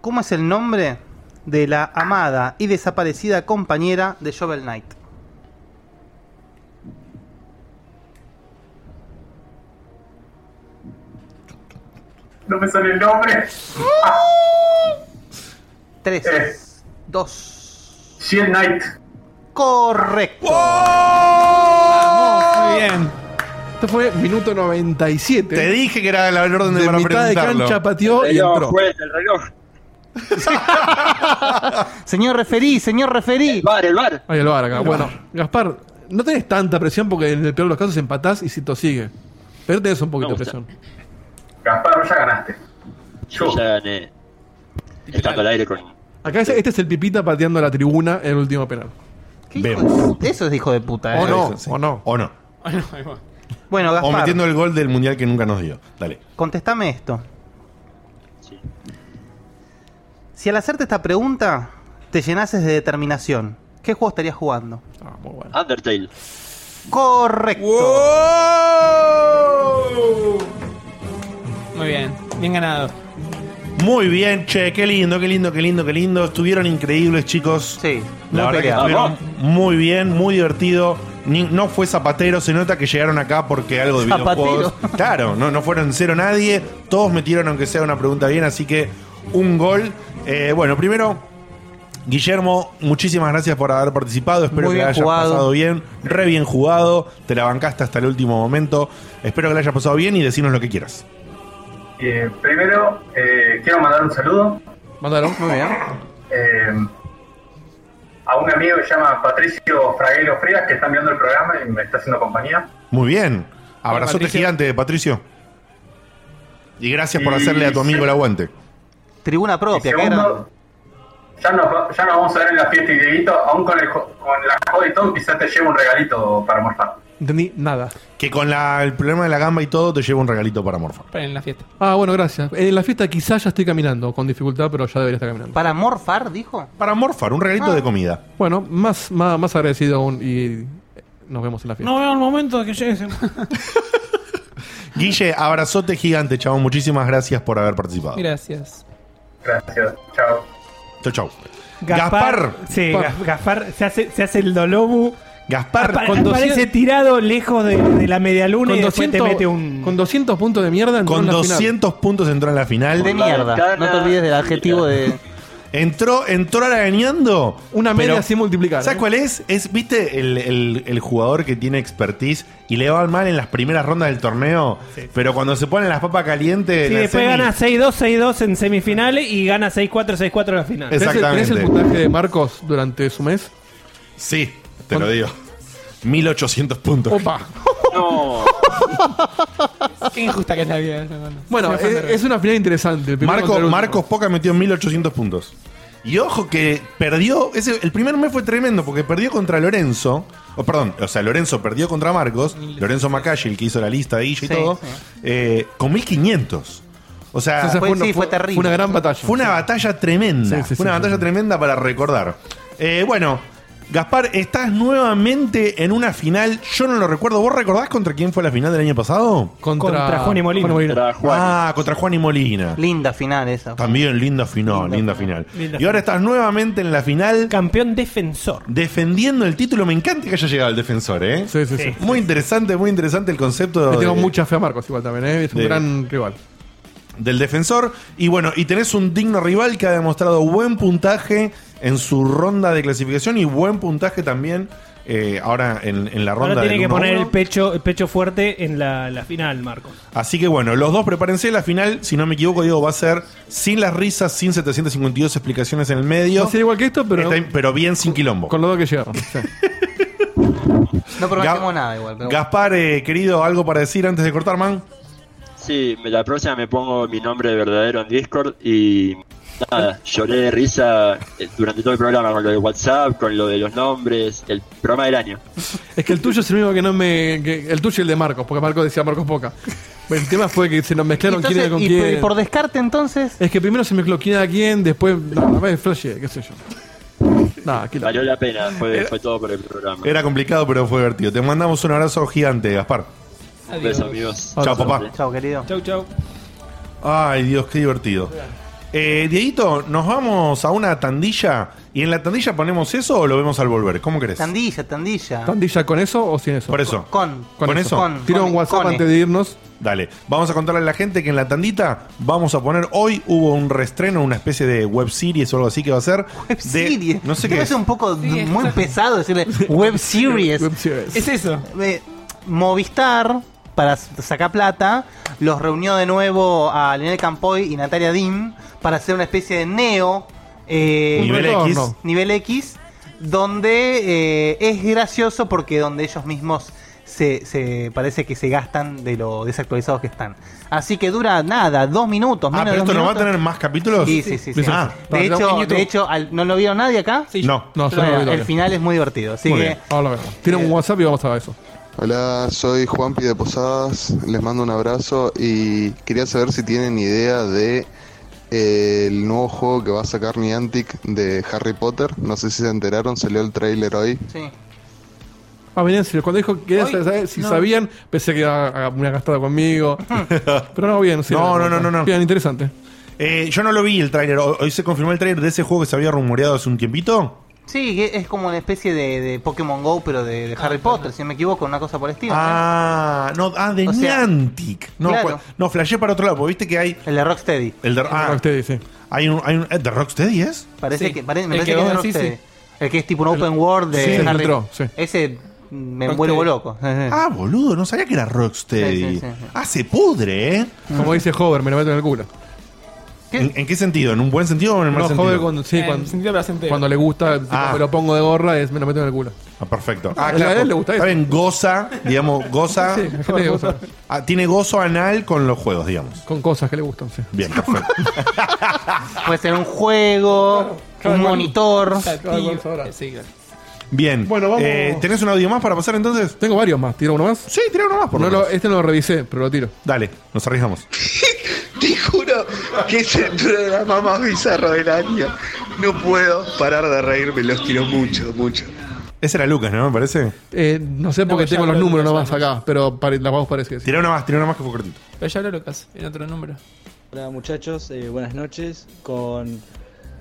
D: ¿Cómo es el nombre de la amada y desaparecida compañera de Shovel Knight?
O: No me sale el nombre.
D: Tres, dos,
O: Eh. Shield Knight.
D: Correcto.
C: Muy bien. Esto fue minuto 97.
B: Te dije que era el orden de-
C: de
B: para
C: mitad de
B: preguntarlo.
C: cancha pateó y
N: reloj,
C: entró.
N: juez, el reloj.
D: Señor referí, señor referí. El
N: bar, el bar.
C: Ahí el bar acá. Bueno, Gaspar, no tenés tanta presión porque en el peor de los casos empatás y si sigue. Pero tenés un poquito de presión.
O: Gaspar, ya ganaste.
N: Yo ya gané. Estando al aire con.
C: Acá es- este es el Pipita pateando a la tribuna en el último penal. Oh,
B: Vemos.
D: Eso es hijo de puta.
B: O
D: eh.
B: no, o no. O no.
D: Bueno,
B: O
D: Gaspar,
B: metiendo el gol del mundial que nunca nos dio. Dale.
D: contestame esto. Si al hacerte esta pregunta te llenases de determinación, ¿qué juego estarías jugando?
N: Undertale.
D: Correcto.
F: Muy bien, bien ganado.
B: Muy bien, che, qué lindo, qué lindo, qué lindo, qué lindo. Estuvieron increíbles, chicos.
D: Sí,
B: la
D: muy
B: verdad que
D: peleado.
B: estuvieron muy bien, muy divertido. Ni- no fue zapatero, se nota que llegaron acá porque algo de
D: Zapatero.
B: videojuegos. Claro, no, no fueron cero nadie. Todos metieron, aunque sea una pregunta bien, así que un gol. Eh, bueno, primero, Guillermo, muchísimas gracias por haber participado. Espero
D: Muy
B: que
D: bien
B: la hayas
D: jugado.
B: pasado bien. Re bien jugado. Te la bancaste hasta el último momento. Espero que la hayas pasado bien y decinos lo que quieras.
O: Eh, primero, eh, quiero mandar un saludo
C: Mandaron. Muy bien.
O: eh, a un amigo que se llama Patricio Fraguelo Frías, que está enviando el programa y me está haciendo compañía.
B: Muy bien. Abrazote
O: Patricio.
B: gigante, Patricio. Y gracias por
O: Y-
B: hacerle a tu amigo el aguante.
D: Tribuna propia, que era.
O: Segundo, ya nos, va- ya nos vamos a ver en la fiesta y Dieguito, aún con, el, jo- con la joda y todo, quizás te lleve un regalito para morfar.
C: Entendí nada.
B: Que con la- el problema de la gamba y todo te llevo un regalito para Morfa.
F: en la fiesta.
C: Ah, bueno, gracias. En la fiesta quizás ya estoy caminando, con dificultad, pero ya debería estar caminando.
D: ¿Para morfar, dijo?
B: Para Morfar, un regalito
D: Ah.
B: de comida.
C: Bueno, más, más, más agradecido aún y nos vemos en la fiesta.
G: No veo el momento de que llegues.
B: Guille, abrazote gigante, chabón. Muchísimas gracias por haber participado.
F: Gracias.
O: Gracias, chao.
B: Chau, chau.
G: Gaspar.
B: Gaspar.
G: Sí,
B: Pa-
G: Ga- Gaspar se hace, se hace el dolobu.
B: Gaspar
G: Apa-
C: con
G: aparece
C: 200
G: tirado lejos de, de la media luna y
C: Con
G: después
C: 200
G: te mete un.
C: Con 200 puntos de mierda entró
B: Con
C: en la
B: 200 puntos entró en la final.
D: De mierda. No te olvides del adjetivo de.
B: Entró, entró arañando.
C: Una media sin multiplicar,
B: ¿Sabes
C: ¿eh?
B: cuál es? Es, viste, el, el- el jugador que tiene expertise y le va mal en las primeras rondas del torneo. Pero cuando se ponen las papas calientes.
G: Sí,
B: en la
G: después
B: semi-
G: gana 6-2, 6-2 en semifinales y gana 6-4, 6-4 en la final.
C: final. ¿Tenés el- ¿Tenés el puntaje de Marcos durante su mes?
B: Sí, te lo digo. 1800 puntos.
C: Opa.
N: No.
F: Qué injusta que es la vida. hermano.
C: Bueno,
F: Se ofende,
C: eh, es una final interesante. el primero
B: Marco-
C: contra el último.
B: Marcos Poca metió 1800 puntos. Y ojo que perdió. Ese, el primer mes fue tremendo porque perdió contra Lorenzo. O perdón, o sea, Lorenzo perdió contra Marcos. Lorenzo Macalli, el que hizo la lista de Guille y
D: Sí,
B: todo.
D: sí.
B: eh, con 1500. O sea,
C: O sea, fue- sí, fue terrible. fue una gran batalla.
B: Fue una batalla tremenda.
C: Sí, sí,
B: fue una
C: sí,
B: batalla tremenda para recordar. Eh, bueno, Gaspar, estás nuevamente en una final. Yo no lo recuerdo. ¿Vos recordás contra quién fue la final del año pasado?
C: Contra- Contra Juan y Molina. Juan y Molina. Contra Juan.
B: Ah, contra Juan y Molina.
D: Linda final esa.
B: También linda final, linda, final.
G: Linda
B: y ahora estás nuevamente en la final.
G: Campeón defensor.
B: Defendiendo el título. Me encanta que haya llegado el defensor, ¿eh?
C: Sí, sí, sí. Sí.
B: Muy interesante, muy interesante el concepto.
C: Le tengo
B: de-
C: mucha fe a Marcos igual también, ¿eh? es un
B: de-
C: gran rival.
B: del defensor. Y bueno, y tenés un digno rival que ha demostrado buen puntaje en su ronda de clasificación y buen puntaje también eh, ahora en, en la ronda
G: Ahora tiene
B: del
G: que
B: 1-1.
G: poner el pecho, el pecho fuerte en la, la final, Marcos.
B: Así que bueno, los dos prepárense. La final, si no me equivoco, digo, va a ser sin las risas, sin 752 explicaciones en el medio.
C: Va a ser igual que esto, pero-
B: Está- pero bien sin quilombo.
C: Con los dos que llegaron. sí.
D: No prometemos
B: Ga-
D: nada igual. Pero bueno.
B: Gaspar, eh, querido, ¿algo para decir antes de cortar, man?
N: Sí, me- la próxima me pongo mi nombre verdadero en Discord y nada, lloré de risa eh, durante todo el programa con lo de WhatsApp, con lo de los nombres, el programa del año.
C: Es que el tuyo es el mismo que no me. que- el tuyo y el de Marcos, porque Marcos decía Marcos Poca. El tema fue que se nos mezclaron quién
D: Entonces,
C: era con
D: y
C: quién.
D: por- y por descarte entonces.
C: Es que primero se mezcló quién era quién, después. No, a ver, flashé, qué sé yo. Nada, aquí
N: Valió la pena,
B: Eh,
N: fue, fue todo por el programa.
B: Era complicado, pero fue divertido. Te mandamos un abrazo gigante, Gaspar.
N: Un beso, amigos.
B: Chao, papá.
D: Chao, querido.
F: Chau, chau.
B: Ay, Dios, qué divertido. Eh, Dieguito, nos vamos a una tandilla y en la tandilla ponemos eso o lo vemos al volver. ¿Cómo querés?
D: Tandilla, tandilla.
B: ¿Tandilla con eso o sin eso? Por eso.
D: Con.
B: ¿Con,
D: Con
B: eso?
D: con- Tira un con- WhatsApp con- antes de
B: irnos. Dale. Vamos a contarle a la gente que en la tandita vamos a poner. Hoy hubo un restreno, una especie de web series o algo así que va a ser. Web
D: series.
B: No sé
D: Me
B: qué.
D: parece un poco d- muy pesado decirle web series.
F: Es eso.
D: Eh, Movistar, para s- sacar plata, los reunió de nuevo a Lionel Campoy y Natalia Dim para hacer una especie de neo. eh,
B: Nivel Retorno. X.
D: Nivel X, donde eh, es gracioso porque donde ellos mismos se, se- parece que se gastan de lo desactualizados que están. Así que dura nada, dos minutos.
B: Ah,
D: Menos de
B: pero
D: dos
B: esto no va a
D: minutos.
B: tener más capítulos.
D: Sí, sí, sí. sí.
B: Ah.
D: de, hecho, de hecho, al- ¿no lo vieron nadie acá?
B: No.
C: No, yo no lo vi
D: Bueno, El
C: todavía.
D: final es muy divertido. Así
C: Muy
D: que
C: bien, ahora lo vemos. Tira un WhatsApp y vamos a eso.
T: Hola, soy Juanpi de Posadas, les mando un abrazo y quería saber si tienen idea de eh, el nuevo juego que va a sacar Niantic de Harry Potter. No sé si se enteraron, salió el tráiler hoy.
D: Sí.
C: Ah, venía en serio. Cuando dijo que quería saber si
T: no.
C: sabían, pensé que iba a una gastada conmigo. Pero no, bien, sí.
B: No, no, no, no, no.
C: Bien, interesante.
B: Eh, yo no lo vi el tráiler. Hoy hoy se confirmó el tráiler de ese juego que se había rumoreado hace un tiempito.
D: Sí, que es como una especie de, de Pokémon Go, pero de,
C: Ah,
D: de Harry Potter, si no me equivoco, una cosa por el estilo.
B: Ah, no, ah, de
D: O sea,
B: Niantic. No,
D: claro.
B: pues, no, flashé para otro lado, porque viste que hay.
D: El de Rocksteady.
B: El de, ah, Rocksteady,
C: sí.
B: Hay un, hay un, ¿El de Rocksteady es?
D: Parece que, parece, me
F: El
D: parece
F: que
D: que,
F: vos
D: es
F: decís,
D: Rocksteady.
F: sí.
D: El que es tipo un open world de
B: Sí, el
D: Harry
B: metro, sí.
D: Ese me vuelvo loco.
B: Ah, boludo, no sabía que era Rocksteady.
D: Sí, sí, sí, sí.
B: Ah, se pudre, ¿eh?
C: Como dice Hover, me lo meto en el culo.
B: ¿En, en qué sentido? ¿En un buen sentido o en el mal
C: No,
B: sentido?
C: joven cuando, eh, sí,
D: Eh,
F: En
C: cuando,
F: sentido placentero.
C: cuando le gusta, tipo,
B: Ah.
C: me lo pongo de gorra y es- me lo meto en el culo.
B: Ah, perfecto.
C: A él- a él le gusta
B: Está bien, goza, digamos, goza.
C: Sí, la gente que goza.
B: Ah, tiene gozo anal con los juegos, digamos.
C: Con cosas que le gustan, sí.
B: Bien, perfecto.
D: Puede ser un juego,
C: Cada
D: un
C: cual-
D: monitor.
C: cada cual sabrá.
B: Bien.
C: Bueno, vamos.
B: Eh, ¿Tenés un audio más para pasar entonces?
C: Tengo varios más. ¿Tira uno más?
B: Sí, tira uno más. Por
C: no
B: lo
C: lo-
B: menos.
C: este no lo revisé, pero lo tiro.
B: Dale, nos arriesgamos.
P: Te juro que es el programa más bizarro del año. No puedo parar de reírme, los quiero mucho, mucho.
B: Ese era Lucas, ¿no? Me parece.
C: Eh, no sé porque
F: ya
C: tengo
F: lo-
C: los
F: lo
C: números nomás acá, pero pare- las vamos parece que sí.
B: Tira una más, tira una más que fue cortito.
F: Pero ya lo Lucas, en otro número.
U: Hola muchachos, eh, buenas noches. Con,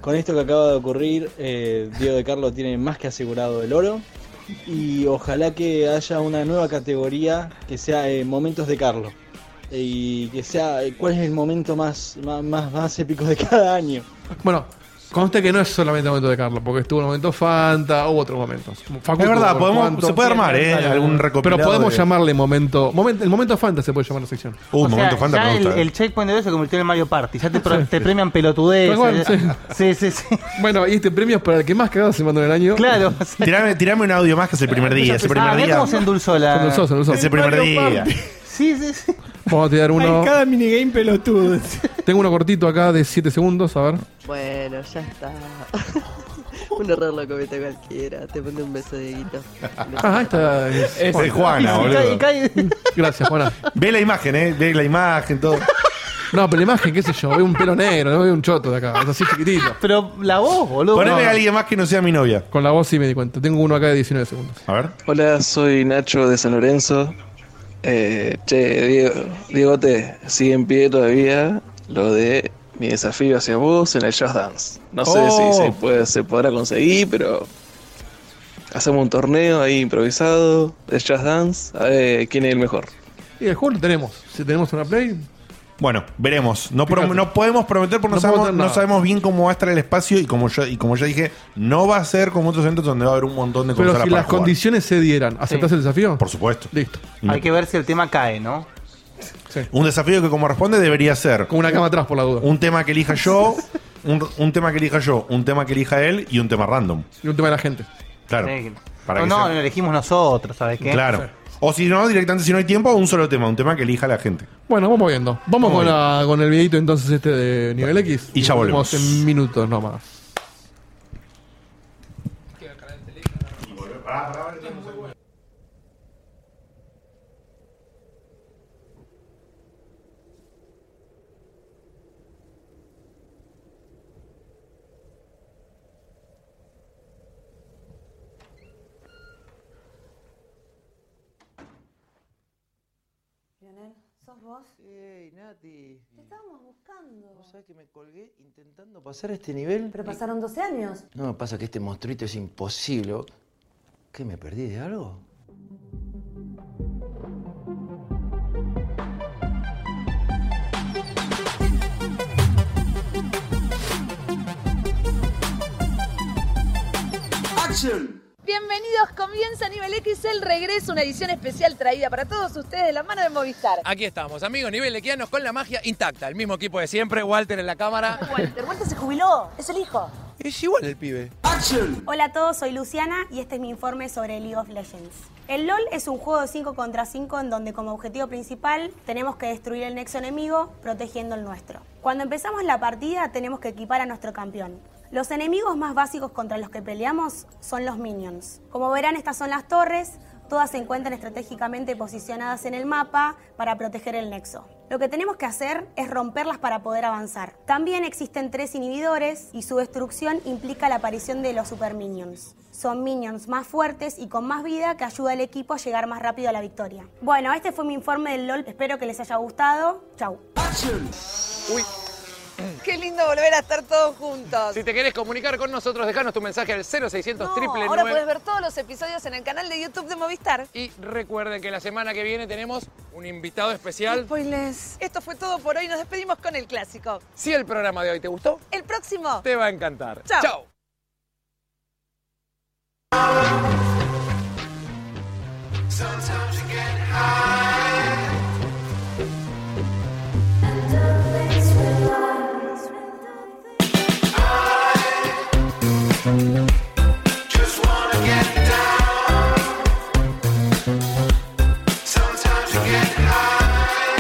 U: con esto que acaba de ocurrir, eh, Diego de Carlo tiene más que asegurado el oro. Y ojalá que haya una nueva categoría que sea eh, Momentos de Carlo. Eh, Y que sea eh, cuál es el momento más, más, más, más épico de cada año.
C: Bueno, conste que no es solamente el momento de Carlos, porque estuvo el momento Fanta, hubo otros momentos. Facu
B: Es verdad,
C: tuvo
B: podemos-
C: Fanta.
B: se puede armar, ¿eh? Algún recopilado
C: Pero podemos
B: de-
C: llamarle momento, momen- El momento Fanta se puede llamar la sección.
B: Uh,
D: O sea, ya el, el checkpoint de hoy se convirtió en el Mario Party. Ya te, pro- te premian pelotudez.
C: Tal cual, sí.
D: sí, sí, sí.
C: Bueno, y este premio es para el que más cagado se mandó en el año.
D: Claro.
B: Tirame, tirame un audio más que es el primer día.
C: Ah,
B: Ese
C: mira
B: primer día.
D: cómo se endulzó la-
C: Se endulzó, se endulzó.
B: Es el primer día.
D: Sí, sí, sí.
C: Vamos a tirar uno.
E: Hay cada minigame pelotudo.
C: Tengo uno cortito acá de 7 segundos, a ver.
V: Bueno, ya está. un error lo comete cualquiera. Te mando un beso, Dieguito.
C: Ah, esta es,
B: Es de Juana, boludo.
C: Gracias, Juana.
B: Ve la imagen, ¿eh? Ve la imagen, todo.
C: No, pero la imagen, qué sé yo, veo un pelo negro, no veo un choto de acá, es así chiquitito.
D: Pero la voz, boludo.
B: Poneme a alguien más que no sea mi novia.
C: Con la voz sí me di cuenta. Tengo uno acá de 19 segundos.
B: A ver.
U: Hola, soy Nacho de San Lorenzo. Eh, che, Diego, Diegote, sigue en pie todavía lo de mi desafío hacia vos en el Just Dance. No sé
B: Oh.
U: si se, puede, se podrá conseguir, pero hacemos un torneo ahí improvisado de Just Dance. A ver quién es el mejor.
C: Y el juego lo tenemos. Si tenemos una play,
B: Bueno, veremos. No, prom- no podemos prometer porque no,
C: No
B: sabemos,
C: podemos
B: no
C: nada.
B: sabemos bien cómo va a estar el espacio y como yo, y como ya dije, no va a ser como otros eventos donde va a haber un montón de
C: pero
B: consolas
C: si
B: para
C: las
B: jugar.
C: condiciones se dieran, ¿aceptás el desafío?
B: Por supuesto.
C: Listo.
D: Hay que ver si el tema cae, ¿no?
B: Un desafío que como responde debería ser
C: Con una cama atrás por la duda.
B: Un tema que elija yo, un, un tema que elija yo, un tema que elija él y un tema random.
C: Y un tema de la gente.
B: Claro.
D: Sí.
B: Para
D: no,
B: que
D: no,
B: sea-
D: lo elegimos nosotros, ¿sabes qué?
B: Claro. O si no, directamente si no hay tiempo, un solo tema, un tema que elija la gente.
C: Bueno, vamos viendo. Vamos
B: Muy
C: con, la- con el videito entonces este de nivel X.
B: Y ya
C: Nos
B: volvemos.
C: vemos en minutos nomás.
W: Lionel,
A: ¿Sos vos?
N: Hey, Nati.
A: Te estábamos buscando.
N: ¿Sabes que me colgué intentando pasar este nivel?
A: Pero pasaron 12 años.
N: No, pasa que este monstruito es imposible. ¿Qué me perdí de algo?
W: Bienvenidos, comienza Nivel X el regreso, una edición especial traída para todos ustedes de la mano de Movistar.
F: Aquí estamos, amigos nivelequianos con la magia intacta. El mismo equipo de siempre, Walter en la cámara.
A: Walter, Walter se jubiló, es el hijo.
F: Es igual el pibe. ¡Action!
A: Hola a todos, soy Luciana y este es mi informe sobre League of Legends. El LOL es un juego de 5 contra 5 en donde como objetivo principal tenemos que destruir el nexo enemigo protegiendo el nuestro. Cuando empezamos la partida tenemos que equipar a nuestro campeón. Los enemigos más básicos contra los que peleamos son los minions. Como verán estas son las torres, todas se encuentran estratégicamente posicionadas en el mapa para proteger el nexo. Lo que tenemos que hacer es romperlas para poder avanzar. También existen tres inhibidores y su destrucción implica la aparición de los super minions. Son minions más fuertes y con más vida que ayuda al equipo a llegar más rápido a la victoria. Bueno, este fue mi informe del LOL, espero que les haya gustado. Chau.
W: Uy. Qué lindo volver a estar todos juntos.
F: Si te querés comunicar con nosotros, dejanos tu mensaje al 0600
W: No,
F: triple
W: ahora podés ver todos los episodios en el canal de YouTube de Movistar.
F: Y recuerden que la semana que viene tenemos un invitado especial.
W: Spoilers. Esto fue todo por hoy, nos despedimos con el clásico.
F: Si el programa de hoy te gustó,
W: El próximo.
F: te va a encantar.
W: Chau.
F: Chau.
G: Sometimes you get high. Just wanna get down. Sometimes you get high.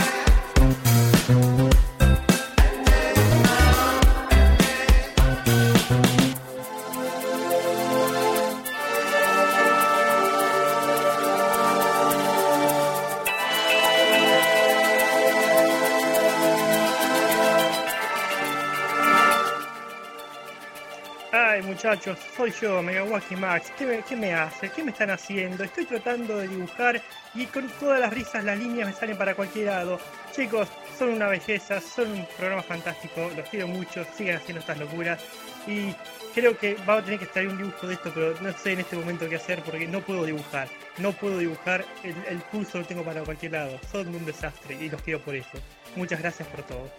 E: Ay, muchachos, soy yo, Megawaki Max. ¿Qué me, ¿Qué me hace? ¿Qué me están haciendo? Estoy tratando de dibujar y con todas las risas las líneas me salen para cualquier lado. Chicos, son una belleza, son un programa fantástico, los quiero mucho, sigan haciendo estas locuras y creo que va a tener que estar un dibujo de esto, pero no sé en este momento qué hacer porque no puedo dibujar. No puedo dibujar, el, el pulso lo tengo para cualquier lado. Son un desastre y los quiero por eso. Muchas gracias por todo.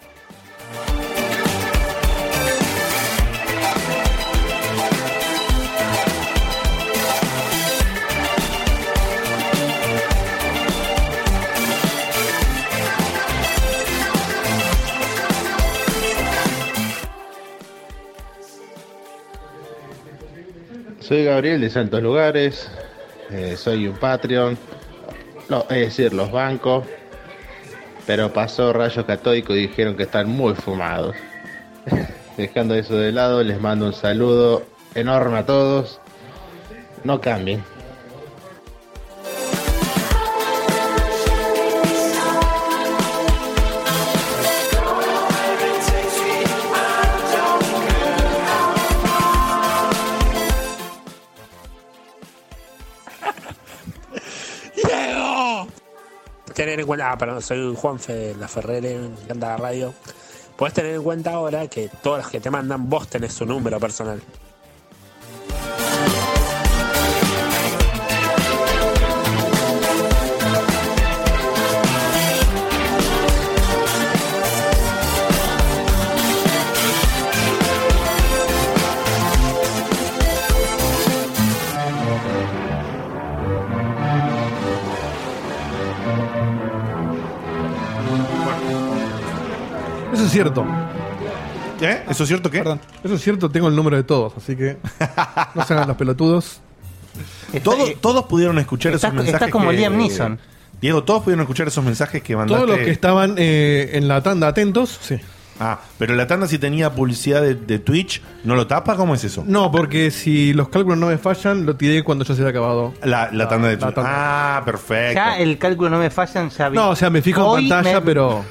D: Soy Gabriel de Santos Lugares, eh, soy un Patreon, no, es decir, los bancos, pero pasó rayos catódicos y dijeron que están muy fumados. Dejando eso de lado, les mando un saludo enorme a todos. No cambien.
I: ¡Diego! Tener en cuenta, ah, perdón, soy Juanfe de la Ferrere, me encanta la radio. Podés tener en cuenta ahora que todos los que te mandan, vos tenés su número personal.
C: Eso es cierto.
B: ¿Eh? ¿Eso es cierto qué?
C: Perdón. Eso es cierto, tengo el número de todos, así que no sean los pelotudos.
B: Todos, todos pudieron escuchar
C: Estás-
B: esos mensajes.
C: estás como
B: que-
C: Liam Neeson.
B: Diego, todos pudieron escuchar esos mensajes que mandaste.
C: Todos los que estaban eh, en la tanda atentos, sí.
B: Ah, pero la tanda si tenía publicidad de, de Twitch, ¿no lo tapa? ¿Cómo es eso?
C: No, porque si los cálculos no me fallan, lo tiré cuando ya se había acabado.
B: La, la tanda de
C: la
B: Twitch. Ah, perfecto.
X: Ya el cálculo no me fallan, ya vi.
C: No, o sea, me fijo
X: Hoy
C: en pantalla,
X: me-
C: pero.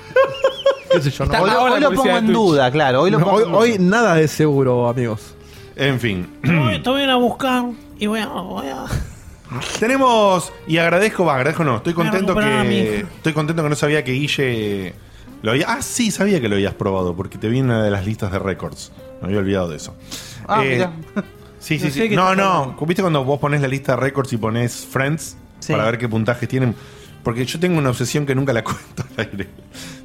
C: ¿Qué sé yo?
X: Está- hoy- hoy lo pongo en duda, claro. Hoy lo pongo
C: hoy,
X: en duda.
C: hoy nada de seguro, amigos.
B: En fin.
Y: Te voy a ir a buscar y voy a. voy a-
B: Tenemos. Y agradezco, va, agradezco no. Estoy contento
E: Me recuperaba mi
B: que.
E: hija.
B: Estoy contento que no sabía que Guille. Lo había, ah, sí, sabía que lo habías probado, porque te vi en una de las listas de récords. Me había olvidado de eso.
D: Ah,
B: Eh,
D: mirá.
B: Sí, sí,
D: No
B: sí.
D: sé qué
B: No,
D: estás
B: no. ¿Viste cuando vos pones la lista de récords y pones Friends para ver qué puntajes tienen? Porque yo tengo una obsesión que nunca la cuento al aire.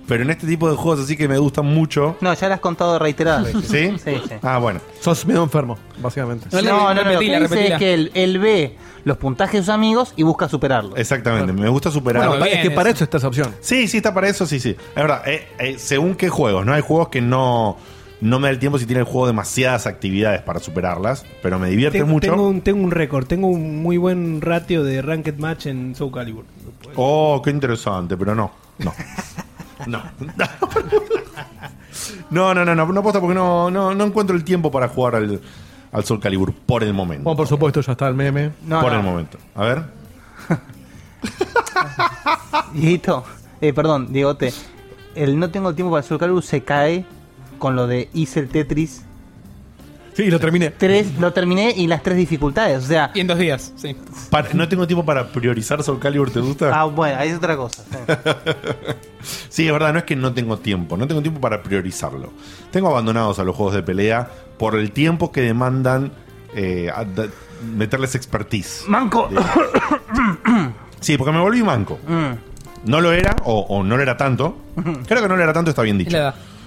B: Pero en este tipo de juegos así que me gustan mucho.
D: No, ya la has contado reiteradas veces.
B: ¿Sí?
D: Sí, sí.
B: Ah, bueno.
C: Sos medio enfermo, básicamente.
D: No, no, no, lo que dice es que él, él ve los puntajes de sus amigos y busca superarlos.
B: Exactamente, me gusta superarlos.
D: Bueno,
C: es que para eso está esa opción.
B: Sí, sí, está para eso, sí, sí. Es verdad, eh, eh, según qué juegos, ¿no? Hay juegos que no, no me da el tiempo si tiene el juego demasiadas actividades para superarlas, pero me divierte
E: tengo,
B: mucho.
E: Tengo un, tengo un récord, tengo un muy buen ratio de Ranked Match en Soul Calibur.
B: Oh, qué interesante, pero no, no. No. No, no, no, no, no aposta porque no, no, no encuentro el tiempo para jugar al, al Soul Calibur por el momento.
C: Bueno, por supuesto, ya está el meme.
B: por el momento. A ver.
F: Ah.
D: Dieguito, eh, perdón, Diegote. El no tengo tiempo para el Soul Calibur se cae con lo de hice el Tetris.
C: Sí, lo terminé.
D: Tres, lo terminé y las tres dificultades. O sea.
F: Y en dos días, sí.
B: Para- no tengo tiempo para priorizar Soul Calibur, ¿te gusta?
D: Ah, bueno, ahí es otra cosa.
B: Sí, es verdad, no es que no tengo tiempo, no tengo tiempo para priorizarlo. Tengo abandonados a los juegos de pelea por el tiempo que demandan eh, a- da- meterles expertise.
D: Manco.
B: Sí, porque me volví manco. No lo era, o, o no lo era tanto. Creo que no lo era tanto, está bien dicho.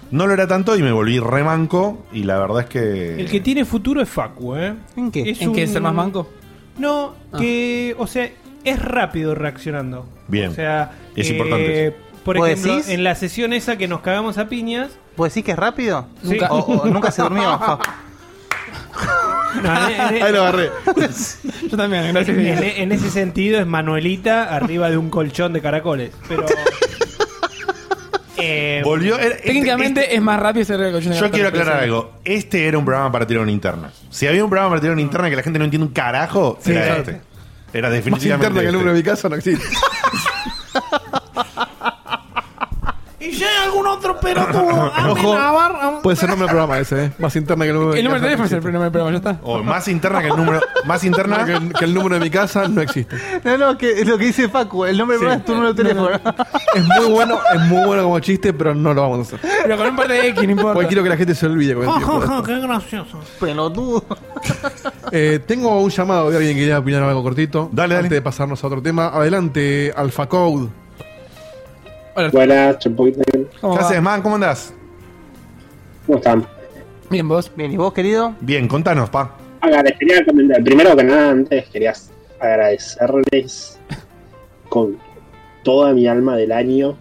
B: No lo era tanto y me volví remanco. Y la verdad es que.
E: El que tiene futuro es Facu, ¿eh?
D: ¿En
E: qué?
F: ¿En qué? ¿Ser más manco?
E: No,
F: Ah.
E: que, o sea, es rápido reaccionando.
B: Bien.
E: O sea, eh,
B: Es importante eso.
E: Por
D: ¿Vos
E: ejemplo,
D: decís?
E: en la sesión esa que nos cagamos a piñas.
D: ¿Puedes decir que es rápido?
E: Sí.
D: Nunca, o- o nunca se durmió. Facu.
E: Ahí
C: lo agarré.
E: Yo también, gracias. En, en ese sentido es Manuelita arriba de un colchón de caracoles. Pero. eh,
B: Volvió. era- este-
F: Técnicamente es más rápido ese récord.
B: Yo quiero aclarar algo. Este era un programa para tirar una interna. Si había un programa para tirar una interna que la gente no entiende un carajo,
C: Sí,
B: era
C: claro.
B: este. Era
C: Más
B: definitivamente.
C: interna que el
B: este.
C: número de mi casa no existe.
G: Y si hay algún otro pelotudo, Amenábar, am-
C: Puede ser nombre del programa ese, ¿eh? Más interna que el número de
F: El
C: mi
F: número de
C: casa. no
F: teléfono es el
C: existe.
F: primer programa, ya está.
B: O más interna que el número. Más interna
C: que el, que el número de mi casa no existe.
D: No, no, que lo que dice Facu, el nombre
C: Sí.
D: del programa es tu número de teléfono.
C: Es muy bueno, es muy bueno como chiste, pero no lo vamos a hacer.
F: Pero con un par de X, no importa.
C: Porque quiero que la gente se olvide con el
G: Ja,
C: tiempo.
G: ja, ja, qué gracioso.
D: Pelotudo.
C: Eh, tengo un llamado de alguien que quería opinar algo cortito.
B: Dale,
C: Antes de pasarnos a otro tema. Adelante, Alpha Code.
I: Buenas, Chompoiten.
B: ¿Qué haces, man? ¿Cómo andás?
I: ¿Cómo están?
F: Bien, vos.
D: Bien, ¿y vos, querido?
B: Bien, contanos, pa.
I: Agradecería quería comentar- Primero que nada, antes quería agradecerles con toda mi alma del año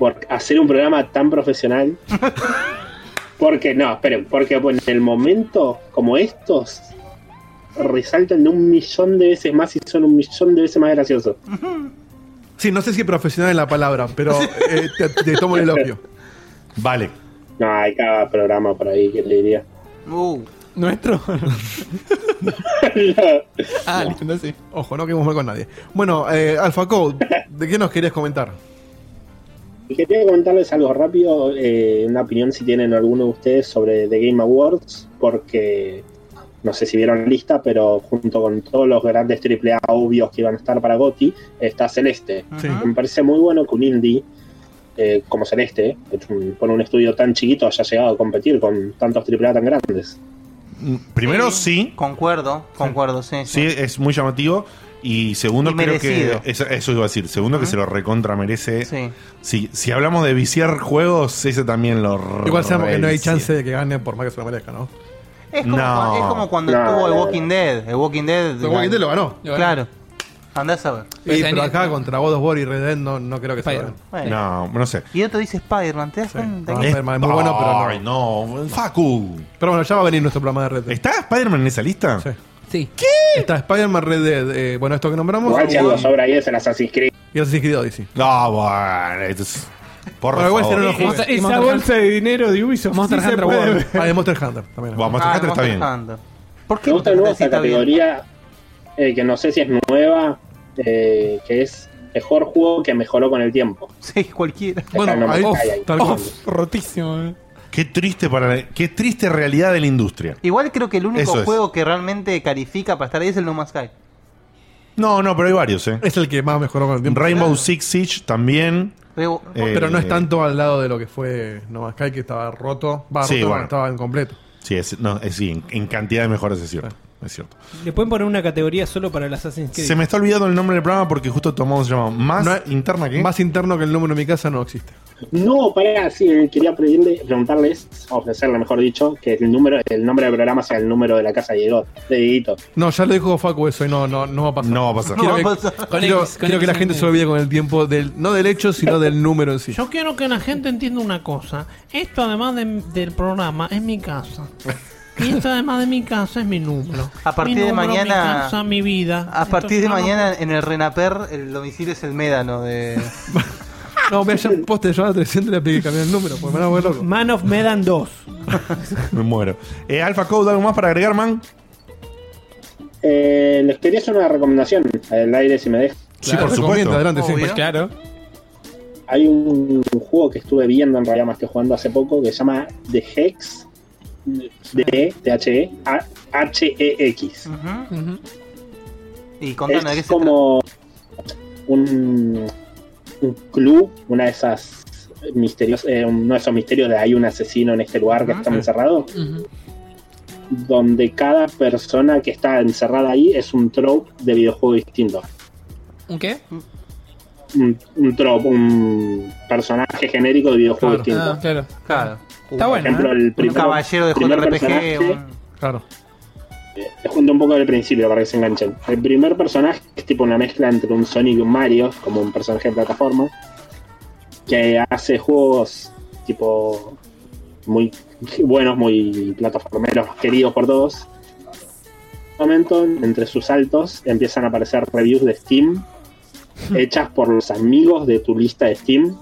I: por hacer un programa tan profesional. Porque, no, esperen, porque bueno, en el momento como estos resaltan de un millón de veces más y son un millón de veces más graciosos.
C: Sí, no sé si profesional es la palabra, pero eh, te, te tomo el elogio.
B: Vale.
I: No, hay cada programa por ahí que le diría.
F: ¿Nuestro?
C: ah, listo, entonces sí. Ojo, no queremos mal con nadie. Bueno, eh, Alpha Code, ¿de qué nos querías comentar?
I: Y quería comentarles algo rápido, eh, una opinión si tienen alguno de ustedes sobre The Game Awards, porque no sé si vieron la lista, pero junto con todos los grandes AAA obvios que iban a estar para Gotti, está Celeste.
C: Sí.
I: Me parece muy bueno que un indie eh, como Celeste, hecho un- con un estudio tan chiquito, haya llegado a competir con tantos AAA tan grandes.
B: Primero, sí.
D: Concuerdo, concuerdo, sí.
B: Sí, es muy llamativo. Y segundo,
D: Y
B: creo
D: merecido.
B: que. Eso, eso iba a decir. Segundo, que se lo recontra merece. Sí. Si, si hablamos de viciar juegos, ese también lo.
C: Igual sabemos que no hay
B: revicia.
C: chance de que gane por más que se lo merezca, ¿no?
D: Es como,
B: No.
D: cuando- es como cuando
B: No.
D: estuvo el Walking Dead. El Walking Dead.
C: The Walking Dead lo ganó. Lo ganó.
D: Claro. Andás a ver.
C: Y, pero acá contra God of War y Red Dead no, no creo que se lo gane.
D: Bueno.
B: No, no sé.
D: Y otro dice Spider-Man, ¿te das cuenta?
C: No, Spider-Man es muy bueno, pero no.
B: Ay, no. Facu.
C: Pero bueno, ya va a venir nuestro programa de Red Dead.
B: ¿Está Spider-Man en esa lista? Sí.
F: Sí.
C: ¿Qué? Está Spider-Man Red Dead. eh, bueno, esto que nombramos.
I: Igual si algo
C: Y
I: sobra ahí es el Assassin's Creed.
C: y Assassin's Creed Odyssey.
B: No, bueno. entonces- Por
C: Bueno, igual será
B: favor.
C: unos juegos-
E: esa esa bolsa de dinero de Ubisoft.
C: Monster
E: sí se
C: Hunter
E: puede
C: World.
E: ver.
C: Ah, de Monster Hunter también.
B: Bueno, Monster
I: Ah,
B: Hunter está
I: Monster
B: bien.
D: no
I: Me gusta luego
D: te
I: esta
D: necesita bien?
I: categoría eh, que no sé si es nueva, eh, que es mejor juego que mejoró con el tiempo.
D: Sí, cualquiera.
I: Bueno,
B: ahí-
I: off,
B: tal
F: Off, rotísimo. eh.
B: Qué triste, para la- qué triste realidad de la industria.
D: Igual creo que el único
B: Eso es.
D: juego que realmente califica para estar ahí es el No Man's Sky.
B: No, no, pero hay varios, ¿eh?
C: Es el que más mejoró con el tiempo.
B: Rainbow Six Siege también.
C: Pero,
B: Eh,
C: no es tanto al lado de lo que fue No Sky, que estaba roto. Va,
B: Sí,
C: roto,
B: bueno.
C: estaba incompleto.
B: Sí, es, no, es- sí, en, en cantidad de mejores es cierto. Es cierto.
E: Le pueden poner una categoría solo para el Assassin's Creed.
B: Se me está olvidando el nombre del programa porque justo tomamos se llama Más
C: No,
B: Interna que.
C: Más interno que el número de mi casa no existe.
I: No, pará, sí, quería pedirle- preguntarles, ofrecerle mejor dicho, que el número, el nombre del programa sea el número de la casa de Diego, de Dieguito.
C: No, ya lo dijo Facu eso y no, no, no va a pasar. No
B: va a pasar.
C: Quiero,
I: No
C: que,
I: va a pasar. Con
C: quiero-
I: X, con
C: quiero que la
I: X,
C: gente se olvide con el tiempo, del, no del hecho, sino del número en sí.
G: Yo quiero que la gente entienda una cosa. Esto además de- del programa es mi casa. Y esto además de mi casa es mi número.
D: A partir
G: Mi
D: de
G: número,
D: mañana-
G: Mi casa, mi vida.
D: A partir
G: Entonces,
D: de
G: no, no,
D: mañana en el Renaper, el domicilio es el Médano de.
C: No, me hayan poste yo a 300 y le pedí que cambiar el número, porque me van a volver loco.
E: Man of Medan 2.
B: Me muero. Eh, Alpha Code, ¿algo más para agregar, man?
I: Eh, les quería hacer una recomendación al aire si me dejan.
B: Sí, pues, por supuesto.
E: claro.
I: Hay un juego que estuve viendo en realidad más que jugando hace poco que se llama The Hex de T H E A- H E X.
D: Y contanos de qué
I: es
D: se trata.
I: como un, un club, una de esas misterios, eh, uno de esos misterios de hay un asesino en este lugar que
J: Ajá.
I: está encerrado, donde cada persona que está encerrada ahí es un trope de videojuego distinto.
F: ¿Un qué?
I: Un, un trope, un personaje genérico de videojuego distinto.
F: Ah, claro.
D: Claro.
F: Está
I: Por
F: bueno.
I: ejemplo,
F: ¿eh?
I: el primero- primer personaje-
C: Claro.
I: Les cuento Eh, un poco del principio para que se enganchen. El primer personaje es tipo una mezcla entre un Sonic y un Mario, como un personaje de plataforma, que hace juegos tipo muy buenos, muy plataformeros, queridos por todos. En un momento, entre sus saltos, empiezan a aparecer reviews de Steam hechas por los amigos de tu lista de Steam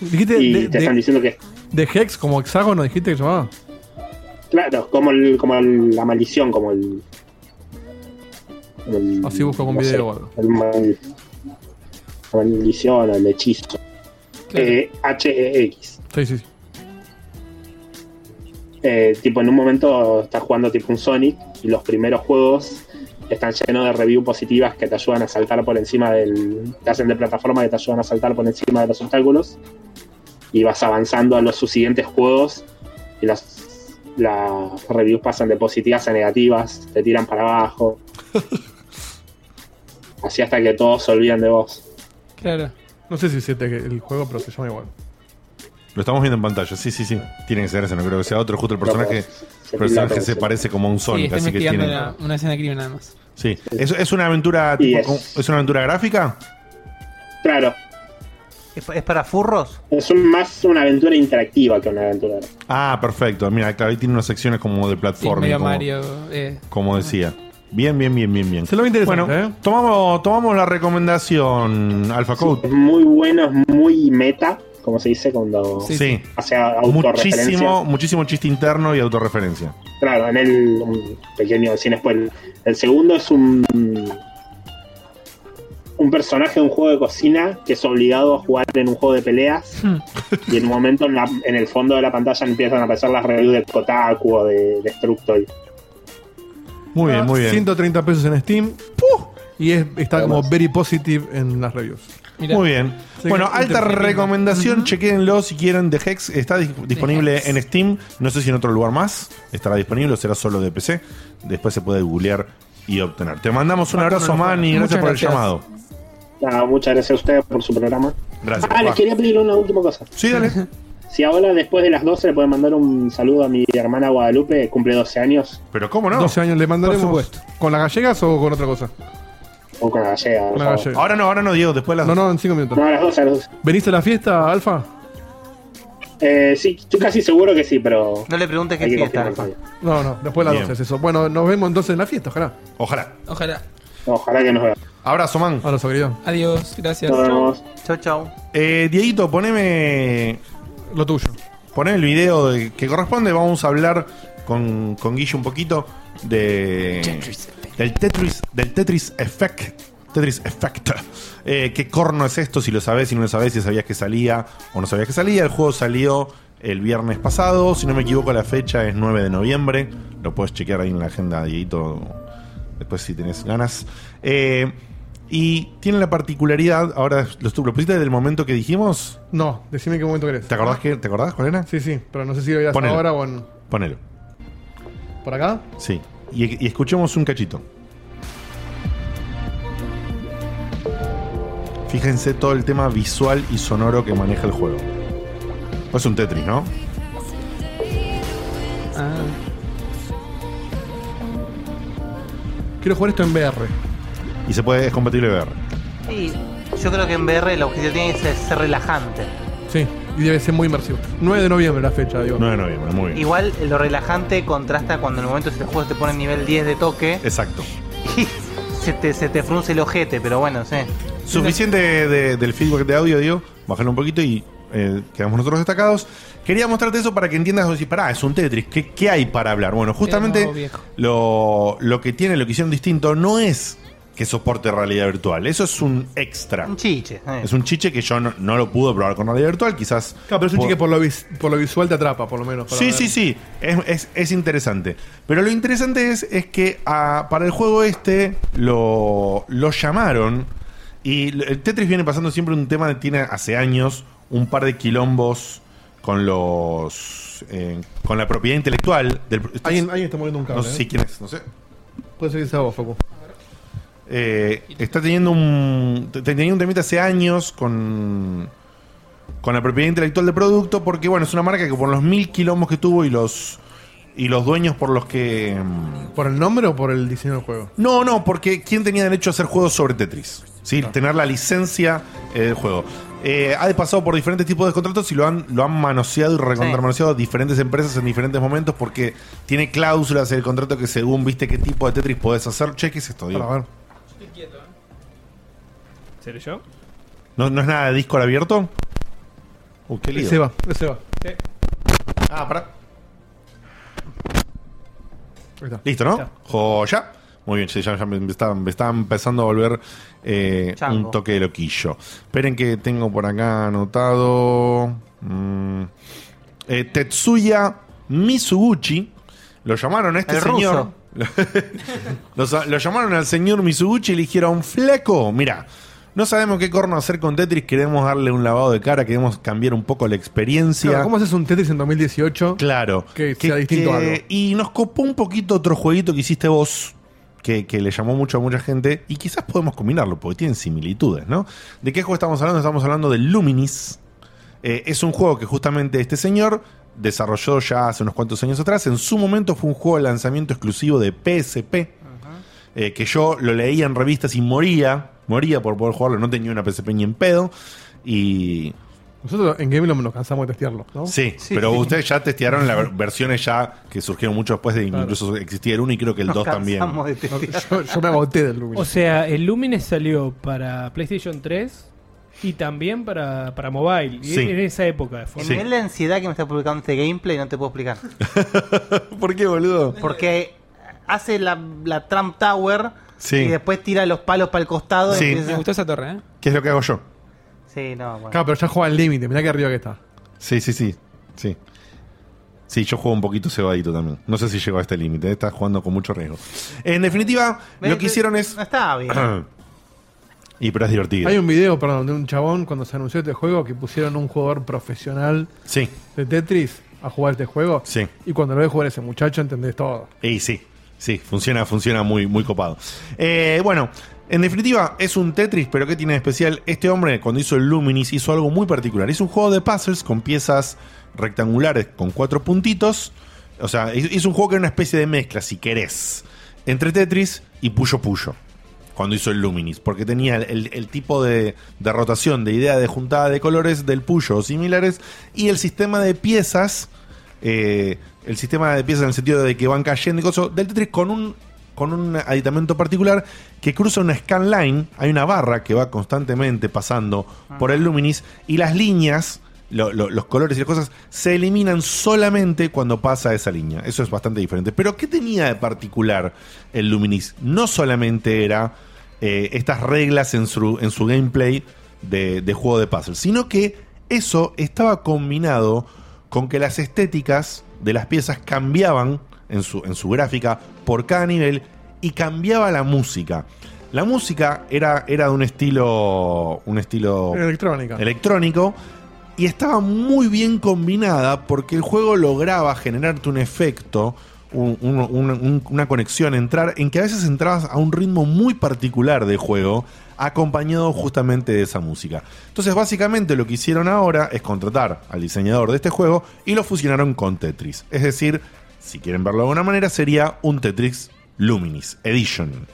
C: Dijiste
I: y
C: de,
I: te están
C: de-
I: diciendo que
C: de Hex como hexágono, dijiste que llamaba.
I: Claro, como, el, como el- la maldición, como el. como el-
C: Así busco con video o algo.
I: el mal- la maldición, el hechizo. Eh, H-E-X.
C: Sí, sí, sí.
I: Eh, tipo, en un momento estás jugando tipo un Sonic y los primeros juegos están llenos de reviews positivas que te ayudan a saltar por encima del. te hacen de plataforma que te ayudan a saltar por encima de los obstáculos. Y vas avanzando a los sus siguientes juegos y las, las reviews pasan de positivas a negativas, te tiran para abajo. Así hasta que todos se olvidan de vos.
F: Claro.
C: No sé si es el juego, pero se llama igual.
B: Lo estamos viendo en pantalla. Sí, sí, sí. Tiene que ser ese, no creo que sea otro. Justo el personaje, el personaje se parece como a un
F: Sí,
B: Sonic,
F: está
B: así que
F: investigando
B: tiene.
F: la- una escena de crimen nada más.
B: Sí. ¿Es, es una aventura tipo, como- es. una aventura gráfica?
I: Claro.
D: ¿Es, para furros?
I: Es un- más una aventura interactiva que una aventura.
B: Ah, perfecto. Mira, claro, ahí tiene unas secciones como de
F: Sí,
B: platforming.
F: medio
B: como,
F: Mario. eh.
B: como decía. Bien, bien, bien, bien, bien.
C: Se lo ve interesante, ¿eh?
B: Bueno, tomamos, tomamos la recomendación, Alpha Code.
I: Es muy bueno, es muy meta, como se dice cuando
B: Sí, sí.
I: hace autorreferencia.
B: Muchísimo, muchísimo chiste interno y autorreferencia.
I: Claro, en el un pequeño sin spoiler. El segundo es un un personaje de un juego de cocina que es obligado a jugar en un juego de peleas
Z: Hmm.
I: y en un momento en, la- en el fondo de la pantalla empiezan a aparecer las reviews de Kotaku o de Destructoid.
B: Muy bien, muy bien.
C: 130 pesos en Steam. ¡Puh! Y es- está como very positive en las reviews.
B: Muy bien. bueno, alta recomendación, chequenlo si quieren. The Hex está dis- disponible en Steam. No sé si en otro lugar más estará disponible o será solo de PC. Después se puede googlear y obtener. Te mandamos un abrazo, man, y gracias, por el llamado.
I: Nada, muchas gracias a ustedes por su programa.
B: Gracias.
I: Ah, les
B: papá.
I: quería pedir una última cosa.
B: Sí, dale.
I: Si ahora después de las 12 le pueden mandar un saludo a mi hermana Guadalupe, que cumple 12 años,
B: Pero cómo no.
C: 12 años le mandaremos.
B: Por
C: ¿Con las gallegas o con otra cosa?
I: o con la gallega. por
C: Con la
I: favor.
C: gallega.
B: Ahora no, ahora no, Diego, después las
C: No, no, en 5 minutos.
I: No, a las 12, a las 12.
C: ¿Veniste a la fiesta, Alfa?
I: Eh, sí, estoy casi seguro que sí, pero.
D: No le preguntes
I: qué
D: fiesta,
C: No, no, después de las
B: Bien. Oh.
C: 12 es eso. Bueno, nos vemos entonces en la fiesta, ojalá.
B: Ojalá.
F: Ojalá.
I: Ojalá que nos vean.
B: Abrazo, man.
C: Abrazo, querido.
F: Adiós, gracias.
B: Nos vemos.
D: Chau, chau.
B: Eh, Dieguito, poneme.
C: Lo tuyo.
B: Poneme el video de- que corresponde. Vamos a hablar con, con Guille un poquito de. Del Tetris, del Tetris Effect. Tetris Effect. Eh, ¿Qué corno es esto? Si lo sabés, si no lo sabés, si sabías que salía o no sabías que salía. El juego salió el viernes pasado. Si no me equivoco, la fecha es 9 de noviembre. Lo puedes chequear ahí en la agenda, Dieguito, Después, si tenés ganas. Eh, y tiene la particularidad, ahora, ¿lo, lo pusiste desde el momento que dijimos?
C: No, decime qué momento querés.
B: ¿Te acordás, que, ¿te acordás cuál era?
C: Sí, sí, pero no sé si lo irás
B: Ponelo.
C: ahora o en-
B: Ponelo.
C: por acá.
B: Sí. Y, y escuchemos un cachito. Fíjense todo el tema visual y sonoro que maneja el juego. Es un Tetris, ¿no?
C: Quiero jugar esto en VR.
B: Y se puede, es compatible VR.
D: Y yo creo que en VR el objetivo tiene que ser, ser relajante.
C: Sí, y debe ser muy inmersivo. 9 de noviembre la fecha, digo.
B: 9 de noviembre, muy bien.
D: Igual lo relajante contrasta cuando en el momento si el juego te pone en nivel 10 de toque.
B: Exacto.
D: Y se te, se te frunce el ojete, pero bueno, sí.
B: Suficiente de- de- del feedback de audio, digo. Bájalo un poquito y eh, quedamos nosotros destacados. Quería mostrarte eso para que entiendas. Decir, pará, es un Tetris. ¿Qué, qué hay para hablar? Bueno, justamente
F: Pero viejo.
B: lo, lo que tiene, lo que hicieron distinto, no es que soporte realidad virtual. Eso es un extra. Un
D: chiche.
B: Es un chiche que yo no, no lo pude probar con realidad virtual. Quizás.
C: eh. Claro, Ah, pero es un
B: por-
C: chique por lo, vis- por lo visual te atrapa, por lo menos. para
B: Sí,
C: ver.
B: sí, sí. Es, es- es interesante. Pero lo interesante es, es que ah, para el juego este lo, lo llamaron. Y l- el Tetris viene pasando siempre un tema que tiene hace años un par de quilombos con los. eh, con la propiedad intelectual del.
C: Alguien, alguien está moviendo un cable. ¿eh?
B: No sé si quién es, no sé.
C: Puede ser que sea vos, Facu.
B: Eh, está teniendo un. te- Tenía un temita hace años con. Con la propiedad intelectual de producto. Porque, bueno, es una marca que por los mil quilombos que tuvo y los. Y los dueños por los que. mm,
C: ¿Por el nombre o por el diseño del juego?
B: No, no, porque ¿quién tenía derecho a hacer juegos sobre Tetris? ¿Sí? Tener la licencia eh, del juego. Eh, ha pasado por diferentes tipos de contratos y lo han, lo han manoseado y recontramanuseado diferentes empresas en diferentes momentos porque tiene cláusulas en el contrato que según viste qué tipo de Tetris podés hacer. Che, ¿qué es esto? Digo.
C: Para ver.
E: ¿Seré yo?
B: ¿No, no es nada de Discord abierto? Uh, qué lío.
C: Ese va, ese va.
B: Ah, pará. Listo, ¿no? Joya. Muy bien, sí, ya, ya me, está, me está empezando a volver eh, un toque de loquillo. Esperen que tengo por acá anotado. Mm. Eh, Tetsuya Mizuguchi. Lo llamaron a este
D: El ruso.
B: señor. Lo, sa- lo llamaron al señor Mizuguchi y le dijeron, flaco, mira, no sabemos qué corno hacer con Tetris, queremos darle un lavado de cara, queremos cambiar un poco la experiencia.
C: Claro, ¿Cómo haces un Tetris en 2018?
B: Claro.
C: Que sea distinto a
B: que- eh,
C: algo.
B: Y nos copó un poquito otro jueguito que hiciste vos, que, que le llamó mucho a mucha gente, y quizás podemos combinarlo, porque tienen similitudes, ¿no? ¿De qué juego estamos hablando? Estamos hablando de Luminis. Eh, es un juego que justamente este señor desarrolló ya hace unos cuantos años atrás. En su momento fue un juego de lanzamiento exclusivo de PSP. eh, que yo lo leía en revistas y moría, moría por poder jugarlo, no tenía una PSP ni en pedo. Y
C: Nosotros en GameLob nos cansamos de testearlo, ¿no?
B: Sí, pero ustedes ya testearon las ver- versiones ya que surgieron mucho después de incluso existía el 1 y creo que el 2 también.
C: yo, yo me agoté del Lumines.
E: O sea, el Lumines salió para PlayStation 3 y también para, para mobile. Y
D: Sí.
E: en esa época.
D: El
E: Fue
D: nivel de ansiedad que me está publicando este gameplay no te puedo explicar.
B: ¿Por qué, boludo?
D: Porque hace la, la Trump Tower
B: Sí.
D: y después tira los palos para el costado. y
B: Sí.
D: empieza-
B: Me gustó
F: esa torre, ¿eh?
B: ¿Qué es lo que hago yo?
D: Sí, no, bueno.
C: Claro, pero ya juega al límite, mirá que arriba que está.
B: Sí, sí, sí. Sí. Sí, yo juego un poquito cebadito también. No sé si llego a este límite, está jugando con mucho riesgo. En definitiva, lo que hicieron es Ah.
D: No está bien.
B: Y pero es divertido.
C: Hay un video, perdón, de un chabón cuando se anunció este juego que pusieron a un jugador profesional
B: Sí.
C: de Tetris a jugar este juego.
B: Sí.
C: Y cuando lo ves jugar a ese muchacho entendés todo.
B: Y sí, sí, funciona, funciona muy, muy copado. Eh, bueno, en definitiva, es un Tetris, pero ¿qué tiene de especial? Este hombre, cuando hizo el Luminis, hizo algo muy particular. Hizo un juego de puzzles con piezas rectangulares con cuatro puntitos. O sea, hizo hizo un juego que era una especie de mezcla, si querés, entre Tetris y Puyo Puyo. Cuando hizo el Luminis, porque tenía el, el- el tipo de, de rotación, de idea de juntada de colores del Puyo o similares, y el sistema de piezas eh, el sistema de piezas en el sentido de que van cayendo y cosas del Tetris con un con un aditamento particular que cruza una scan line, hay una barra que va constantemente pasando por el Luminis y las líneas, lo- lo- los colores y las cosas se eliminan solamente cuando pasa esa línea. Eso es bastante diferente. Pero ¿qué tenía de particular el Luminis? No solamente era eh, estas reglas en su, en su gameplay de, de juego de puzzle, sino que eso estaba combinado con que las estéticas de las piezas cambiaban en su, en su gráfica por cada nivel y cambiaba la música. La música era, era de un estilo. un estilo
C: Electrónica.
B: electrónico. Y estaba muy bien combinada porque el juego lograba generarte un efecto, un- un- un- un- una conexión, entrar en que a veces entrabas a un ritmo muy particular de juego acompañado justamente de esa música. Entonces básicamente lo que hicieron ahora es contratar al diseñador de este juego y lo fusionaron con Tetris. Es decir, si quieren verlo de alguna manera, sería un Tetris Luminis Edition.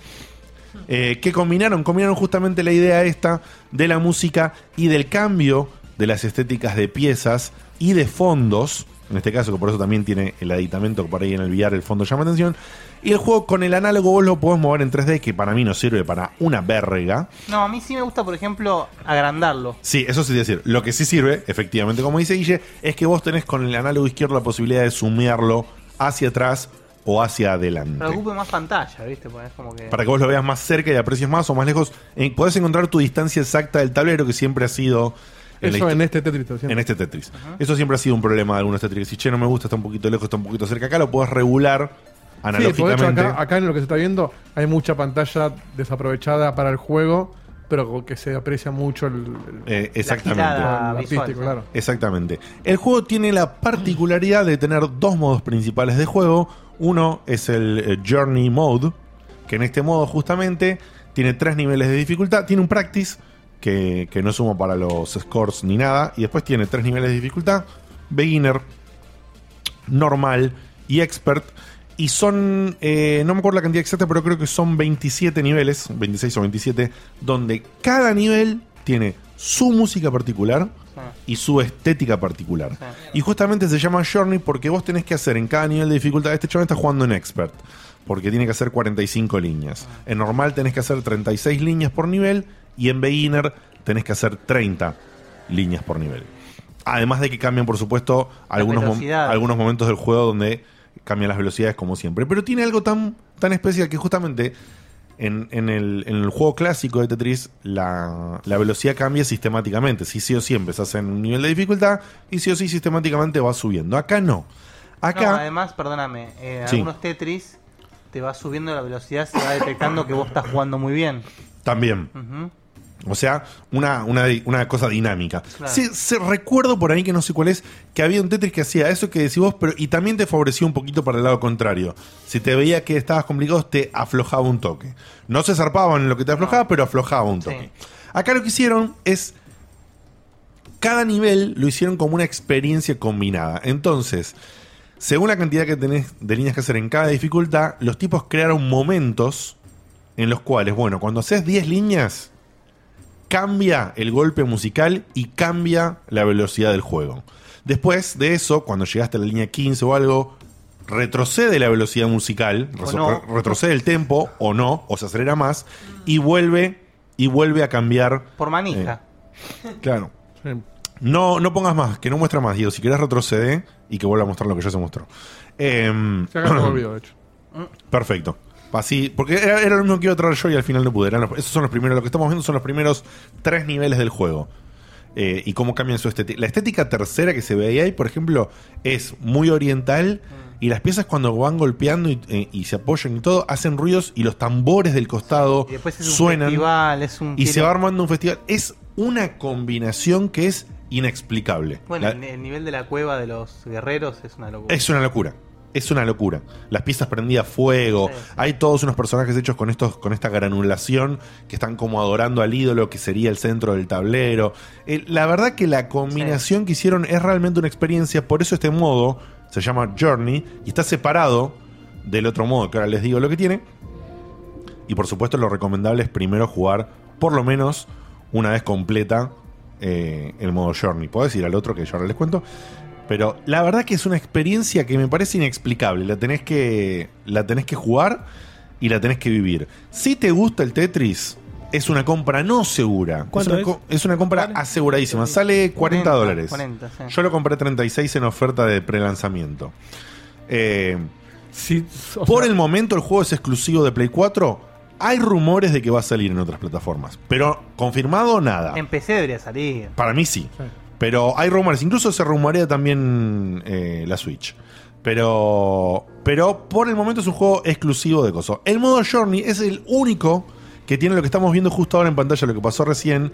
B: Eh, ¿Qué combinaron? Combinaron justamente la idea esta de la música y del cambio de las estéticas de piezas y de fondos. En este caso, que por eso también tiene el aditamento que por ahí en el VR el fondo llama atención. Y el juego con el análogo vos lo podés mover en 3D, que para mí no sirve para una verga.
D: No, a mí sí me gusta, por ejemplo, agrandarlo.
B: Sí, eso sí decir. Lo que sí sirve, efectivamente, como dice Guille, es que vos tenés con el análogo izquierdo la posibilidad de sumearlo hacia atrás o hacia adelante.
D: Pero ocupe más pantalla, ¿viste? Porque es como que.
B: Para que vos lo veas más cerca y aprecies más o más lejos. En- podés encontrar tu distancia exacta del tablero que siempre ha sido. la
C: Eso
B: histo-
C: en este Tetris. lo siento.
B: en este Tetris. Eso siempre ha sido un problema de algunos Tetris. Si che, no me gusta, está un poquito lejos, está un poquito cerca. Acá lo podés regular
C: Sí, por hecho,
B: analógicamente.
C: acá, acá en lo que se está viendo hay mucha pantalla desaprovechada para el juego, pero como que se aprecia mucho el, el-
B: Eh, exactamente.
C: el artístico, claro.
B: Exactamente. El juego tiene la particularidad de tener dos modos principales de juego. Uno es el eh, Journey Mode, que en este modo justamente tiene tres niveles de dificultad. Tiene un practice, que, que no sumo para los scores ni nada. Y después tiene tres niveles de dificultad. Beginner, normal y expert. Y son, eh, no me acuerdo la cantidad exacta, pero creo que son 27 niveles, 26 o 27, donde cada nivel tiene su música particular y su estética particular. Y justamente se llama Journey porque vos tenés que hacer en cada nivel de dificultad. Este chaval está jugando en expert, porque tiene que hacer 45 líneas. En normal tenés que hacer 36 líneas por nivel y en beginner tenés que hacer 30 líneas por nivel. Además de que cambian, por supuesto, algunos, mom-
D: velocidades.
B: algunos momentos del juego donde cambian las velocidades como siempre. Pero tiene algo tan, tan especial que justamente en, en el, en el juego clásico de Tetris la, la velocidad cambia sistemáticamente. Si sí o sí empezás en un nivel de dificultad y sí o sí sistemáticamente va subiendo. Acá no.
D: No,
B: Acá...
D: además, perdóname, eh,
B: Sí.
D: algunos Tetris te va subiendo la velocidad, se va detectando que vos estás jugando muy bien.
B: También.
D: Ujú.
B: O sea, una, una, una cosa dinámica.
D: Claro.
B: Sí, se recuerdo por ahí que no sé cuál es, que había un Tetris que hacía eso que decís vos, pero y también te favorecía un poquito para el lado contrario. Si te veía que estabas complicado, te aflojaba un toque. No se zarpaban en lo que te aflojaba, pero aflojaba un toque. Acá lo que hicieron es cada nivel lo hicieron como una experiencia combinada. Entonces, según la cantidad que tenés de líneas que hacer en cada dificultad, los tipos crearon momentos en los cuales, bueno, cuando haces 10 líneas, cambia el golpe musical y cambia la velocidad del juego. Después de eso, cuando llegaste a la línea 15 o algo, retrocede la velocidad musical, reso-
D: no.
B: re- retrocede el tempo o no, o se acelera más y vuelve y vuelve a cambiar eh,
D: Por manija.
B: Claro. No, no pongas más, que no muestra más, Diego. Si querés retrocede y que vuelva a mostrar lo que ya se mostró. Em,
C: Se acá se me olvidó, de hecho.
B: perfecto. Así, porque era, era lo mismo que iba a traer yo y al final no pude. Eran los- esos son los primeros, lo que estamos viendo son los primeros tres niveles del juego. Eh, y cómo cambian su estética. La estética tercera que se ve ahí, por ejemplo, es muy oriental. Y las piezas cuando van golpeando y, eh, y se apoyan y todo, hacen ruidos y los tambores del costado
D: Y después es un
B: suenan.
D: festival, es un.
B: Y se
D: tiene-
B: va armando un festival. Es una combinación que es inexplicable.
D: Bueno,
B: La-
D: el, el nivel de la cueva de los guerreros es una locura.
B: es una locura. Es una locura. Las piezas prendidas a fuego. Hay todos unos personajes hechos con estos, con esta granulación que están como adorando al ídolo que sería el centro del tablero. Eh, la verdad que la combinación que hicieron es realmente una experiencia. Por eso este modo se llama Journey y está separado del otro modo que ahora les digo lo que tiene. Y por supuesto lo recomendable es primero jugar por lo menos una vez completa eh, el modo Journey. Podés ir al otro que yo ahora les cuento. Pero la verdad que es una experiencia que me parece inexplicable. La tenés que, la tenés que jugar y la tenés que vivir. Si te gusta el Tetris, es una compra no segura.
E: ¿Cuánto
B: una
E: es?
B: co- una compra aseguradísima. Sale
D: 40,
B: 40 dólares.
D: 40, sí.
B: Yo lo compré 36 en oferta de prelanzamiento. Eh, por el momento el juego es exclusivo de Play 4. Hay rumores de que va a salir en otras plataformas. Pero confirmado nada.
D: En PC debería salir.
B: Para mí sí. Pero hay rumores. Incluso se rumorea también eh, la Switch. Pero Pero por el momento es un juego exclusivo de Coso. El modo Journey es el único que tiene lo que estamos viendo justo ahora en pantalla, lo que pasó recién.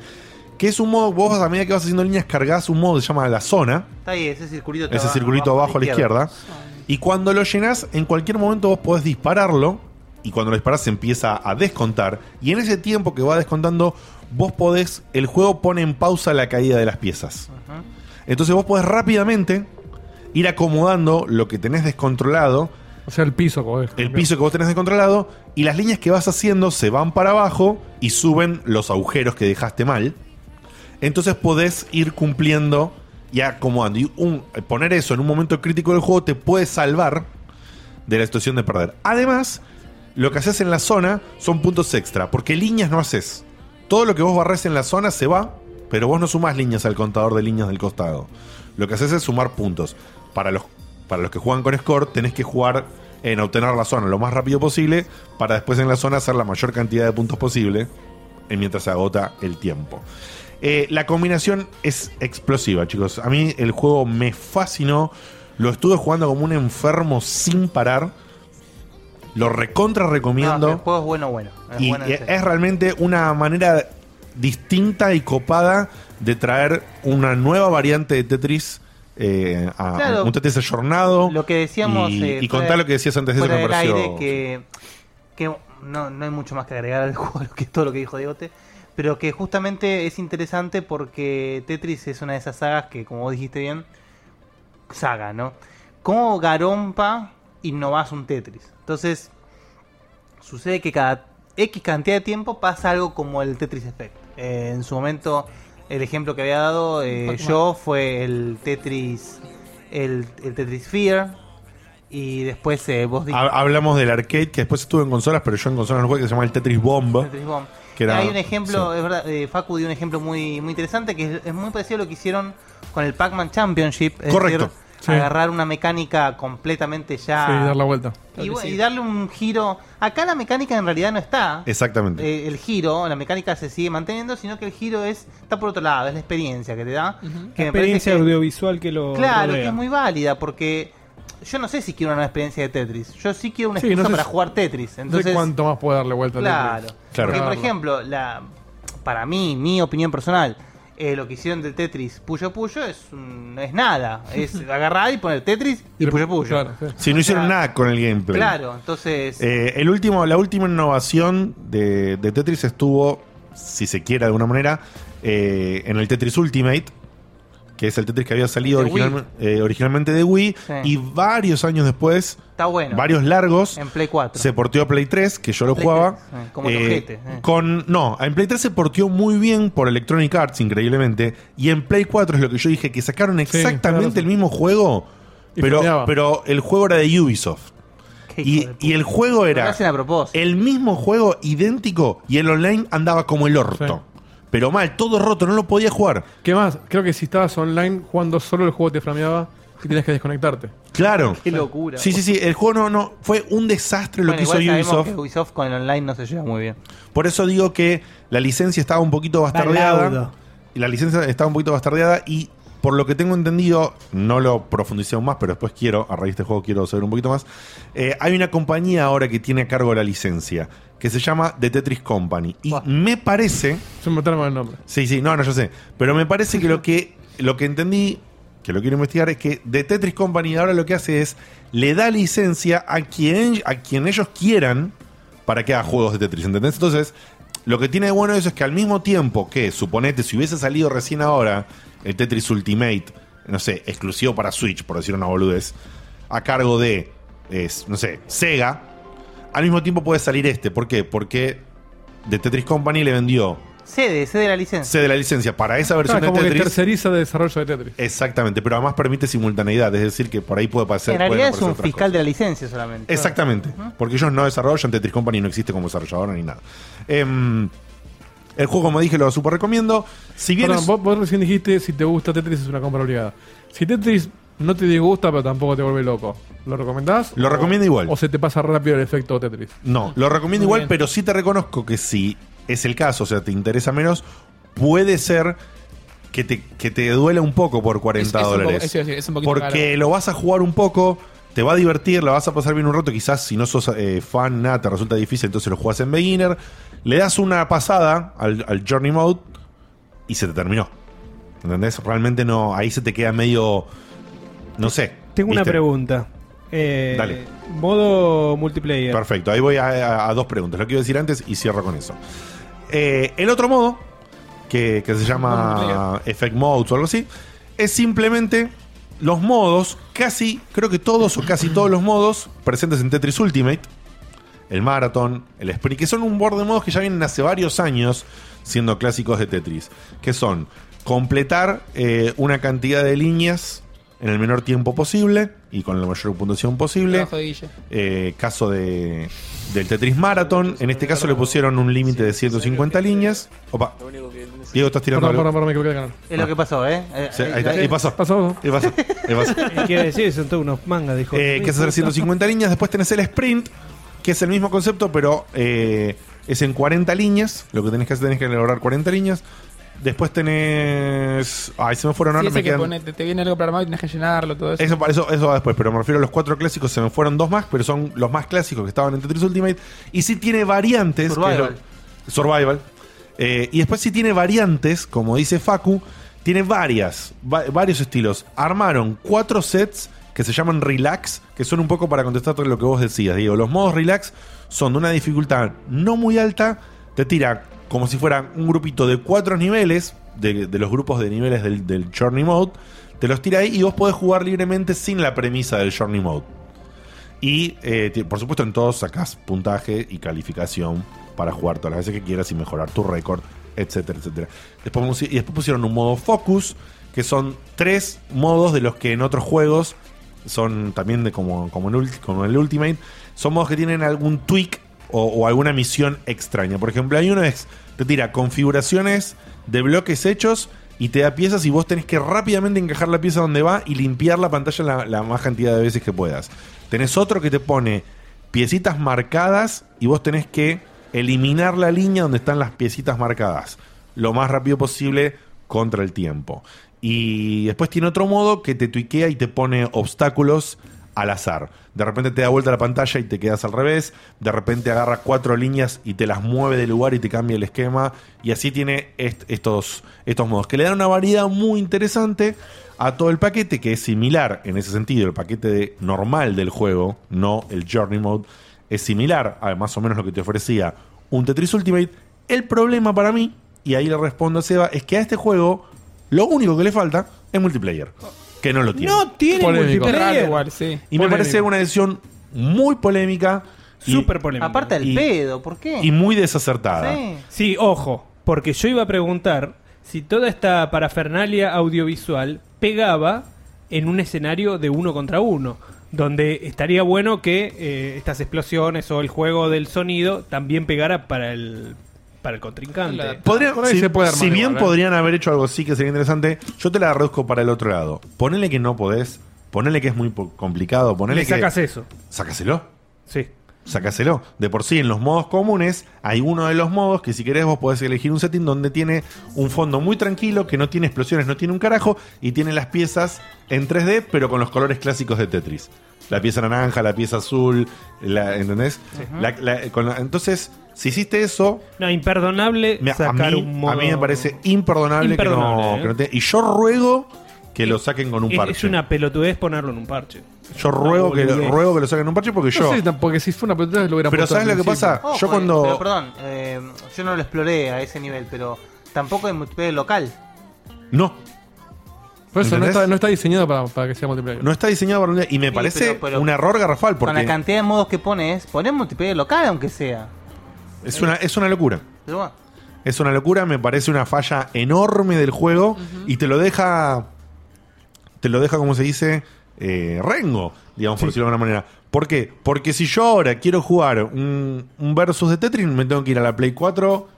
B: Que es un modo, vos a medida que vas haciendo líneas cargas, un modo que se llama la zona.
D: Está ahí, ese circulito. está
B: Ese
D: abajo,
B: circulito abajo a la izquierda. Y cuando lo llenas, en cualquier momento vos podés dispararlo. Y cuando lo disparás se empieza a descontar. Y en ese tiempo que va descontando, vos podés. El juego pone en pausa la caída de las piezas. Entonces vos podés rápidamente ir acomodando lo que tenés descontrolado. O sea, el piso El piso que vos tenés descontrolado. Y las líneas que vas haciendo se van para abajo y suben los agujeros que dejaste mal. Entonces podés ir cumpliendo y acomodando. Y un- poner eso en un momento crítico del juego te puede salvar de la situación de perder. Además, lo que haces en la zona son puntos extra, porque líneas no haces. Todo lo que vos barres en la zona se va, pero vos no sumás líneas al contador de líneas del costado. Lo que haces es sumar puntos. Para los, para los que juegan con score, tenés que jugar en obtener la zona lo más rápido posible, para después en la zona hacer la mayor cantidad de puntos posible, eh, mientras se agota el tiempo. Eh, la combinación es explosiva, chicos. A mí el juego me fascinó. Lo estuve jugando como un enfermo sin parar. Lo recontra
D: No,
B: recomiendo.
D: el Ah, juego es bueno, bueno. Es
B: y e
D: bueno en
B: es,
D: serio.
B: realmente una manera distinta y copada de traer una nueva variante de Tetris. eh, a
D: Claro.
B: un Tetris ayornado.
D: Lo que decíamos.
B: Y,
D: eh,
B: y
D: fuera-
B: contar lo que decías antes de eso
D: fuera
B: me
D: del
B: pareció.
D: aire, que, que no, no hay mucho más que agregar al juego, que todo lo que dijo Diegote. Pero que justamente es interesante porque Tetris es una de esas sagas que, como vos dijiste bien, saga, ¿no? ¿Cómo Garompa innovas un Tetris? Entonces, sucede que cada X cantidad de tiempo pasa algo como el Tetris Effect. Eh, en su momento, el ejemplo que había dado eh,
J: Pac-Man.
D: yo fue el Tetris, el, el Tetris Fear. Y después eh, vos dijiste.
B: Ha- hablamos del arcade que después estuvo en consolas, pero yo en consolas no jugué, que se llama el Tetris Bomb.
D: Tetris Bomb.
B: que era-
D: Hay un ejemplo,
B: sí.
D: es verdad, eh, Facu dio un ejemplo muy, muy interesante que es, es muy parecido a lo que hicieron con el Pac-Man Championship. es
C: Correcto.
D: decir,
C: Sí.
D: Agarrar una mecánica completamente ya.
C: Sí, dar la vuelta.
D: Y, bu- y darle un giro. Acá la mecánica en realidad no está.
B: Exactamente.
D: eh, el giro, la mecánica se sigue manteniendo, sino que el giro es está por otro lado, es la experiencia que te da. que
E: La
D: me parece
E: experiencia
D: que-
E: audiovisual que lo.
D: Claro,
E: rodea.
D: que es muy válida porque yo no sé si quiero una nueva experiencia de Tetris. Yo sí quiero una
C: Sí,
D: excusa
C: no sé
D: para
C: si-
D: jugar Tetris.
C: No
D: Entonces,
C: sé cuánto más puede darle vuelta al
D: Claro.
C: Tetris.
D: Porque, por ejemplo, la, para mí, mi opinión personal, eh, lo que hicieron del Tetris Puyo Puyo es, un- no es nada. Es agarrar y poner Tetris y Puyo Puyo.
B: Si no hicieron nada con el gameplay.
D: Claro, entonces.
B: Eh, el último, la última innovación de, de Tetris estuvo, si se quiere de alguna manera, eh, en el Tetris Ultimate, que es el Tetris que había salido
D: De Wii.
B: originalme- eh, originalmente de Wii,
D: Sí.
B: y varios años después,
D: Está bueno.
B: varios largos,
D: En Play 4.
B: se porteó a Play 3, que yo lo
D: Play
B: jugaba.
D: 3, eh, como el ojete, eh.
B: Con, no, en Play 3 se porteó muy bien por Electronic Arts, increíblemente, y en Play 4 es lo que yo dije, que sacaron exactamente el mismo juego,
C: Y
B: pero,
C: flameaba.
B: pero el juego era de Ubisoft. Y, y el juego
D: Lo
B: era
D: hacen a propósito.
B: el mismo juego idéntico y el online andaba como el orto. Pero mal, todo roto, no lo podía jugar.
C: ¿Qué más? Creo que si estabas online jugando solo el juego te flameaba y tenías que desconectarte.
B: Claro.
D: Qué locura.
B: Sí, sí, sí. El juego no, no. Fue un desastre lo
D: Bueno, igual
B: que hizo
D: sabemos
B: Ubisoft.
D: que Ubisoft con el online no se lleva muy bien.
B: Por eso digo que la licencia estaba un poquito bastardeada.
D: laudo.
B: Y la licencia estaba un poquito bastardeada. Y por lo que tengo entendido, no lo profundicé aún más, pero después quiero, a raíz de este juego, quiero saber un poquito más. Eh, hay una compañía ahora que tiene a cargo la licencia, que se llama The Tetris Company. Y me parece.
C: Se me el nombre.
B: Sí, sí, no, no, yo sé. Pero me parece que lo que, lo que entendí, que lo quiero investigar, es que The Tetris Company ahora lo que hace es le da licencia a quien, a quien ellos quieran para que haga juegos de Tetris, ¿entendés? Entonces, lo que tiene de bueno eso es que al mismo tiempo que, suponete, si hubiese salido recién ahora el Tetris Ultimate, no sé, exclusivo para Switch, por decir una boludez, a cargo de, es, no sé, Sega, al mismo tiempo puede salir este. ¿Por qué? Porque The Tetris Company le vendió
D: Cede, cede la licencia.
B: cede la licencia para esa versión
C: Claro, como
B: de
C: que
B: Tetris.
C: terceriza de desarrollo de Tetris.
B: Exactamente, pero además permite simultaneidad, es decir, que por ahí puede pasar.
D: en realidad es un fiscal de la licencia solamente.
B: Exactamente, porque ellos no desarrollan, Tetris Company no existe como desarrolladora ni nada. Em, el juego, como dije, lo super recomiendo. Si bien
C: Perdón,
B: es-
C: vos, vos recién dijiste si te gusta Tetris es una compra obligada. Si Tetris no te disgusta, pero tampoco te vuelve loco, ¿lo recomendás?
B: Lo
C: ¿O-
B: recomiendo igual.
C: ¿O se te pasa rápido el efecto Tetris?
B: No, lo recomiendo
C: Muy
B: igual,
C: bien.
B: pero sí te reconozco que si es el caso, o sea, te interesa menos, puede ser que te, que te duela un poco por 40
F: Es- es un poco-
B: dólares.
F: es- es un poquito
B: porque
F: caro.
B: lo vas a jugar un poco, te va a divertir, la vas a pasar bien un rato. Quizás si no sos eh, fan, nada, te resulta difícil, entonces lo jugás en beginner. Le das una pasada al, al Journey Mode y se te terminó. ¿Entendés? Realmente no, ahí se te queda medio. No sé.
E: Tengo una
B: ¿viste?
E: pregunta. Eh,
B: Dale.
E: Modo multiplayer.
B: Perfecto, ahí voy a, a- a dos preguntas. Lo quiero decir antes y cierro con eso. Eh, el otro modo, que, que se llama Effect Mode o algo así, es simplemente los modos, casi, creo que todos o casi todos los modos presentes en Tetris Ultimate, el Marathon, el Sprint, que son un board de modos que ya vienen hace varios años siendo clásicos de Tetris, que son completar eh, una cantidad de líneas en el menor tiempo posible y con la mayor puntuación posible
F: Trabajo de Guille.
B: eh, caso de, del Tetris Marathon. En este caso le pusieron un límite de 150 líneas. Opa. Diego, estás tirando.
C: Perdón,
B: algo? Ah.
C: perdón, perdón, me equivoqué de canal.
D: Es lo que pasó, ¿eh? Eh,
B: Sí,
D: eh,
B: ahí está.
D: eh,
B: Y pasó.
C: Pasó.
B: Y pasó. Y pasó.
E: Quiere decir, son todos unos mangas, dijo.
B: Eh, que es hacer 150 líneas. Después tenés el sprint, que es el mismo concepto, pero eh, es en 40 líneas. Lo que tenés que hacer tenés que elaborar 40 líneas. Después tenés. Ay, se me fueron
F: Sí,
B: ahora.
F: ese
B: me
F: que
B: quedan-
F: pone- te, te viene algo programado y tienes que llenarlo, todo eso.
B: Eso, pa- eso, eso va después, pero me refiero a los cuatro clásicos. Se me fueron dos más, pero son los más clásicos que estaban en Tetris Ultimate. Y sí tiene variantes. que es lo-
D: Survival.
B: survival. Eh, y después sí tiene variantes, como dice Facu. Tiene varias, va- varios estilos. Armaron cuatro sets que se llaman Relax, que son un poco para contestar lo que vos decías, Diego. Los modos Relax son de una dificultad no muy alta. Te tira como si fuera un grupito de cuatro niveles, de, de los grupos de niveles del, del Journey Mode. Te los tira ahí y vos podés jugar libremente sin la premisa del Journey Mode. Y eh, ti- por supuesto en todos sacás puntaje y calificación para jugar todas las veces que quieras y mejorar tu récord, etcétera, etcétera. Después, musi- y después pusieron un modo focus, que son tres modos de los que en otros juegos son también de como, como, en, ulti- como en el Ultimate, son modos que tienen algún tweak o, o alguna misión extraña. Por ejemplo, hay uno es, te tira configuraciones de bloques hechos y te da piezas y vos tenés que rápidamente encajar la pieza donde va y limpiar la pantalla la, la más cantidad de veces que puedas. Tenés otro que te pone piecitas marcadas y vos tenés que eliminar la línea donde están las piecitas marcadas lo más rápido posible contra el tiempo. Y después tiene otro modo que te tuiquea y te pone obstáculos al azar. De repente te da vuelta la pantalla y te quedas al revés. De repente agarra cuatro líneas y te las mueve de lugar y te cambia el esquema. Y así tiene est- estos, estos modos que le dan una variedad muy interesante a todo el paquete que es similar en ese sentido. El paquete de- normal del juego, no el Journey Mode, es similar a más o menos lo que te ofrecía un Tetris Ultimate. El problema para mí, y ahí le respondo a Seba, es que a este juego lo único que le falta es multiplayer. Que no lo tiene.
E: No tiene Polémico. multiplayer.
F: Raro igual, sí.
B: Y me parece una decisión muy polémica. Súper
E: polémica.
D: Aparte del
B: y-
D: pedo, ¿por qué?
B: Y muy desacertada.
E: Sí, ojo, porque yo iba a preguntar si toda esta parafernalia audiovisual pegaba en un escenario de uno contra uno, donde estaría bueno que eh, estas explosiones o el juego del sonido también pegara para el para el contrincante.
B: Podría- si, si bien
E: ¿eh?
B: podrían haber hecho algo así que sería interesante, yo te la reduzco para el otro lado. Ponele que no podés, ponele que es muy po- complicado, ponele
E: Le
B: que.
E: sacas eso.
B: Sácaselo.
E: Sí.
B: Sácaselo. De por sí, en los modos comunes, hay uno de los modos que si querés vos podés elegir un setting donde tiene un fondo muy tranquilo, que no tiene explosiones, no tiene un carajo, y tiene las piezas en 3D, pero con los colores clásicos de Tetris. La pieza naranja, la pieza azul, la- ¿entendés? La- la- con la- entonces, si hiciste eso,
E: No, imperdonable
B: me- a,
E: sacar
B: mí,
E: un modo-
B: a mí me parece imperdonable, que no-
E: Imperdonable,
B: que
E: ¿eh?
B: no te- Y yo ruego que lo saquen con un
E: es,
B: parche.
E: es una pelotudez ponerlo en un parche.
B: Yo ruego que,
E: boludez.
B: ruego que lo saquen en un parche porque yo.
C: No sé, tampoco, porque si fue una pelota lo hubiera
B: Pero ¿sabes lo que pasa?
D: Ojo,
B: yo
D: eh,
B: cuando.
D: pero perdón, eh, yo no lo exploré a ese nivel, pero tampoco hay multiplayer local.
B: No.
C: Por eso no
B: ¿Entendés?
C: está, no está diseñado para, para que sea multiplayer.
B: No está diseñado para un y me parece un error garrafal
D: Con la
B: porque
D: cantidad de modos que pones, pones multiplayer local aunque sea.
B: es una, es una locura.
D: Pero bueno,
B: Es una locura, me parece una falla enorme del juego y te lo deja, te lo deja como se dice, eh, rengo, digamos por decirlo de alguna manera. ¿Por qué? Porque si yo ahora quiero jugar un, un versus de Tetris, me tengo que ir a la Play 4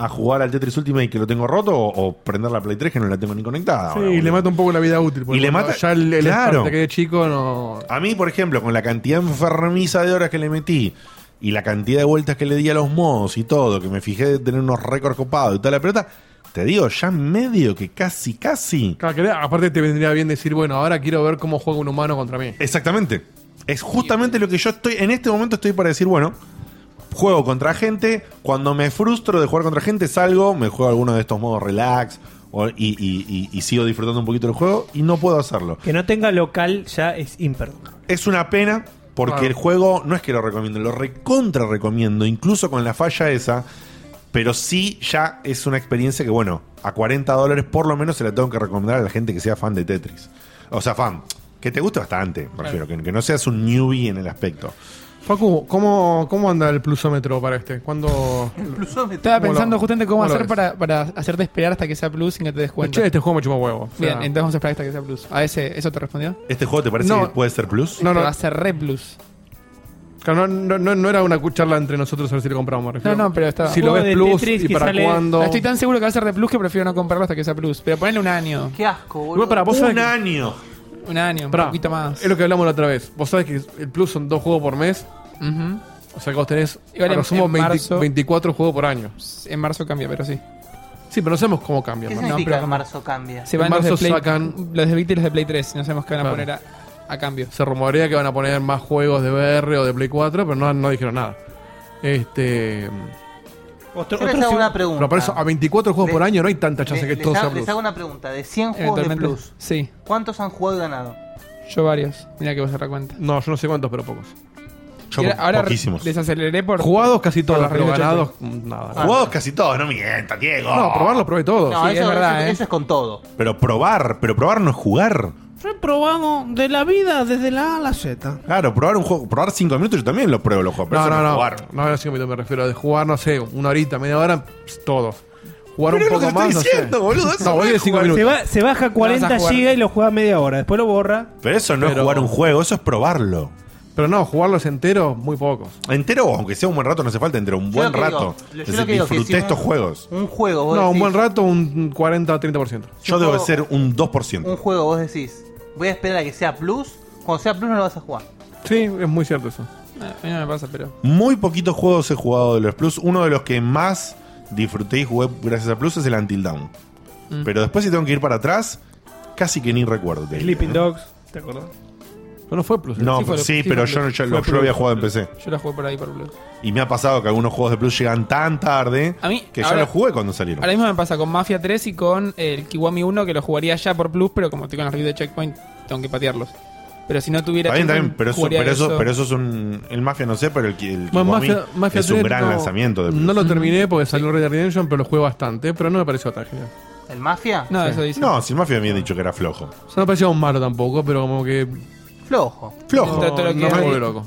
B: a jugar al Tetris Ultimate que lo tengo roto o, o prender la Play 3 que no la tengo ni conectada.
C: Sí,
B: ahora,
C: y le mata un poco la vida útil. porque
B: Y le
C: cuando
B: mata-
C: Ya el, el
B: claro.
C: start de aquel chico no.
B: A mí, por ejemplo, con la cantidad enfermiza de horas que le metí y la cantidad de vueltas que le di a los modos y todo, que me fijé de tener unos récords copados y toda la pelota, te digo, ya medio que casi, casi.
C: Claro, que aparte te vendría bien decir, bueno, ahora quiero ver cómo juega un humano contra mí.
B: Exactamente. Es justamente lo que yo estoy. En este momento estoy para decir, bueno, juego contra gente. Cuando me frustro de jugar contra gente, salgo, me juego alguno de estos modos relax. o- y, y- y- y sigo disfrutando un poquito del juego y no puedo hacerlo.
E: Que no tenga local ya es imperdonable.
B: Es una pena porque
E: Claro.
B: el juego no es que lo recomiendo, lo recontra recomiendo, incluso con la falla esa. Pero sí ya es una experiencia que, bueno, a 40 dólares por lo menos se la tengo que recomendar a la gente que sea fan de Tetris. O sea, fan, que te guste bastante, me refiero, que, que no seas un newbie en el aspecto.
C: Facu, ¿cómo, ¿cómo anda el plusómetro para este? ¿Cuándo...?
F: Estaba pensando
C: Hola.
F: justamente cómo
C: Hola,
F: hacer
C: ves.
F: para, para hacerte esperar hasta que sea Plus sin que te des cuenta.
C: Che, este juego me chupa huevo. O sea,
F: Bien, entonces vamos a esperar hasta que sea Plus. ¿A ese, eso te respondió?
B: ¿Este juego te parece
C: No.
B: que puede ser plus?
C: No, no.
F: Va a ser re Plus.
C: Este- Claro, no, no, no, no era una charla entre nosotros a ver si lo compramos.
F: No,
C: me refiero.
F: no, pero está.
C: Si lo ves plus y para cuándo...
F: Estoy tan seguro que va a ser de Plus que prefiero no comprarlo hasta que sea Plus. Pero ponle un año.
D: Qué asco, boludo.
C: Igual para vos sabés que-
B: año.
F: Un año,
C: Pará,
F: un poquito más.
C: Es lo que hablamos la otra vez. Vos sabés que el plus son dos juegos por mes.
F: Ujú.
C: O sea que vos tenés...
F: Igual
C: a lo
F: en-
C: sumo
F: en
C: 20
F: marzo-
C: 24 juegos por año.
F: En marzo cambia, pero sí.
C: Sí, pero no sabemos cómo cambia.
F: ¿Qué
C: Marco.
F: significa
C: No,
F: que
D: marzo cambia?
F: Se van
C: En marzo
F: los de Play,
C: sacan-
F: los de Vita y los de Play 3. No sabemos qué van a
C: Claro.
F: poner a, a cambio.
C: Se rumorea que van a poner más juegos de VR o de Play 4, pero no, no dijeron nada. Este.
D: Yo les hago una pregunta.
C: Pero por eso, a 24 juegos
D: Le-
C: por año no hay tanta chance
D: Le-
C: que
D: les
C: todos
D: hago-
C: sean
D: Les
C: plus.
D: hago una pregunta. De 100 juegos de
F: Eventualmente,
D: Plus,
F: Sí,
D: ¿cuántos han jugado y ganado?
F: yo varios. Mira que vos se cuenta.
C: No, yo no sé cuántos, pero pocos.
F: Y ahora- ahora Desaceleré por.
C: Jugados casi
F: por
C: todos,
F: las
C: pero
F: reglas de
C: ganados,
F: Checkpoint.
C: mm, nada.
B: Ah, Jugados casi todos, no mienta, Diego.
C: No, probarlos probé todos.
D: No, eso- eso-
B: ¿eh?
D: eso
C: es
D: con todo.
B: Pero probar, pero probar no es jugar.
G: Yo he probado de la vida desde la A a la Z.
B: Claro, probar un juego, probar 5 minutos yo también lo pruebo los juegos. Pero
C: No,
B: eso
C: no,
B: no, es
C: no.
B: jugar.
C: No, no, sí, me refiero a de jugar, no sé, una horita, media hora, pss, todos. Jugar
B: Pero es
C: un
B: lo
C: poco
B: que te
C: más,
B: estoy diciendo,
C: no sé.
B: boludo, eso
C: no, voy
B: no
C: de
B: es
C: 5
B: jugar.
C: minutos.
E: Se, va- se baja
C: No vas
E: 40
C: a jugar.
E: GB y lo juega media hora. Después lo borra.
B: Pero eso no es jugar un juego, eso es probarlo.
C: Pero no, jugarlos enteros, muy pocos.
B: Entero, aunque sea un buen rato, no hace falta entero, un
C: Yo
B: buen
C: lo que
B: rato.
C: digo, yo
B: Es
C: lo
B: decir,
C: que digo, que
B: disfruté
C: si un-
B: estos juegos.
D: Un juego, vos
C: No, un
D: decís,
C: buen rato, un 40-30%.
B: Yo
D: un
B: debo
D: juego-
B: ser un 2%.
D: un juego, vos decís, voy a esperar a que sea Plus. Cuando sea Plus no lo vas a jugar.
C: Sí, es muy cierto eso.
F: A mí no me pasa, pero.
B: Muy poquitos juegos he jugado de los Plus. Uno de los que más disfruté y jugué gracias a Plus es el Until Down.
E: Mm.
B: Pero después, si tengo que ir para atrás, casi que ni recuerdo. te diría,
E: Sleeping
B: ¿eh?
E: Dogs. ¿Te acordás?
C: Pero no fue Plus.
B: No,
F: Sí fue-
B: sí,
F: sí
B: pero
F: fue Plus.
B: yo, yo,
F: Fue
B: lo, yo lo
F: Plus.
B: había jugado en PC.
F: Yo la jugué por ahí por Blue.
B: Y me ha pasado que algunos juegos de Plus llegan tan tarde
F: A mí,
B: que
F: ahora-
B: ya los jugué cuando salieron.
F: Ahora mismo me pasa con Mafia 3 y con el Kiwami 1 que lo jugaría ya por Plus, pero como estoy con los reviews de Checkpoint, tengo que patearlos. Pero si no tuviera
B: Está bien, está bien,
F: Checkpoint,
B: pero eso,
F: jugaría
B: pero, eso, pero eso es un. El Mafia no sé, pero el, el
C: Bueno,
B: Kiwami
C: Mafia- Mafia
B: es un
C: 3
B: gran
C: no-
B: lanzamiento de Plus.
C: No lo terminé porque salió Red Dead Redemption, pero lo jugué bastante, pero no me pareció tan genial.
D: ¿El Mafia?
C: Sí.
B: No, si el Mafia me habían dicho que era flojo.
C: O sea, no me pareció un malo tampoco, pero como que.
D: Flojo.
B: Flojo.
C: No, no me vuelve loco.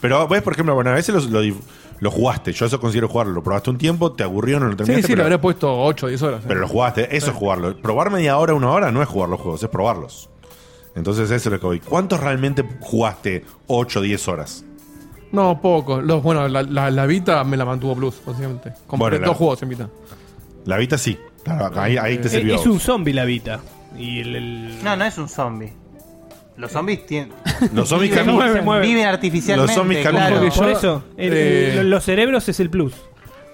B: Pero ves, por ejemplo, bueno, a veces lo, lo dif- lo jugaste. Yo eso considero jugarlo. Lo probaste un tiempo, te aburrió, no lo
C: Sí,
B: terminaste.
C: sí, le
B: pero,
C: habré puesto 8 o 10 horas. eh.
B: pero lo jugaste. Eso es jugarlo. Probar media hora, una hora, no es jugar los juegos, es probarlos. Entonces eso es lo que voy. ¿Cuántos realmente jugaste 8 o 10 horas?
C: No, poco. Los, bueno, la, la, la Vita me la mantuvo Plus, básicamente. Compré
B: Bueno, la-
C: dos juegos en Vita.
B: La Vita sí. Claro, ahí, ahí te
C: Eh,
E: Es-
B: sirvió.
E: Es un zombie la Vita. Y el, el-
D: No, no es un zombie. Los zombies tienen.
B: Los zombies
D: viven,
B: caminan. Se mueven.
D: Viven artificialmente.
B: Los zombies
D: claro.
B: caminan.
E: Por
C: Claro.
E: eso, el-
C: Eh,
E: el- los cerebros es el plus.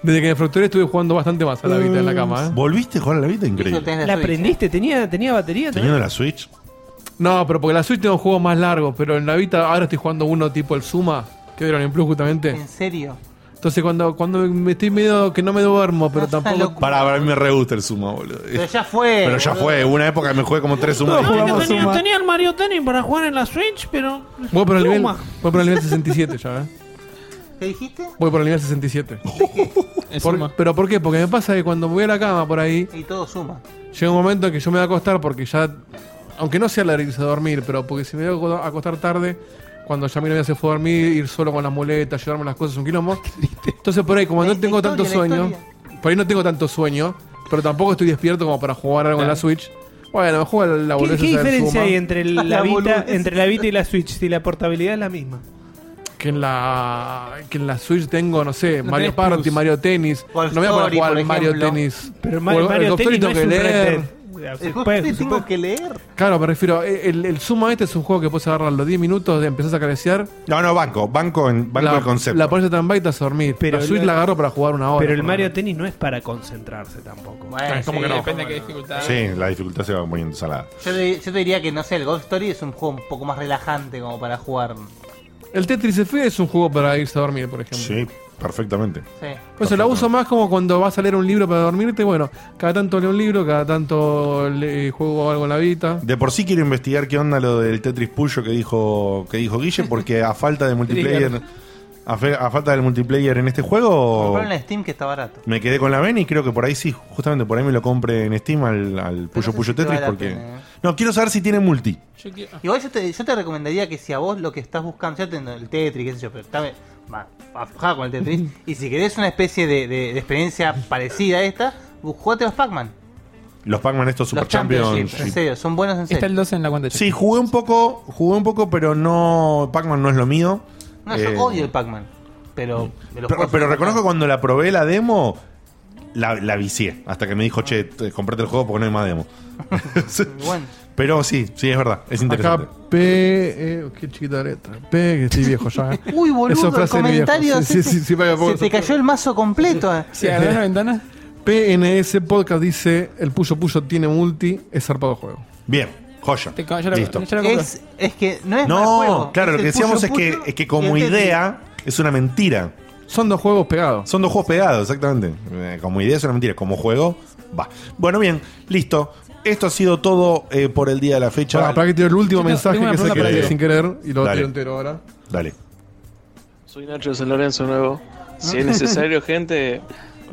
C: Desde que me fracturé estuve jugando bastante más a la Vita en la cama, ¿eh?
B: Mm. ¿Volviste a jugar a la Vita? Increíble.
E: ¿La aprendiste? ¿Tenía, tenía batería? también?
B: Teniendo la Switch.
C: No, pero porque la Switch tengo juegos más largos, pero en la Vita ahora estoy jugando uno tipo el Suma, que dieron en Plus justamente.
D: ¿En serio?
C: Entonces cuando, cuando me estoy medio que no me duermo, pero tampoco...
B: Para, para mí me re gusta el sumo, boludo.
D: Pero ya fue.
B: Pero ya
D: boludo.
B: fue. Hubo Una época que me jugué como tres sumos.
G: Yo tenía, tenía el Mario Tennis para jugar en la Switch, pero.
C: Voy por, el nivel,
G: Pluma.
C: voy por el nivel 67 ya, ¿eh?
D: ¿Qué dijiste?
C: Voy por el nivel 67. Por- ¿Pero por qué? Porque me pasa que cuando me voy a la cama por ahí,
D: Y todo suma.
C: llega un momento en que yo me voy a acostar porque ya... Aunque no sea la irse a dormir, pero porque si me voy a acostar tarde, cuando ya mi novia se fue a dormir, ir solo con las muletas, llevarme las cosas, un quilombo. Entonces por ahí, como no tengo tanto
D: historia, la
C: sueño, por ahí no tengo tanto sueño, pero tampoco estoy despierto como para jugar algo en la Switch. Bueno, me juego a la
E: ¿Qué,
C: boludez
E: qué
C: esa del
E: diferencia
C: Zuma.
E: hay entre la,
C: La
E: Vita,
C: boludez.
E: entre la Vita y la Switch si la portabilidad es la misma?
C: Que en la que en la Switch tengo, no sé,
E: No
C: Mario
E: tenés
C: Party,
E: plus.
C: Mario Tennis.
E: Golf
C: no me voy a poner a
E: Story,
C: jugar
E: por
C: Mario
E: ejemplo.
C: Tennis.
E: Pero
C: O
E: Mario,
C: el
E: Mario
C: Golf
E: Tennis
C: Story
E: no es
C: tengo
E: un
C: que
E: Red
C: leer.
E: Dead. se puede- se puede-
D: que leer.
C: Claro, me refiero. El, el Sumo este es un juego que puedes agarrar los 10 minutos, de empezás a cabecear.
B: No, no, banco. Banco en banco
C: la,
B: el concepto.
C: La pones tan baita a dormir. Pero la
E: el-
C: Switch la agarro para jugar una hora.
E: Pero el
C: por lo
E: Mario Tennis no es para concentrarse tampoco.
D: Bueno, ¿Cómo sí, que no? depende de qué dificultad.
B: Sí, la dificultad se va poniendo salada.
D: Yo te, yo te diría que, no sé, el Ghost Story es un juego un poco más relajante como para jugar.
C: menos. El Tetris Effect es un juego para irse a dormir, por ejemplo.
B: Sí, perfectamente.
D: Sí.
C: Por eso la uso más como cuando vas a leer un libro para dormirte. Bueno, cada tanto leo un libro, cada tanto le- eh, juego algo en la vida.
B: De por sí quiero investigar qué onda lo del Tetris Puyo que dijo, que dijo Guille, porque a falta de multiplayer. A, fe- a falta del multiplayer en este juego.
D: Comprarlo en Steam que está barato.
B: Me quedé con la Ben y creo que por ahí sí, justamente por ahí me lo compré en Steam al, al Puyo Puyo
D: si te
B: Tetris
D: vale la
B: porque.
D: pena, ¿eh?
B: No, quiero saber si tiene multi.
D: Igual yo ah. te, yo te recomendaría que si a vos lo que estás buscando, ya teniendo el Tetris, qué sé yo, pero está va, aflojada con el Tetris, y si querés una especie de, de- de experiencia parecida a esta, bu- jugate los Pac-Man.
B: Los Pac-Man estos Super
D: Los Champions, en
B: Championship.
D: serio, son buenos en serio.
F: Está el 2 en la cuenta.
B: Sí, jugué un poco, jugué un poco, pero no. Pac-Man no es lo mío.
D: No, yo
B: Eh,
D: odio el Pac-Man, pero... me lo
B: Pero,
D: juego
B: pero
D: sin
B: reconozco que cuando la probé la demo, la, la vicié. Hasta que me dijo, che, t- comprate el juego porque no hay más demo. Pero sí, sí, es verdad. Es interesante.
C: Acá P. eh, qué chiquita letra. P, que estoy viejo ya. eh.
D: Uy, boludo,
C: Esa
D: el
C: frase de mi viejo.
D: comentario
C: Sí, sí,
D: ese-
C: sí, sí, para que
D: se
C: pongas-
D: te cayó el mazo completo. eh.
F: ventana?
C: PNS Podcast dice: El Puyo Puyo tiene multi, es zarpado juego.
B: Bien, joya. Listo.
D: Es, es que no es mal
B: No,
D: juego,
B: claro,
D: es
B: lo que
D: el
B: decíamos
D: Puyo
B: es que,
D: Puyo
B: es que
D: y
B: como
D: el Tetris.
B: idea es una mentira.
C: Son dos juegos pegados.
B: Son dos juegos pegados, exactamente. Eh, Como idea es una mentira. Como juego, va. Bueno, bien, listo. Esto ha sido todo eh, por el día de la fecha.
C: Para, para que tiro el último mensaje que saqué
B: para
C: sin querer y lo
B: Dale.
C: tiro entero ahora.
B: Dale.
J: Soy Nacho de San Lorenzo nuevo. Si es necesario, gente,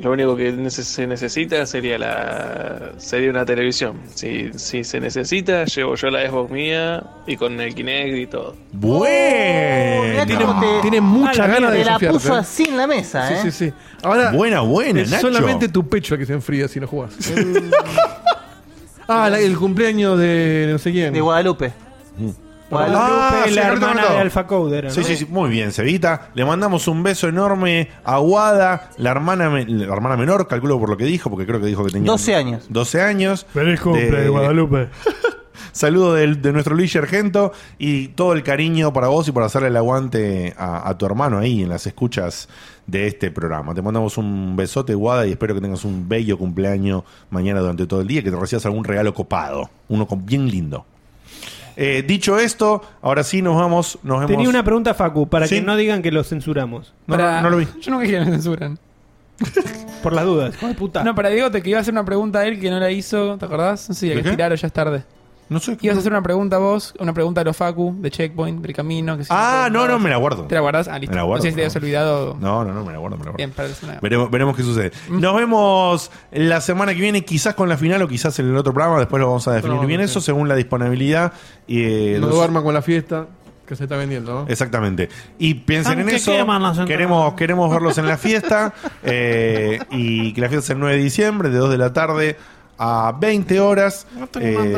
J: lo único que nece- se necesita sería la sería una televisión. Si, si se necesita, llevo yo la Xbox mía y con el Kinect y todo.
B: Bueno.
D: Oh, Mirá cómo te-
C: Tiene muchas
D: Ah, la
C: ganas de
D: mierda, Te la
C: desafiarte.
D: puso así en la mesa, ¿eh?
C: Sí, sí, sí. Ahora,
B: Buena, buena,
C: es
B: Nacho.
C: Solamente tu pecho que se enfría si no jugás. ah, la- el cumpleaños de no sé quién. De
D: Guadalupe.
E: Guadalupe,
B: sí, correcto,
E: la hermana
B: correcto.
E: de Alpha Code era,
B: Mm. Sí,
E: ¿no?
B: sí, sí. Muy bien, Cevita. Le mandamos un beso enorme a Wada, la hermana, me- la hermana menor, calculo por lo que dijo, porque creo que dijo que tenía
D: 12 años.
B: 12 años.
G: Feliz cumple,
B: De-
G: Guadalupe.
B: Saludo del- de, nuestro Luis Argento y todo el cariño para vos y por hacerle el aguante a, a tu hermano ahí en las escuchas de este programa. Te mandamos un besote, Guada, y espero que tengas un bello cumpleaños mañana durante todo el día, que te recibas algún regalo copado, uno con- bien lindo. Eh, dicho esto, ahora sí nos vamos. Nos vemos.
E: Tenía una pregunta, Facu, para
B: Sí.
E: que no digan que lo censuramos.
B: No, Para- no, no lo vi.
F: Yo no quería que me censuran.
E: Por las dudas, hijo de puta.
F: No, para Diego, te que iba a hacer una pregunta a él que no la hizo, ¿te acordás? Sí,
E: ¿De
F: el
E: qué?
F: giraro ya es tarde.
B: No sé.
F: Ibas a hacer una pregunta a vos, una pregunta a los Facu, de Checkpoint, del camino. Que si
B: Ah,
F: te
B: no, no,
F: acordabas.
B: me la guardo.
F: ¿Te la guardás? Ah, listo.
B: Me la guardo,
F: no sé si te
B: me la
F: habías olvidado.
B: No, no, no, me la guardo, me la guardo.
F: Bien, para la semana.
B: Veremos, veremos qué sucede. Nos vemos la semana que viene, quizás con la final o quizás en el otro programa. Después lo vamos a definir bien
C: Probablemente.
B: eso según la disponibilidad. Y, eh,
C: No
B: dos-
C: duerman con la fiesta que se está vendiendo, ¿no?
B: Exactamente. Y piensen en
C: Aunque
B: eso.
C: queman las entradas.
B: Queremos, queremos verlos en la fiesta. eh, y que la fiesta es el 9 de diciembre, de 2 de la tarde a 20 horas. Eh,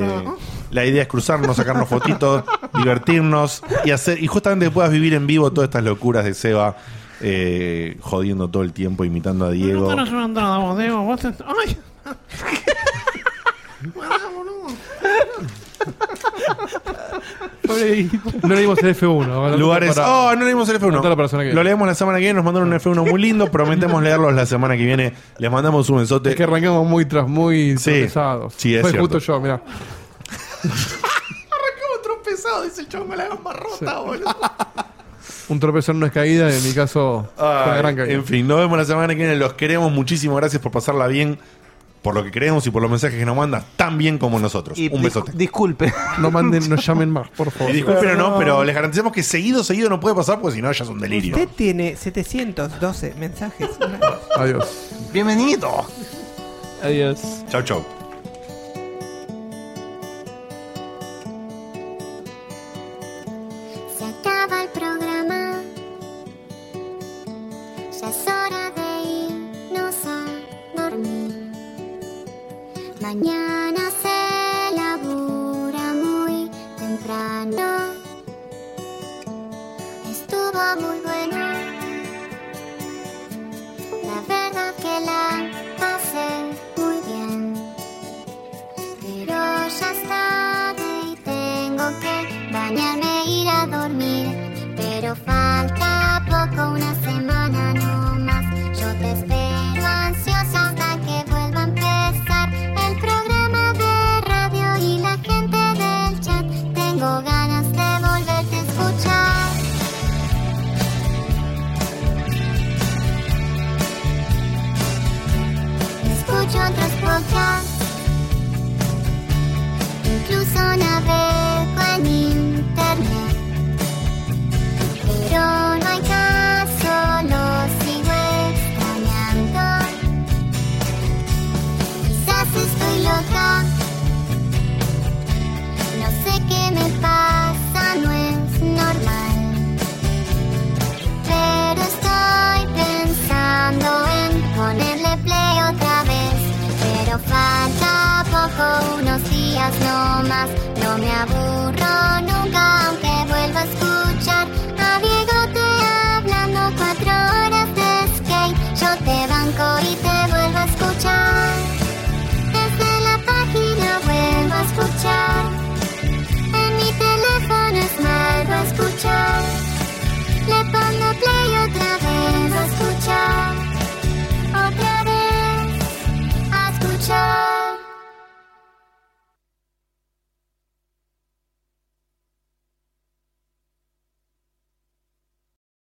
B: la idea es cruzarnos, sacarnos fotitos, divertirnos y hacer y justamente que puedas vivir en vivo todas estas locuras de Seba. eh, jodiendo todo el tiempo, imitando a Diego.
G: No tenés una entrada, vos, Diego. Vos te... ¡Ay! Pará, boludo.
C: No leímos el F1. ahora
B: Lugares.
C: para-
B: oh, no leímos el F1.
C: para la persona que
B: Lo leemos la semana que viene. Nos mandaron un F1 muy lindo. Prometemos leerlos la semana que viene. Les mandamos un besote.
C: Es que arrancamos muy tras, muy tropezados.
B: Sí, es
C: Fue
B: cierto.
C: justo yo, mirá.
B: Arrancamos tropezado, dice el chongo, la gamba rota, boludo.
C: Un tropezón no es caída, en mi caso fue una gran caída.
B: en fin, nos vemos la semana que viene. Los queremos muchísimo. Gracias por pasarla bien, por lo que creemos y por los mensajes que nos mandan tan bien como nosotros.
C: Y
B: un besote.
D: Disculpe.
C: No manden, no llamen más, por favor.
B: Y disculpen o no, pero les garantizamos que seguido, seguido no puede pasar porque si no ya es un delirio.
G: Usted tiene 712 mensajes.
C: Adiós.
D: Bienvenido.
F: Adiós.
B: Chau, chau.
Z: Se acaba el programa. Ya es hora de irnos a dormir. Mañana se labura muy temprano. Estuvo muy bueno. La verdad que la pasé muy bien. Pero ya es tarde y tengo que bañarme e ir a dormir. Pero falta poco, una semana no más. Yo te espero ansiosa hasta que vuelva a empezar el programa de radio y la gente del chat. Tengo ganas de volverte a escuchar. Escucho otros podcasts. Incluso navego en internet. Pero no hay caso, lo sigo extrañando. Quizás estoy loca. No sé qué me pasa, no es normal. Pero estoy pensando en ponerle play otra vez. Pero falta poco, unos días no más. No me aburro nunca, aunque vuelva a escuchar a Diego te hablando cuatro horas de skate. Yo te banco y te vuelvo a escuchar. Desde la página vuelvo a escuchar. En mi teléfono es malo escuchar. Le pongo play otra vez a escuchar. Otra vez a escuchar.